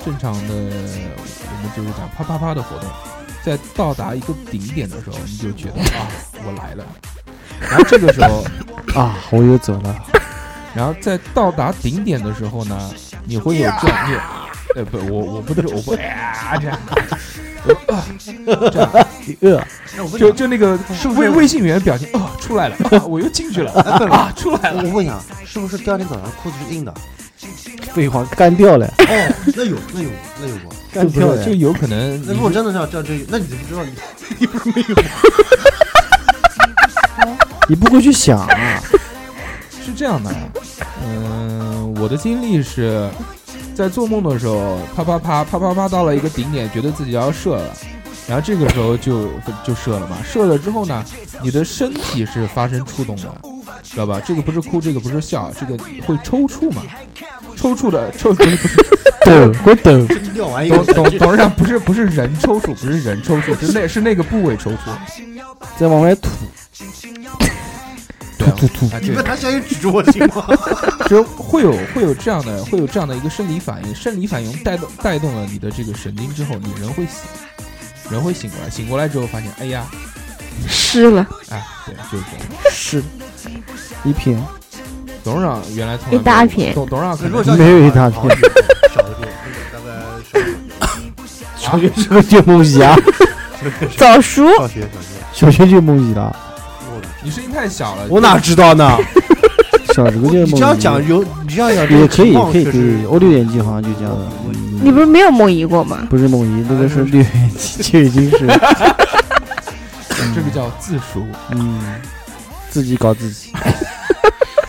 Speaker 2: 正常的我们就是讲啪啪啪的活动。在到达一个顶点的时候，你就觉得啊，我来了。然后这个时候，
Speaker 5: 啊，我又走了，
Speaker 2: 然后在到达顶点的时候呢，你会有这样，你有呃不，我我不是我不啊这样，
Speaker 5: 饿，
Speaker 2: 就就那个微微信员表情哦出来了、啊我又进去了
Speaker 4: 哎
Speaker 2: 啊出来 了，
Speaker 4: 我问一下，是不是第二天早上裤子是硬的？
Speaker 5: 废话，干掉了，
Speaker 4: 哦，那有，那有，那有过。
Speaker 5: 干掉了
Speaker 2: 就。有可能
Speaker 4: 那
Speaker 2: 你
Speaker 4: 如果真的是要这样，这那你怎么知道你你不是没有？
Speaker 5: 你不会去想啊？
Speaker 2: 是这样的，嗯、我的经历是在做梦的时候，啪啪啪啪啪啪到了一个顶点，觉得自己要射了，然后这个时候就就射了嘛，射了之后呢，你的身体是发生触动的，知道吧？这个不是哭，这个不是笑，这个会抽搐嘛，抽搿的抽不是 不是
Speaker 5: 抖会抖，
Speaker 4: 你尿完以后
Speaker 2: 董，董董事长不是不是人抽搐，不是人抽搐，是那是那个部位抽搐，
Speaker 5: 再往外吐，
Speaker 2: 对
Speaker 5: 吐吐
Speaker 2: 啊，
Speaker 4: 你
Speaker 2: 这
Speaker 4: 们还想要指着我行吗？
Speaker 2: 就会有会有这样的会有这样的一个生理反应，生理反应带动带动了你的这个神经之后，你人会醒，人会醒过来，醒过来之后发现，哎呀，
Speaker 6: 湿了，
Speaker 2: 哎，对，就是这样。
Speaker 5: 是一片，
Speaker 2: 董事长原来从来
Speaker 6: 一大
Speaker 2: 没有
Speaker 6: 片
Speaker 2: 董董事长可能
Speaker 5: 没有一大片
Speaker 4: 少一点，大概少一点
Speaker 5: 小学是个旧梦想啊，
Speaker 6: 早熟。
Speaker 4: 少学少学。
Speaker 5: 小学就梦想了，
Speaker 2: 你声音太小了。
Speaker 4: 我哪知道 呢？
Speaker 5: 小时候就
Speaker 4: 你
Speaker 5: 梦
Speaker 4: 这样讲
Speaker 5: 遗。
Speaker 4: 有，你这样讲这
Speaker 5: 也
Speaker 4: 个
Speaker 5: 可以
Speaker 4: 情，况
Speaker 5: 可以，
Speaker 4: 确
Speaker 5: 可
Speaker 4: 实
Speaker 5: 以。我六年级好像就这样的，嗯
Speaker 6: 你不是没有梦遗过吗？
Speaker 5: 不是梦遗，那个是六年级就已经是，
Speaker 2: 这个叫自熟。
Speaker 5: 嗯，自己搞自己。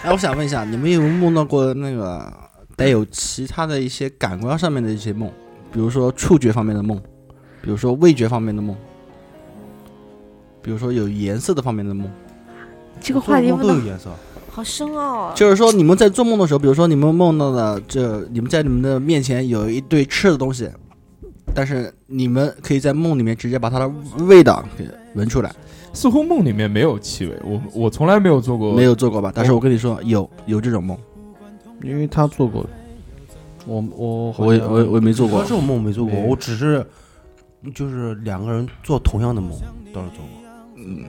Speaker 3: 哎，我想问一下，你们有没有梦到过那个带有其他的一些感官上面的一些梦，比如说触觉方面的梦，比如说味觉方面的梦，比如说有颜色的方面的梦。
Speaker 6: 这个话题
Speaker 4: 做梦
Speaker 6: 问
Speaker 4: 都有
Speaker 6: 的
Speaker 4: 颜色，
Speaker 6: 好深奥啊。
Speaker 3: 就是说，你们在做梦的时候，比如说你们梦到的这，你们在你们的面前有一堆吃的东西，但是你们可以在梦里面直接把它的味道给闻出来。
Speaker 2: 似乎梦里面没有气味，我我从来没有做过。
Speaker 3: 没有做过吧？但是我跟你说，有有这种梦，
Speaker 5: 因为他做过，我我好
Speaker 3: 我也
Speaker 5: 像
Speaker 3: 我也我也没做
Speaker 4: 我
Speaker 3: 过
Speaker 4: 这。种梦没做过，
Speaker 5: 对
Speaker 4: 我只是就是两个人做同样的梦，倒是做过，
Speaker 3: 嗯，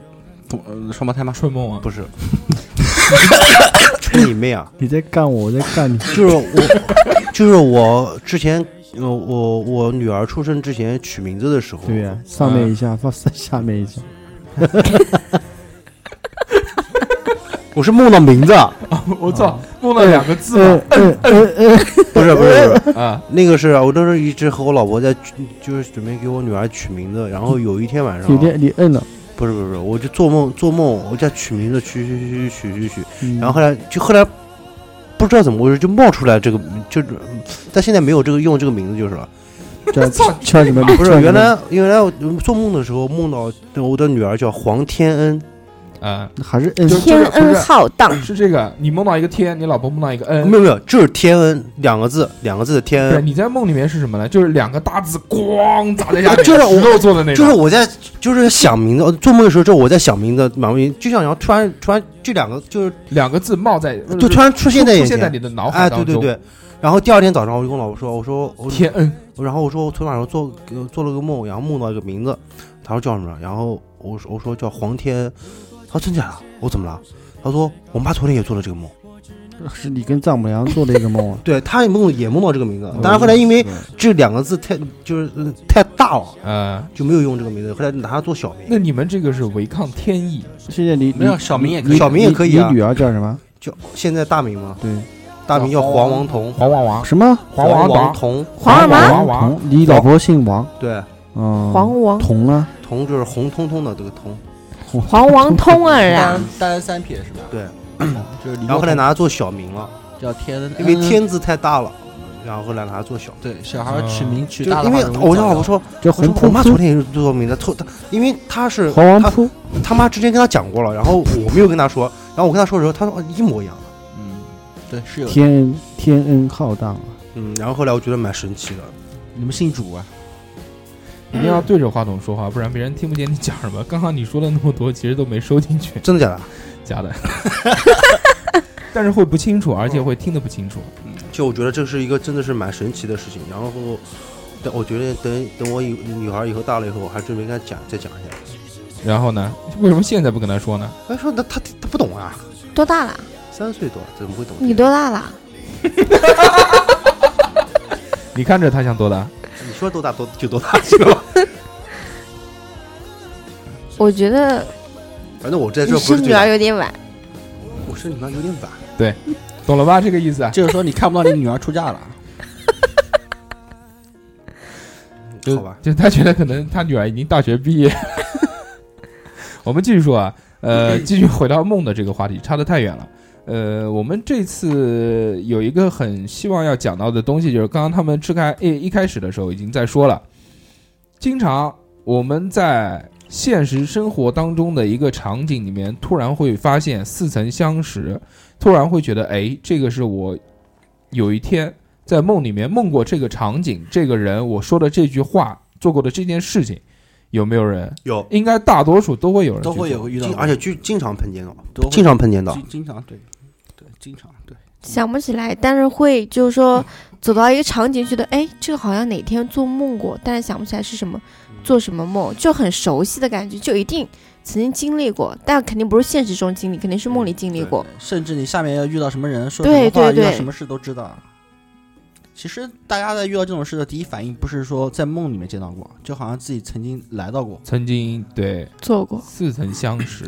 Speaker 3: 同呃双胞胎吗？
Speaker 2: 春梦啊，
Speaker 4: 不 是。你妹啊！
Speaker 5: 你在干我，我在干你，
Speaker 4: 就是我，就是我之前，呃，我我女儿出生之前取名字的时候，
Speaker 5: 对呀、上面一下，放下下面一下，
Speaker 4: 我是梦到 名字，
Speaker 2: 我
Speaker 4: 啊
Speaker 2: 操，梦到两个字
Speaker 5: 呃
Speaker 2: 嘛
Speaker 5: 呃呃呃，
Speaker 4: 不是不是不是，
Speaker 2: 啊，
Speaker 4: 那个是我当时一直和我老婆在取，就是准备给我女儿取名字，然后有一天晚上，
Speaker 5: 有点你摁了，
Speaker 4: 不是不是不是，我就做梦做梦，我在取名字，取取取取取取取，
Speaker 5: 嗯
Speaker 4: 然后后来就后来不知道怎么回事就冒出来这个，就是但现在没有这个用这个名字就是了。
Speaker 5: 叫叫什么？
Speaker 4: 不 是
Speaker 5: 叫什么
Speaker 4: 原来原来我做梦的时候梦到我的女儿叫黄天恩，
Speaker 2: 啊，
Speaker 5: 还是摁
Speaker 2: 就
Speaker 6: 天恩浩荡，
Speaker 2: 呃是这个，你梦到一个天，你老婆梦到一个恩
Speaker 4: 没。有没有，就是天恩两个字两个字的天
Speaker 2: 对，
Speaker 4: 恩，
Speaker 2: 你在梦里面是什么呢？就是两个大字咣砸在下面，
Speaker 4: 就是
Speaker 2: 石
Speaker 4: 我
Speaker 2: 头做的那
Speaker 4: 就
Speaker 2: 种。
Speaker 4: 是我在就是想名字，呃做梦的时候就是我在想名字，马文就想然后突然突然这两个就是
Speaker 2: 两个字冒在，
Speaker 4: 就突然出现在眼
Speaker 2: 呃出现在
Speaker 4: 前，
Speaker 2: 你的脑海
Speaker 4: 哎
Speaker 2: 当
Speaker 4: 对
Speaker 2: 中。
Speaker 4: 对对，然后第二天早上我就跟我老婆说，我说我
Speaker 2: 天恩，
Speaker 4: 然后我说我昨天晚上做呃做了个梦，然后梦到一个名字，他说叫什么？然后我说我说叫黄天，他说真假的？我说怎么了？他说我妈昨天也做了这个梦，。
Speaker 5: 是你跟丈母娘做了一个梦啊
Speaker 4: 对他也梦也梦到这个名字，但是后来因为这两个字太就是、呃太大了，
Speaker 2: 呃，
Speaker 4: 就没有用这个名字，后来拿它做小
Speaker 2: 那
Speaker 4: 名，
Speaker 2: 你们这个是违抗天意，
Speaker 5: 现在你
Speaker 3: 没有
Speaker 5: 你
Speaker 3: 小明也可
Speaker 5: 你
Speaker 4: 以小明也
Speaker 5: 你
Speaker 4: 可以啊
Speaker 5: 你女儿叫什么？
Speaker 4: 叫现在大名嘛，
Speaker 5: 对，
Speaker 4: 大名叫黄王彤，
Speaker 2: 黄王王，
Speaker 5: 什么？
Speaker 2: 黄王
Speaker 4: 王
Speaker 2: 王，
Speaker 4: 彤，
Speaker 6: 黄王
Speaker 2: 王王
Speaker 5: 彤，你老婆姓王，
Speaker 4: 对，
Speaker 5: 嗯，
Speaker 6: 黄王
Speaker 5: 彤啊，
Speaker 4: 彤就是红彤彤的这个彤，
Speaker 6: 黄王通儿 啊，
Speaker 3: 单三撇是吧？
Speaker 4: 对，
Speaker 3: 就是
Speaker 4: 然后后来拿它做小名了，
Speaker 3: 叫天恩，
Speaker 4: 因为天字太大了，然后后来拿它做小
Speaker 3: 对
Speaker 4: 名。
Speaker 3: 小孩取名取
Speaker 4: 就
Speaker 3: 大了，
Speaker 4: 因为我跟我老婆，说，
Speaker 5: 叫
Speaker 4: 我
Speaker 5: 黄
Speaker 4: 说我
Speaker 5: 扑
Speaker 4: 妈
Speaker 5: 扑
Speaker 4: 昨，天也是做名字，她她因为她是
Speaker 5: 黄王
Speaker 4: 她
Speaker 5: 扑，
Speaker 4: 她妈之前跟她讲过了，然后我没有跟她说，然后我跟她说的时候，她说哦一模一样的，
Speaker 3: 嗯，对是有的。
Speaker 5: 天恩天恩浩荡啊，
Speaker 4: 嗯，然后后来我觉得蛮神奇的，
Speaker 3: 你们信主啊？
Speaker 2: 一定要对着话筒说话，不然别人听不见你讲什么。刚刚你说了那么多，其实都没收进去，
Speaker 4: 真的啊假的？
Speaker 2: 假的。 但是会不清楚，而且会听得不清楚。
Speaker 4: 就我觉得这是一个真的是蛮神奇的事情，然后等我觉得等等我以女孩以后大了以后，我还准备跟她讲再讲一下。
Speaker 2: 然后呢，为什么现在不跟他说呢？
Speaker 4: 她说她她她不懂啊，
Speaker 6: 多大了？
Speaker 4: 三岁多怎么会懂？
Speaker 6: 你多大了？
Speaker 2: 你看着他像多大？
Speaker 4: 你说多大多就多大，知道吧？
Speaker 6: 我觉得
Speaker 4: 反正我在这
Speaker 6: 你
Speaker 4: 不
Speaker 6: 生
Speaker 4: 是
Speaker 6: 女
Speaker 4: 最
Speaker 6: 儿
Speaker 4: 大，
Speaker 6: 有点晚，
Speaker 4: 我是你妈有点晚，
Speaker 2: 懂了吧？这个意思啊。
Speaker 3: 就是说你看不到你女儿出 嫁了，
Speaker 2: 就
Speaker 4: 好吧？
Speaker 2: 就他觉得可能他女儿已经大学毕业。 我们继续说啊，
Speaker 4: 嗯
Speaker 2: 呃，继续回到梦的这个话题，差得太远了。呃，我们这次有一个很希望要讲到的东西，就是刚刚他们支开一一开始的时候已经在说了，经常我们在现实生活当中的一个场景里面，突然会发现似曾相识，突然会觉得，哎，这个是我有一天在梦里面梦过这个场景、这个人、我说的这句话、做过的这件事情，有没有人？
Speaker 4: 有，
Speaker 2: 应该大多数都会有人去
Speaker 3: 都
Speaker 2: 做，
Speaker 3: 会有遇到
Speaker 4: 经，而且就经常碰见到，
Speaker 3: 都会
Speaker 4: 经常碰见到。
Speaker 3: 经经常对对经常对，
Speaker 6: 想不起来，但是会就是说走到一个场景，觉得哎，这个好像哪天做梦过，但是想不起来是什么，做什么梦，就很熟悉的感觉，就一定曾经经历过，但肯定不是现实中经历，肯定是梦里经历过。
Speaker 3: 甚至你下面要遇到什么人，说什么
Speaker 6: 对
Speaker 3: 话，
Speaker 6: 对
Speaker 3: 遇到
Speaker 6: 对
Speaker 3: 什么事都知道。其实大家在遇到这种事的第一反应，不是说在梦里面见到过，就好像自己曾经来到过，
Speaker 2: 曾经对
Speaker 6: 做过，
Speaker 2: 似曾相识。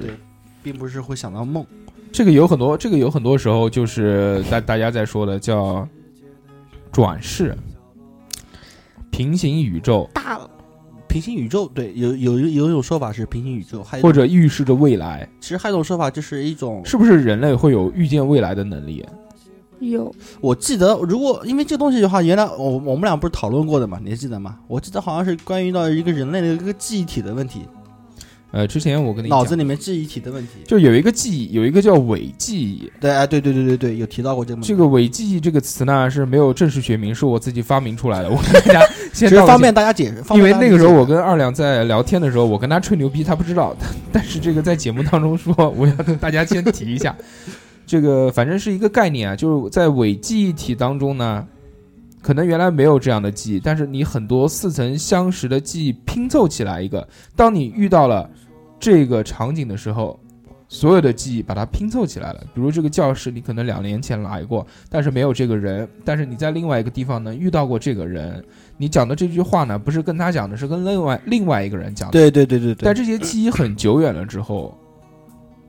Speaker 3: 并不是会想到梦。
Speaker 2: 这个有很多，这个有很多时候就是大大家在说的叫转世、平行宇宙
Speaker 6: 大了，
Speaker 3: 平行宇宙，对，有有有一种说法是平行宇宙，还有
Speaker 2: 或者预示着未来，
Speaker 3: 其实还有一种说法就是一种，
Speaker 2: 是不是人类会有预见未来的能力？
Speaker 6: 有
Speaker 3: 我记得如果因为这东西的话，原来我我们俩不是讨论过的嘛，你还记得吗？我记得好像是关于到一个人类的一个记忆体的问题，
Speaker 2: 呃，之前我跟你
Speaker 3: 脑
Speaker 2: 讲，
Speaker 3: 子里面记忆体的问题。
Speaker 2: 就有一个记忆，有一个叫伪记忆。
Speaker 3: 对，哎，对对对对对，有提到过这个问题。
Speaker 2: 这个伪记忆这个词呢是没有正式学名，是我自己发明出来的。我跟大 家先
Speaker 3: 只是
Speaker 2: 道个
Speaker 3: 方
Speaker 2: 歉
Speaker 3: 便大家解释，方
Speaker 2: 因为
Speaker 3: 便大家
Speaker 2: 那个时候
Speaker 3: 理解
Speaker 2: 我跟二两在聊天的时候，我跟他吹牛逼，他不知道。 但但是这个在节目当中说，我要跟大家先提 一下，这个反正是一个概念啊，就是在伪记忆体当中呢，可能原来没有这样的记忆，但是你很多似曾相识的记忆拼凑起来一个，当你遇到了这个场景的时候。所有的记忆把它拼凑起来了，比如这个教室，你可能两年前来过，但是没有这个人，但是你在另外一个地方呢遇到过这个人，你讲的这句话呢，不是跟他讲的，是跟另外另外一个人讲的。，
Speaker 3: 对对对对对
Speaker 2: 但，这些记忆很久远了之后，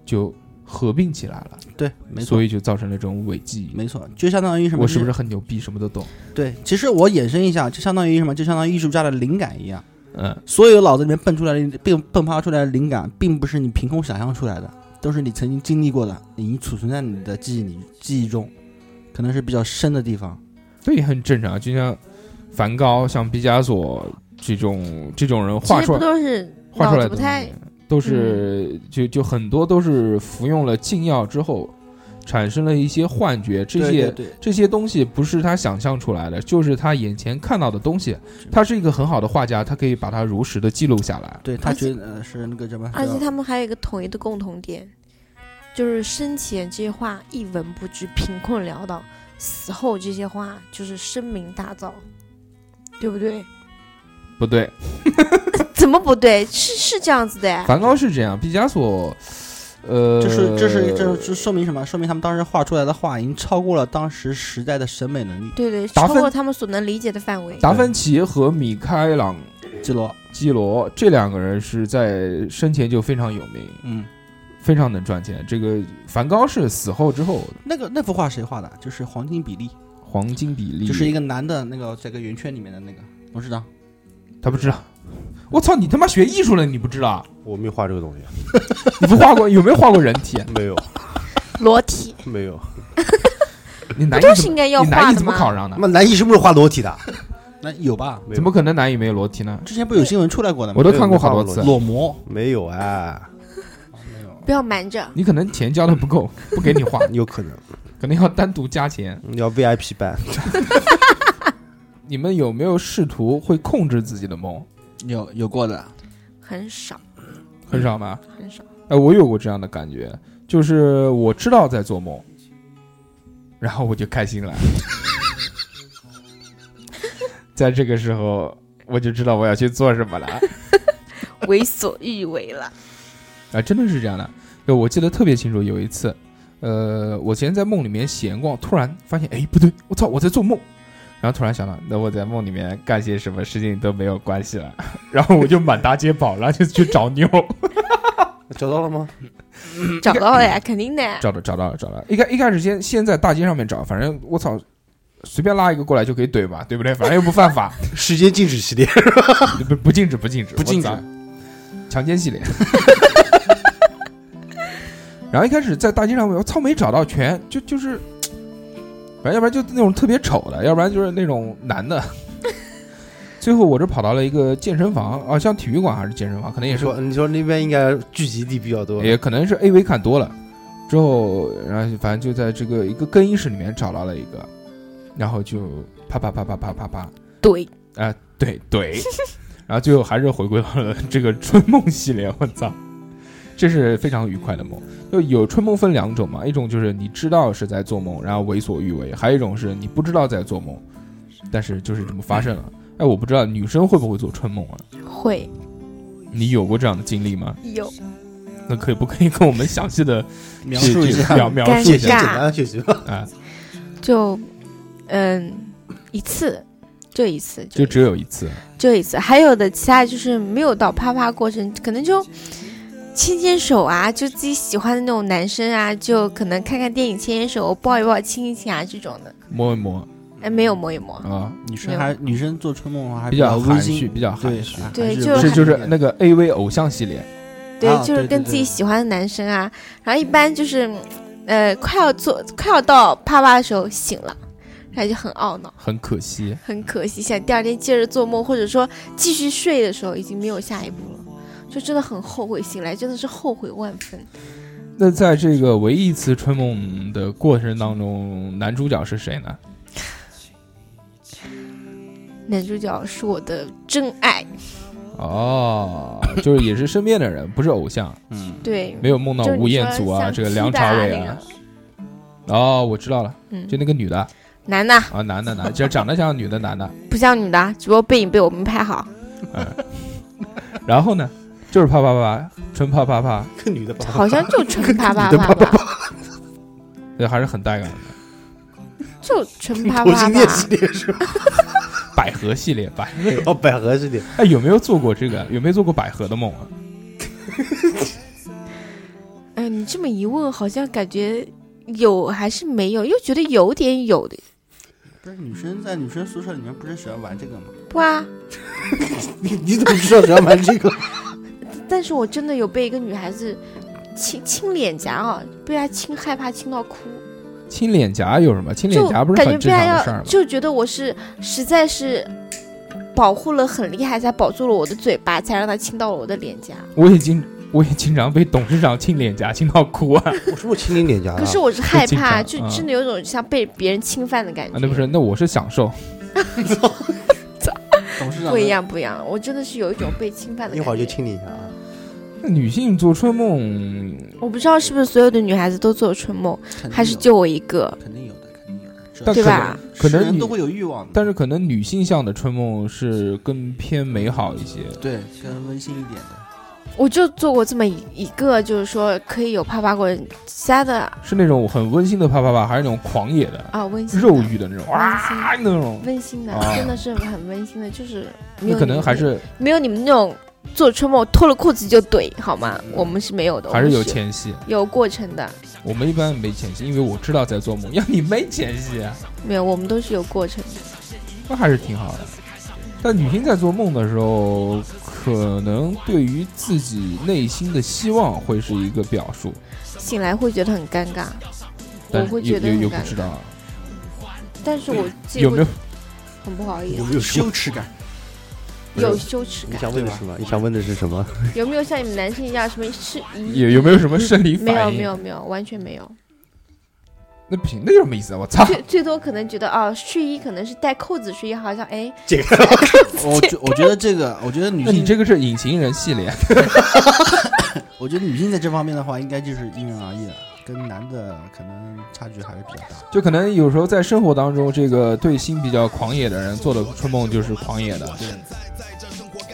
Speaker 2: 就合并起来了，
Speaker 3: 对，没错
Speaker 2: 所以就造成了这种伪记忆。
Speaker 3: 没错，就相当于什么？
Speaker 2: 我是不是很牛逼，什么都懂？
Speaker 3: 对？其实我衍生一下，就相当于什么？就相当于艺术家的灵感一样，
Speaker 2: 嗯，
Speaker 3: 所有脑子里面蹦出来的、并迸发出来的灵感，并不是你凭空想象出来的，都是你曾经经历过的，已经储存在你的记忆里、记忆中，可能是比较深的地方。
Speaker 2: 这也很正常。就像梵高、像毕加索这种这种人
Speaker 6: 其
Speaker 2: 画
Speaker 6: 实
Speaker 2: 出
Speaker 6: 不
Speaker 2: 来，
Speaker 6: 都是
Speaker 2: 画
Speaker 6: 脑
Speaker 2: 出
Speaker 6: 子
Speaker 2: 来
Speaker 6: 不
Speaker 2: 的
Speaker 6: 太
Speaker 2: 东西都是、
Speaker 3: 嗯
Speaker 2: 就就很多都是服用了禁药之后产生了一些幻觉，这些
Speaker 3: 对对对
Speaker 2: 这些东西不是他想象出来的，就是他眼前看到的东西。他是一个很好的画家，他可以把它如实的记录下来。
Speaker 3: 对他
Speaker 6: 而且
Speaker 3: 觉得呃是那个什么？
Speaker 6: 而且
Speaker 2: 啊
Speaker 3: 叫
Speaker 6: 他们还有一个统一的共同点，就是生前这些话一文不值，贫困潦倒；死后这些话就是声名大噪，对不对？
Speaker 2: 不对，
Speaker 6: 怎么不对？是是这样子的哎，
Speaker 2: 梵高是这样，毕加索，呃，
Speaker 3: 这是这是这是这说明什么？说明他们当时画出来的画已经超过了当时时代的审美能力。
Speaker 6: 对对，
Speaker 2: 达
Speaker 6: 超
Speaker 2: 芬
Speaker 6: 过他们所能理解的范围。
Speaker 2: 达芬奇和米开朗
Speaker 3: 记罗，
Speaker 2: 基罗这两个人是在生前就非常有名，
Speaker 3: 嗯，
Speaker 2: 非常能赚钱。这个梵高是死后之后
Speaker 3: 那个那幅画谁画的？就是黄金比例，
Speaker 2: 黄金比例，
Speaker 3: 就是一个男的那个在个圆圈里面的那个，我知道。
Speaker 2: 他不知道。我操！你他妈学艺术了，你不知道？啊
Speaker 7: 我没画这个东西，
Speaker 2: 你不画过有没有画过人 体？啊
Speaker 7: 没有
Speaker 6: 裸体
Speaker 7: 没有，
Speaker 2: 你
Speaker 6: 不
Speaker 2: 男
Speaker 6: 就
Speaker 2: 艺
Speaker 6: 是
Speaker 2: 怎么
Speaker 6: 应该要
Speaker 2: 你
Speaker 6: 画
Speaker 2: 男艺
Speaker 6: 的
Speaker 2: 怎么考
Speaker 6: 吗？
Speaker 2: 上的
Speaker 7: 那？男一是不是画裸体的？
Speaker 3: 那有吧？
Speaker 7: 没有
Speaker 2: 怎么可能男艺没有裸体呢？
Speaker 3: 之前不是有新闻出来过的吗？
Speaker 2: 嗯我都看过好多
Speaker 7: 对
Speaker 2: 次。
Speaker 3: 裸模，
Speaker 7: 没有啊？
Speaker 3: 没有，
Speaker 6: 不要瞒着，
Speaker 2: 你可能钱交的不够，不给你画，
Speaker 7: 有可能
Speaker 2: 可能要单独加钱。
Speaker 7: 你要 VIP 办，
Speaker 2: 你们有没有试图会控制自己的梦？
Speaker 3: 有有过的。
Speaker 6: 很少
Speaker 2: 很少吧？
Speaker 6: 很少。
Speaker 2: 哎，我有过这样的感觉，就是我知道在做梦，然后我就开心了。 在这个时候，我就知道我要去做什么了。
Speaker 6: 为所欲为了。
Speaker 2: 啊，真的是这样的。就我记得特别清楚，有一次，呃，我前在梦里面闲逛，突然发现，哎，不对，我操，我在做梦。然后突然想到，那我在梦里面干些什么事情都没有关系了。然后我就满大街跑，然后就去找妞，
Speaker 7: 找到了吗？
Speaker 6: 找到了呀，肯定的呀。
Speaker 2: 嗯找到找到了找到了。一开一开始先先在大街上面找，反正我操，随便拉一个过来就可以怼嘛，对不对？反正又不犯法，
Speaker 7: 时间静止系列，
Speaker 2: 不不禁止不禁止
Speaker 3: 不禁止
Speaker 2: 我操强奸系列。 然后一开始在大街上，我操没找到全，就就是，反正要不然就那种特别丑的，要不然就是那种男的。 最后我这跑到了一个健身房啊，像体育馆还是健身房，可能也
Speaker 7: 你
Speaker 2: 是
Speaker 7: 说你说那边应该聚集地比较
Speaker 6: 哎
Speaker 7: 多，
Speaker 2: 也可能是 AV 看多了，之后然后反正就在这个一个更衣室里面找到了一个，然后就啪啪啪啪啪啪啪，
Speaker 6: 对，
Speaker 2: 对怼，然后最后还是回归到了这个春梦系列，我操，这是非常愉快的梦。就有春梦分两种嘛，一种就是你知道是在做梦，然后为所欲为；还有一种是你不知道在做梦，但是就是这么发生了。哎，我不知道女生会不会做春梦啊？
Speaker 6: 会
Speaker 2: 你有过这样的经历吗？
Speaker 6: 有
Speaker 2: 那可以不可以跟我们详细的
Speaker 3: 描述一下，
Speaker 2: 描描述一
Speaker 7: 先简
Speaker 2: 下
Speaker 6: 尴尬
Speaker 7: 单学习吧。
Speaker 2: 啊？
Speaker 6: 就嗯一次，就一次，
Speaker 2: 就
Speaker 6: 一
Speaker 2: 只有一次，
Speaker 6: 就一次，还有的其他就是没有到啪啪过程，可能就牵牵手啊，就自己喜欢的那种男生啊，就可能看看电影牵牵手，抱一抱亲一亲啊这种的，
Speaker 2: 摸一摸
Speaker 6: 哎，没有摸一摸，
Speaker 2: 啊，
Speaker 3: 女生还女生做春梦的话还
Speaker 2: 比较
Speaker 3: 较温
Speaker 2: 含蓄，
Speaker 3: 馨，
Speaker 2: 比较含
Speaker 3: 对
Speaker 2: 蓄，
Speaker 3: 还
Speaker 6: 对
Speaker 3: 还
Speaker 6: 就
Speaker 3: 温
Speaker 2: 是
Speaker 3: 馨
Speaker 2: 就是
Speaker 3: 一点
Speaker 2: 那个 A V 偶像系列，
Speaker 6: 对，
Speaker 3: 啊
Speaker 6: 就是
Speaker 3: 对
Speaker 6: 跟
Speaker 3: 对
Speaker 6: 自己
Speaker 3: 对
Speaker 6: 喜欢的男生啊，然后一般就是，呃，快要做快要到啪啪的时候醒了，然后就很懊恼，
Speaker 2: 很可惜。
Speaker 6: 很可惜，想第二天接着做梦，或者说继续睡的时候已经没有下一步了，就真的很后悔，醒来真的是后悔万分。
Speaker 2: 那在这个唯一一次春梦的过程当中，男主角是谁呢？
Speaker 6: 男主角是我的真爱，
Speaker 2: 哦，就是也是身边的人，不是偶像，
Speaker 3: 嗯，
Speaker 6: 对，
Speaker 2: 没有梦到
Speaker 6: 就是
Speaker 2: 吴
Speaker 6: 你
Speaker 2: 彦
Speaker 6: 说
Speaker 2: 祖啊，
Speaker 6: 像
Speaker 2: 这个
Speaker 6: 披
Speaker 2: 梁
Speaker 6: 萨
Speaker 2: 朝
Speaker 6: 啊
Speaker 2: 伟
Speaker 6: 那
Speaker 2: 啊
Speaker 6: 个。
Speaker 2: 哦，我知道了，就
Speaker 6: 嗯，
Speaker 2: 那个女的
Speaker 6: 男的
Speaker 2: 啊，男的男的，就长得像女的男的，
Speaker 6: 不像女的，只不过背影被我们拍好，
Speaker 2: 然后呢，就是啪啪啪，纯啪啪啪，
Speaker 7: 跟女的吧，
Speaker 6: 好像就纯啪啪
Speaker 7: 女的
Speaker 6: 啪吧，
Speaker 2: 对，还是很带感的。
Speaker 6: 就纯 啪
Speaker 7: 同
Speaker 6: 啪
Speaker 7: 性恋系
Speaker 6: 啪。
Speaker 7: 列是 吧？
Speaker 2: 百合系列，百合
Speaker 7: 哦，百合系列，
Speaker 2: 哎，有没有做过这个？有没有做过百合的梦 啊？
Speaker 6: 哎，你这么一问，好像感觉有还是没有，又觉得有点有的，
Speaker 3: 不是女生在女生宿舍里面不是喜欢玩这个吗？
Speaker 6: 不啊。
Speaker 7: 你你怎么知道只要玩这个？
Speaker 6: 但是我真的有被一个女孩子亲亲脸颊啊，被她亲害怕亲到哭，
Speaker 2: 亲脸颊有什么？亲脸
Speaker 6: 就
Speaker 2: 颊不是
Speaker 6: 感觉
Speaker 2: 很
Speaker 6: 被
Speaker 2: 正
Speaker 6: 她
Speaker 2: 常的事儿
Speaker 6: 要
Speaker 2: 吗？
Speaker 6: 就觉得我是实在是保护了很厉害，才保住了我的嘴巴，才让她亲到了我的脸颊。
Speaker 2: 我已经，我也经常被董事长亲脸颊亲到哭 啊！
Speaker 7: 我说我亲你脸颊了
Speaker 6: 可是，我是害
Speaker 2: 经
Speaker 6: 怕，
Speaker 2: 常
Speaker 6: 就
Speaker 2: 嗯
Speaker 6: 真的有种像被别人侵犯的感觉。
Speaker 2: 啊，那不是，那我是享受。
Speaker 3: 董事长
Speaker 6: 不一，样，不一样，我真的是有一种被侵犯的感觉。
Speaker 7: 一会儿就亲你一下啊。
Speaker 2: 那女性做春梦，
Speaker 6: 我不知道是不是所有的女孩子都做春梦，
Speaker 3: 肯定
Speaker 6: 还是
Speaker 3: 有
Speaker 6: 就我一个，
Speaker 3: 肯定有的，肯定有的，是
Speaker 2: 但
Speaker 6: 对
Speaker 2: 可
Speaker 6: 吧
Speaker 2: 能可能
Speaker 3: 人
Speaker 2: 女
Speaker 3: 都会有欲望的，
Speaker 2: 但是可能女性向的春梦是更偏美好一些。
Speaker 3: 对更温馨一点的，
Speaker 6: 我就做过这么一一个，就是说可以有啪啪过，其他的
Speaker 2: 是那种很温馨的啪啪啪，还是那种狂野的、
Speaker 6: 啊温馨的
Speaker 2: 肉欲的那种哇那种？
Speaker 6: 温馨的，
Speaker 2: 啊
Speaker 6: 真的是很温馨的，就是
Speaker 2: 那
Speaker 6: 没有
Speaker 2: 可能
Speaker 6: 你
Speaker 2: 还是
Speaker 6: 没有你们那种做春梦脱了裤子就怼好吗？我们是没有的，
Speaker 2: 嗯还是
Speaker 6: 我们
Speaker 2: 有前戏。
Speaker 6: 有过程的，
Speaker 2: 我们一般没前戏，因为我知道在做梦。要你没前戏，啊
Speaker 6: 没有，我们都是有过程的。
Speaker 2: 那还是挺好的。但女性在做梦的时候，可能对于自己内心的希望会是一个表述，
Speaker 6: 醒来会觉得很尴尬，我
Speaker 2: 但
Speaker 6: 会
Speaker 2: 是
Speaker 6: 觉
Speaker 2: 又
Speaker 6: 得
Speaker 2: 又
Speaker 6: 很
Speaker 2: 又
Speaker 6: 尴
Speaker 2: 不知
Speaker 6: 尬，
Speaker 2: 道啊
Speaker 6: 但是我自己
Speaker 2: 有没
Speaker 6: 会
Speaker 2: 有
Speaker 6: 很不好意思，
Speaker 7: 没有
Speaker 3: 羞耻感。
Speaker 6: 有羞耻
Speaker 7: 你
Speaker 6: 感。
Speaker 7: 想问的是什么？你想问的是什么？
Speaker 6: 有没有像你们男生一样什么是一？
Speaker 2: 有有没有什么生理
Speaker 6: 没有
Speaker 2: 反应？
Speaker 6: 没有没有，完全没有。
Speaker 2: 那不行，那有什么意思啊？我操！
Speaker 6: 最最多可能觉得哦，睡衣可能是带扣子睡衣，好像哎，
Speaker 3: 我觉我觉得这个，我觉得女
Speaker 2: 那你
Speaker 3: 性，
Speaker 2: 这个是隐形人系列，
Speaker 3: 我觉得女性在这方面的话，应该就是因人而异了，跟男的可能差距还是比较大。
Speaker 2: 就可能有时候在生活当中，这个对心比较狂野的人做的春梦就是狂野的。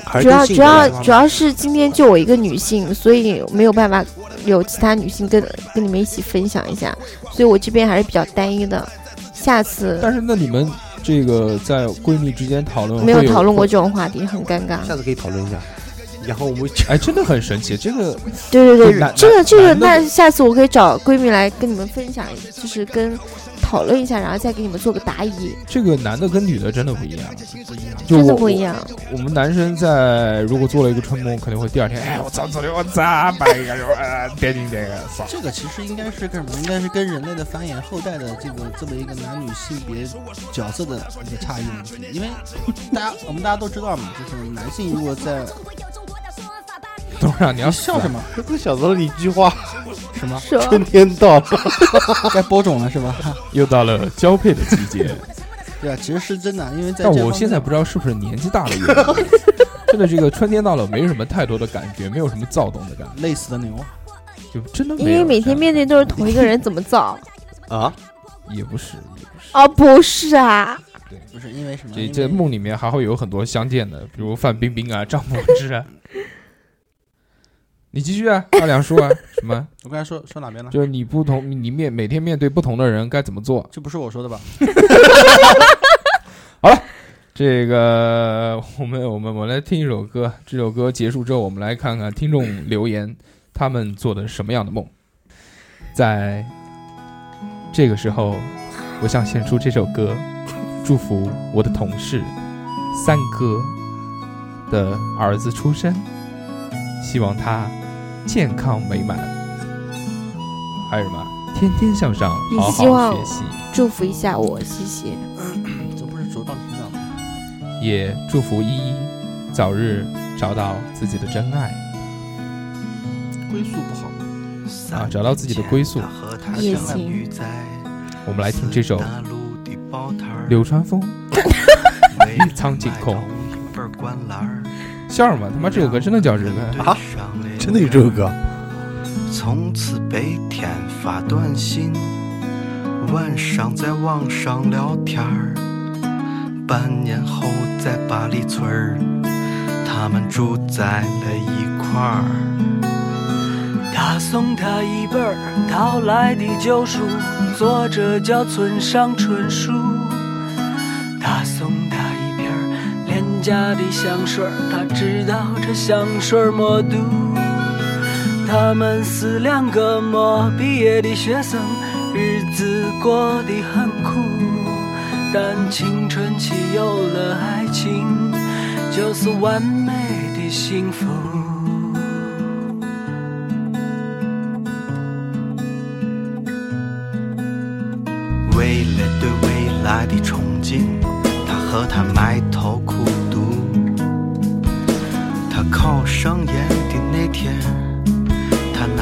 Speaker 7: 还是
Speaker 6: 主要
Speaker 7: 跟
Speaker 6: 主
Speaker 7: 性格有关
Speaker 6: 要主要是今天就我一个女性，所以没有办法有其他女性跟跟你们一起分享一下，所以我这边还是比较单一的。下次
Speaker 2: 但是那你们这个在闺蜜之间讨论
Speaker 6: 没
Speaker 2: 会
Speaker 6: 有
Speaker 2: 有
Speaker 6: 讨论过这种话题，很尴尬。
Speaker 7: 下次可以讨论一下。然后我们
Speaker 2: 哎，真的很神奇，这个
Speaker 6: 对对
Speaker 2: 就
Speaker 6: 对
Speaker 2: 男，
Speaker 6: 这个这个，
Speaker 2: 男的
Speaker 6: 那下次我可以找闺蜜来跟你们分享，就是跟讨论一下，然后再给你们做个答疑，
Speaker 2: 这个男的跟女的真的不一样，就
Speaker 6: 真的
Speaker 2: 我
Speaker 6: 不一样。
Speaker 2: 我们男生在如果做了一个春梦，肯定会第二天，哎，我操，昨天我操，把一个肉啊，点进这个，操，
Speaker 3: 这个其实应该是跟什么？应该是跟人类的繁衍后代的这个这么一个男女性别角色的一个差异问题。因为大家我们大家都知道嘛，就是男性如果在
Speaker 2: 董事长你要笑
Speaker 3: 什么？
Speaker 7: 我都 想到了一句话：
Speaker 3: 什么
Speaker 6: 说
Speaker 7: 春天到了，
Speaker 3: 该播种了是吧？
Speaker 2: 又到了交配的季节，
Speaker 3: 对啊，其实是真的，因为在
Speaker 2: 但
Speaker 3: 这
Speaker 2: 我
Speaker 3: 方
Speaker 2: 现在
Speaker 3: 面
Speaker 2: 不知道是不是年纪大了原 因，真的这个春天到了，没什么太多的感觉，没有什么躁动的感
Speaker 3: 累死的牛，
Speaker 2: 觉，就真的没
Speaker 6: 因
Speaker 2: 有
Speaker 6: 为每天
Speaker 2: 这样
Speaker 6: 面对都是同一 个人，怎么造？
Speaker 7: 啊，
Speaker 2: 也不是，也不是，
Speaker 6: 哦，不是啊，
Speaker 3: 不是因为什么？
Speaker 2: 这
Speaker 3: 因
Speaker 2: 这
Speaker 3: 为
Speaker 2: 梦里面还会有很多相见的，比如范冰冰啊、张柏芝啊，你继续啊，大梁说啊，什么？
Speaker 3: 我刚才说说哪边了？
Speaker 2: 就是你不同，你面每天面对不同的人该怎么做？
Speaker 3: 这不是我说的吧？
Speaker 2: 这个，我们我们我们来听一首歌，这首歌结束之后，我们来看看听众留言，他们做的什么样的梦。在这个时候，我想献出这首歌，祝福我的同事三哥的儿子出生，希望他健康美满，还有什么天天向上，
Speaker 6: 你
Speaker 2: 好
Speaker 6: 希望
Speaker 2: 好学习。
Speaker 6: 祝福一下我，谢谢。
Speaker 3: 这不是茁 壮成长吗？
Speaker 2: 也祝福依依早日找到自己的真爱
Speaker 3: 归宿不好，
Speaker 2: 啊，找到自己的归宿。
Speaker 6: 也行，
Speaker 2: 我们来听这首《
Speaker 8: 流
Speaker 2: 流川 枫》，
Speaker 8: 与
Speaker 2: 苍井空。笑什么？他
Speaker 8: 他
Speaker 2: 妈
Speaker 8: 妈
Speaker 2: 这
Speaker 8: 这
Speaker 2: 首
Speaker 8: 首
Speaker 2: 歌
Speaker 8: 歌
Speaker 2: 真
Speaker 8: 真
Speaker 2: 的
Speaker 8: 的叫这
Speaker 2: 叫这个
Speaker 8: 个
Speaker 7: 啊？真的有这首歌？
Speaker 8: 从此被天发短信，晚上在网上聊天儿。半年后在八里村儿，他们住在了一块儿。
Speaker 9: 他送她一本儿淘来的旧书，作者叫村上春树。他送她一瓶儿廉价的香水儿，他知道这香水儿没毒。他们是两个没毕业的学生，日子过得很苦。但青春期有了爱情，就是完美的幸福。
Speaker 8: 为了对未来的憧憬，他和她埋头苦读。他考上研的那天，他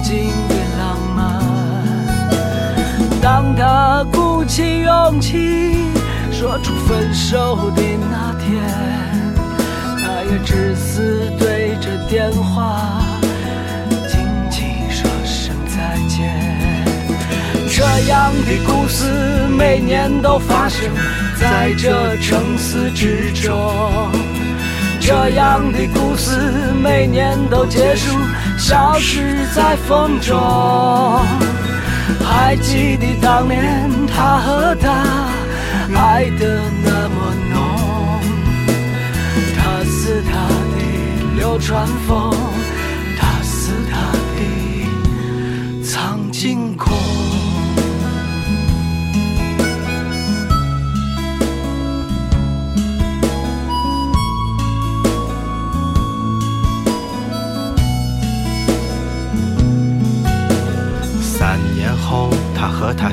Speaker 9: 经的浪漫。当他鼓起勇气说出分手的那天，他也只是对着电话轻轻说声再见。这样的故事每年都发生在这城市之中，这样的故事每年都结束，消失在风中。还记得当年他和她爱得那么浓，他是他的流川枫，他是他的苍井空。
Speaker 8: 三年后，他和她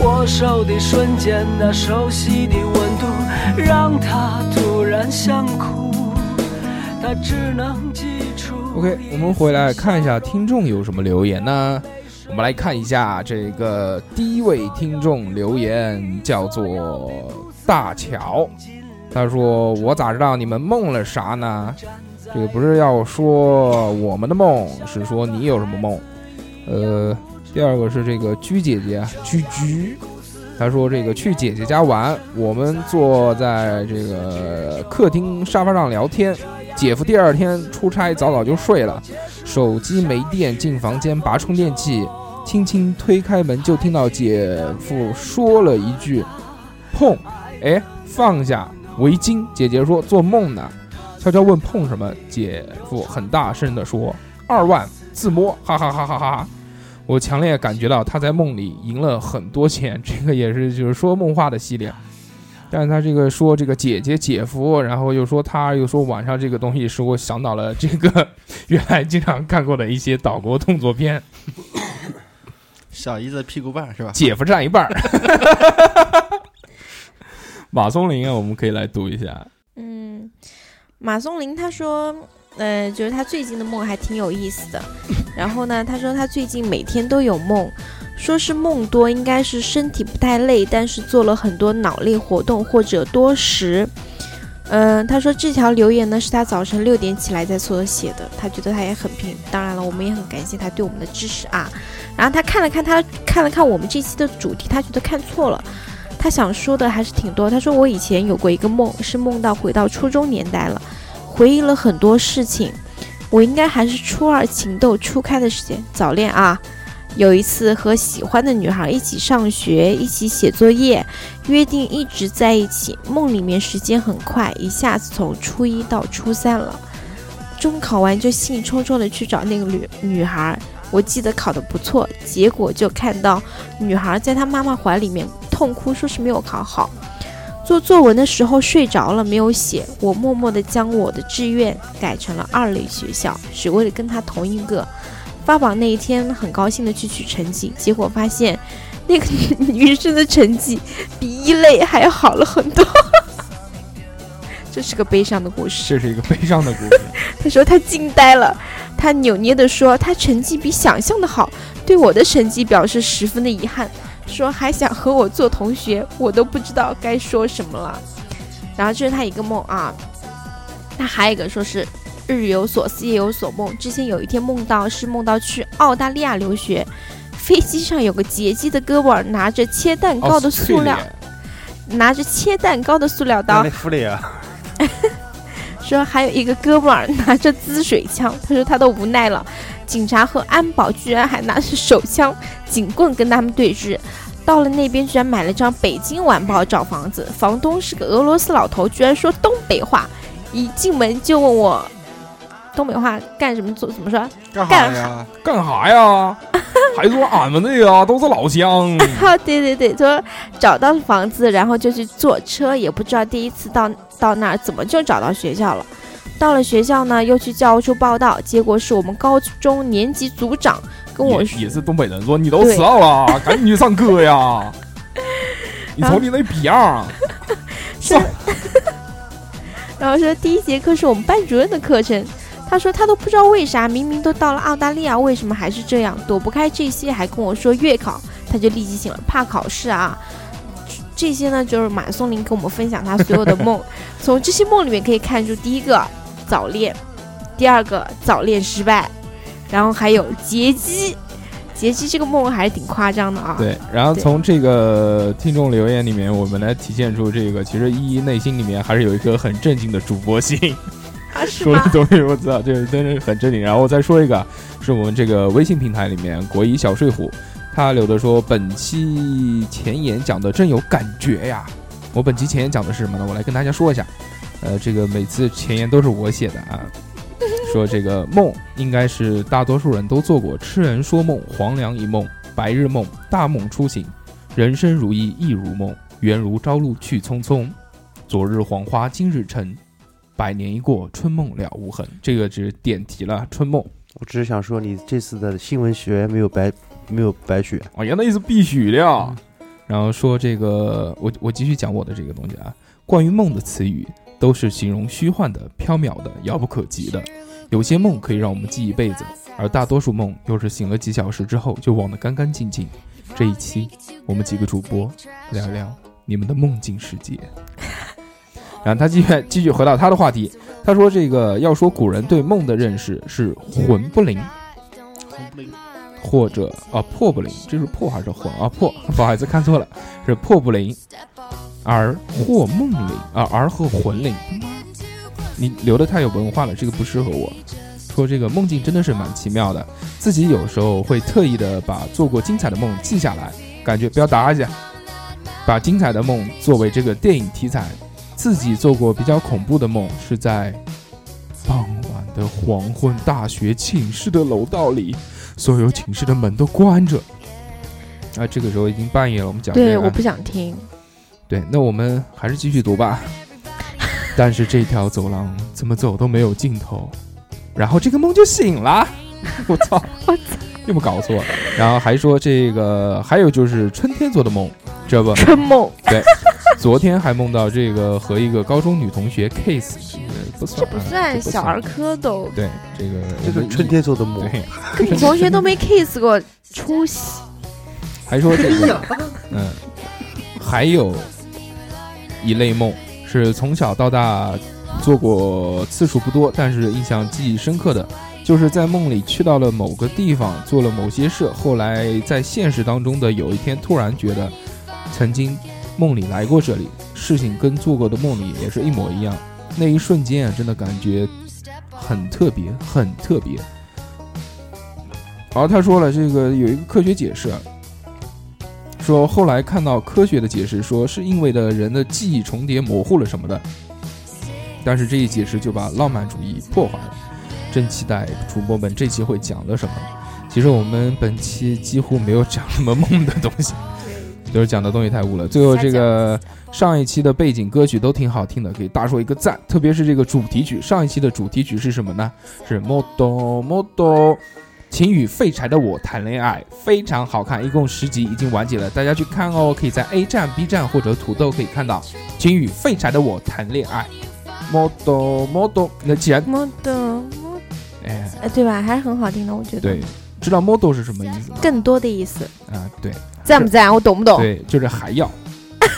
Speaker 9: 握手的瞬间，那熟悉的温度让他突然想哭，他只能寄出。
Speaker 2: OK，我们回来看一下听众有什么留言呢？我们来看一下这个第一位听众留言，叫做大乔，他说：“我咋知道你们梦了啥呢？这个不是要说我们的梦，是说你有什么梦。”呃，第二个是这个居姐姐啊，居居，她说这个去姐姐家玩，我们坐在这个客厅沙发上聊天，姐夫第二天出差早早就睡了，手机没电，进房间拔充电器，轻轻推开门就听到姐夫说了一句：“碰，哎，放下围巾。”姐姐说：“做梦呢。”悄悄问碰什么，姐夫很大声地说：“二万，自摸，哈哈哈哈哈哈。”我强烈感觉到他在梦里赢了很多钱，这个也是就是说梦话的系列。但是他这个说这个姐姐姐夫，然后又说他，又说晚上这个东西，使我想到了这个 原来经常看过的一些岛国动作 片，
Speaker 3: 小姨子屁股瓣儿是吧？
Speaker 2: 姐夫占一半儿。 马松林啊，我们可以来读一下。
Speaker 6: 嗯，马松林他说，呃，就是他最近的梦还挺有意思的。然后呢，他说他最近每天都有梦，说是梦多，应该是身体不太累，但是做了很多脑力活动或者多食。嗯、他说这条留言呢是他早晨六点起来在厕所写的，他觉得他也很拼。当然了，我们也很感谢他对我们的支持啊。然后他看了看他看了看我们这期的主题，他觉得看错了。他想说的还是挺多。他说我以前有过一个梦，是梦到回到初中年代了，回忆了很多事情。我应该还是初二情窦初开的时间，早恋啊。有一次和喜欢的女孩一起上学，一起写作业，约定一直在一起。梦里面时间很快，一下子从初一到初三了。中考完就兴冲冲的去找那个女女孩，我记得考得不错，结果就看到女孩在她妈妈怀里面痛哭，说是没有考好。做作文的时候睡着了，没有写。我默默地将我的志愿改成了二类学校，只为了跟她同一个。发榜那一天，很高兴地去取成绩，结果发现那个女女生的成绩比一类还要好了很多。 这是个悲伤的故事。
Speaker 2: 这是一个悲伤的 故事。
Speaker 6: 他说他惊呆了，他扭捏地说他成绩比想象的好，对我的成绩表示十分的遗憾，说还想和我做同学，我都不知道该说什么了。然后这是他一个梦啊，他还有一个说是日有所思夜有所梦，之前有一天梦到是梦到去澳大利亚留学，飞机上有个劫机的哥们儿拿着切蛋糕
Speaker 2: 哦
Speaker 6: 的塑料，拿着切蛋糕的塑料刀
Speaker 7: 那福利啊，
Speaker 6: 说还有一个哥们儿拿着滋水枪，他说他都无奈了，警察和安保居然还拿着手枪、警棍跟他们对峙。到了那边，居然买了张《北京晚报》找房子，房东是个俄罗斯老头，居然说东北话，一进门就问我东北话干什么做怎么说？
Speaker 3: 干好
Speaker 6: 干
Speaker 3: 呀，
Speaker 2: 干啥 呀？还说俺们这个啊都是老乡。
Speaker 6: 哈， 对对对，说找到了房子，然后就去坐车，也不知道第一次到到那儿怎么就找到学校了。到了学校呢，又去教务处报到，结果是我们高中年级组长跟我
Speaker 2: 也
Speaker 6: 说
Speaker 2: 也，是东北人说你都迟到了，啊赶紧去上课 呀！你瞅你那逼样儿，
Speaker 6: 是然后说第一节课是我们班主任的课程。他说他都不知道为啥，明明都到了澳大利亚，为什么还是这样？躲不开这些，还跟我说月考，他就立即醒了，怕考试啊。这些呢，就是马松林跟我们分享他所有的梦。从这些梦里面可以看出，第一个早恋，第二个早恋失败，然后还有劫机。劫机这个梦还是挺夸张的啊。
Speaker 2: 对，然后从这个听众留言里面，我们来体现出这个，其实依依内心里面还是有一颗很正经的主播心，
Speaker 6: 啊，是
Speaker 2: 说
Speaker 6: 吗
Speaker 2: 的？东西我知道，这真是很正经。然后我再说一个，啊是我们这个微信平台里面国医小睡虎，他留的说本期前言讲的真有感觉呀。我本期前言讲的是什么呢？我来跟大家说一下。呃，这个每次前言都是我写的啊。说这个梦应该是大多数人都做过，痴人说梦，黄粱一梦，白日梦，大梦初醒，人生如意亦如梦，缘如朝露去匆匆，昨日黄花今日晨，百年一过，春梦了无痕。这个只是点题了，春梦。
Speaker 7: 我只是想说，你这次的新闻学没有白没有白学，
Speaker 2: 哦，原来意思必须的呀。嗯然后说这个，我我继续讲我的这个东西啊。关于梦的词语，都是形容虚幻的、缥缈的、遥不可及的。有些梦可以让我们记一辈子，而大多数梦又是醒了几小时之后就忘得干干净净。这一期我们几个主播聊一聊你们的梦境世界。然后他继续继续回到他的话题，他说这个要说古人对梦的认识是魂不灵，或者啊魄不灵，这是魄还是魂啊魄？不好意思看错了，是魄不灵，而或梦灵啊而和魂灵。你留的太有文化了，这个不适合我。说这个梦境真的是蛮奇妙的，自己有时候会特意的把做过精彩的梦记下来，感觉不要打一下，把精彩的梦作为这个电影题材。自己做过比较恐怖的梦是在傍晚的黄昏，大学寝室的楼道里，所有寝室的门都关着。啊，这个时候已经半夜了，我们讲这
Speaker 6: 对，
Speaker 2: 个啊
Speaker 6: 我不想听。
Speaker 2: 对，那我们还是继续读吧。但是这条走廊怎么走都没有尽头，然后这个梦就醒了。我操！
Speaker 6: 我
Speaker 2: 有没有搞错？然后还说这个，还有就是春天做的梦，知道不？
Speaker 6: 春梦，
Speaker 2: 昨天还梦到这个和一个高中女同学 kiss，呃不算
Speaker 6: 这不
Speaker 2: 啊
Speaker 6: 算小儿。
Speaker 2: 这不
Speaker 6: 科都，
Speaker 2: 对，这个
Speaker 7: 这
Speaker 2: 我
Speaker 7: 个
Speaker 2: 们
Speaker 7: 春天做的梦，
Speaker 2: 对，
Speaker 6: 跟 你同学都没 kiss 过，出息。
Speaker 2: 还说这个，嗯，还有一类梦是从小到大做过次数不多，但是印象记忆深刻的，就是在梦里去到了某个地方，做了某些事，后来在现实当中的有一天突然觉得曾经梦里来过这里，事情跟做过的梦里也是一模一样。那一瞬间啊，真的感觉很特别，很特别。然后他说了，这个有一个科学解释啊，说后来看到科学的解释，说是因为的人的记忆重叠模糊了什么的，但是这一解释就把浪漫主义破坏了。真期待主播们这期会讲了什么。其实我们本期几乎没有讲什么梦的东西，就是讲的东西太无了。最后这个上一期的背景歌曲都挺好听的，给大硕一个赞，特别是这个主题曲。上一期的主题曲是什么呢？是《莫多莫多》。请与废柴的我谈恋爱，非常好看，一共十集已经完结了，大家去看哦，可以在 A 站、B 站或者土豆可以看到。请与废柴的我谈恋爱，莫多莫多。那既然
Speaker 6: 么的，么
Speaker 2: 哎，
Speaker 6: 哎，对吧？还是很好听的，我觉得。
Speaker 2: 对，，知道 model 是什么意思吗？
Speaker 6: 更多的意思，
Speaker 2: 啊，对
Speaker 6: 赞不赞？我懂不懂？
Speaker 2: 对，就是还要，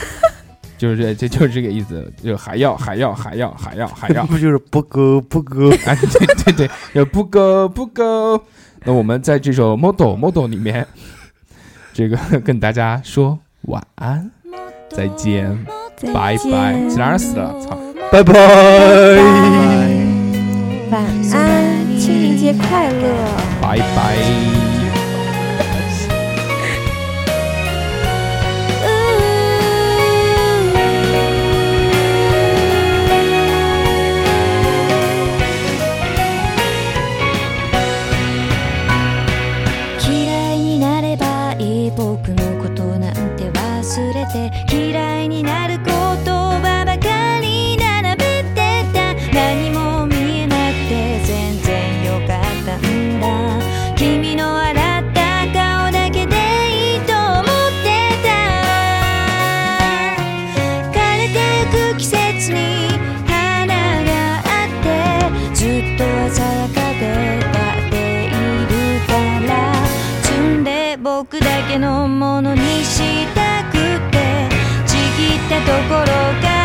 Speaker 2: 就是这，这就是这个意思，就还要还要还要还要还 要，
Speaker 7: 不就是不够不够？
Speaker 2: 哎，对对对，就不够不够。那我们在这首 model model 里面，这个跟大家说晚安，再见，
Speaker 6: 再
Speaker 2: 拜拜，
Speaker 6: 见
Speaker 2: 其他人死了，操。
Speaker 7: 拜拜。
Speaker 6: 晚安，清明节快乐。
Speaker 2: 拜拜。
Speaker 1: 嫌いになればいい僕のことなんて忘れて嫌いになる言葉ばかり並べてた何も見えなくて全然よかったんだ君の笑った顔だけでいいと思ってた枯れてゆく季節に花があってずっと鮮やかで立っているから積んで僕だけのものにしたくてちぎったところから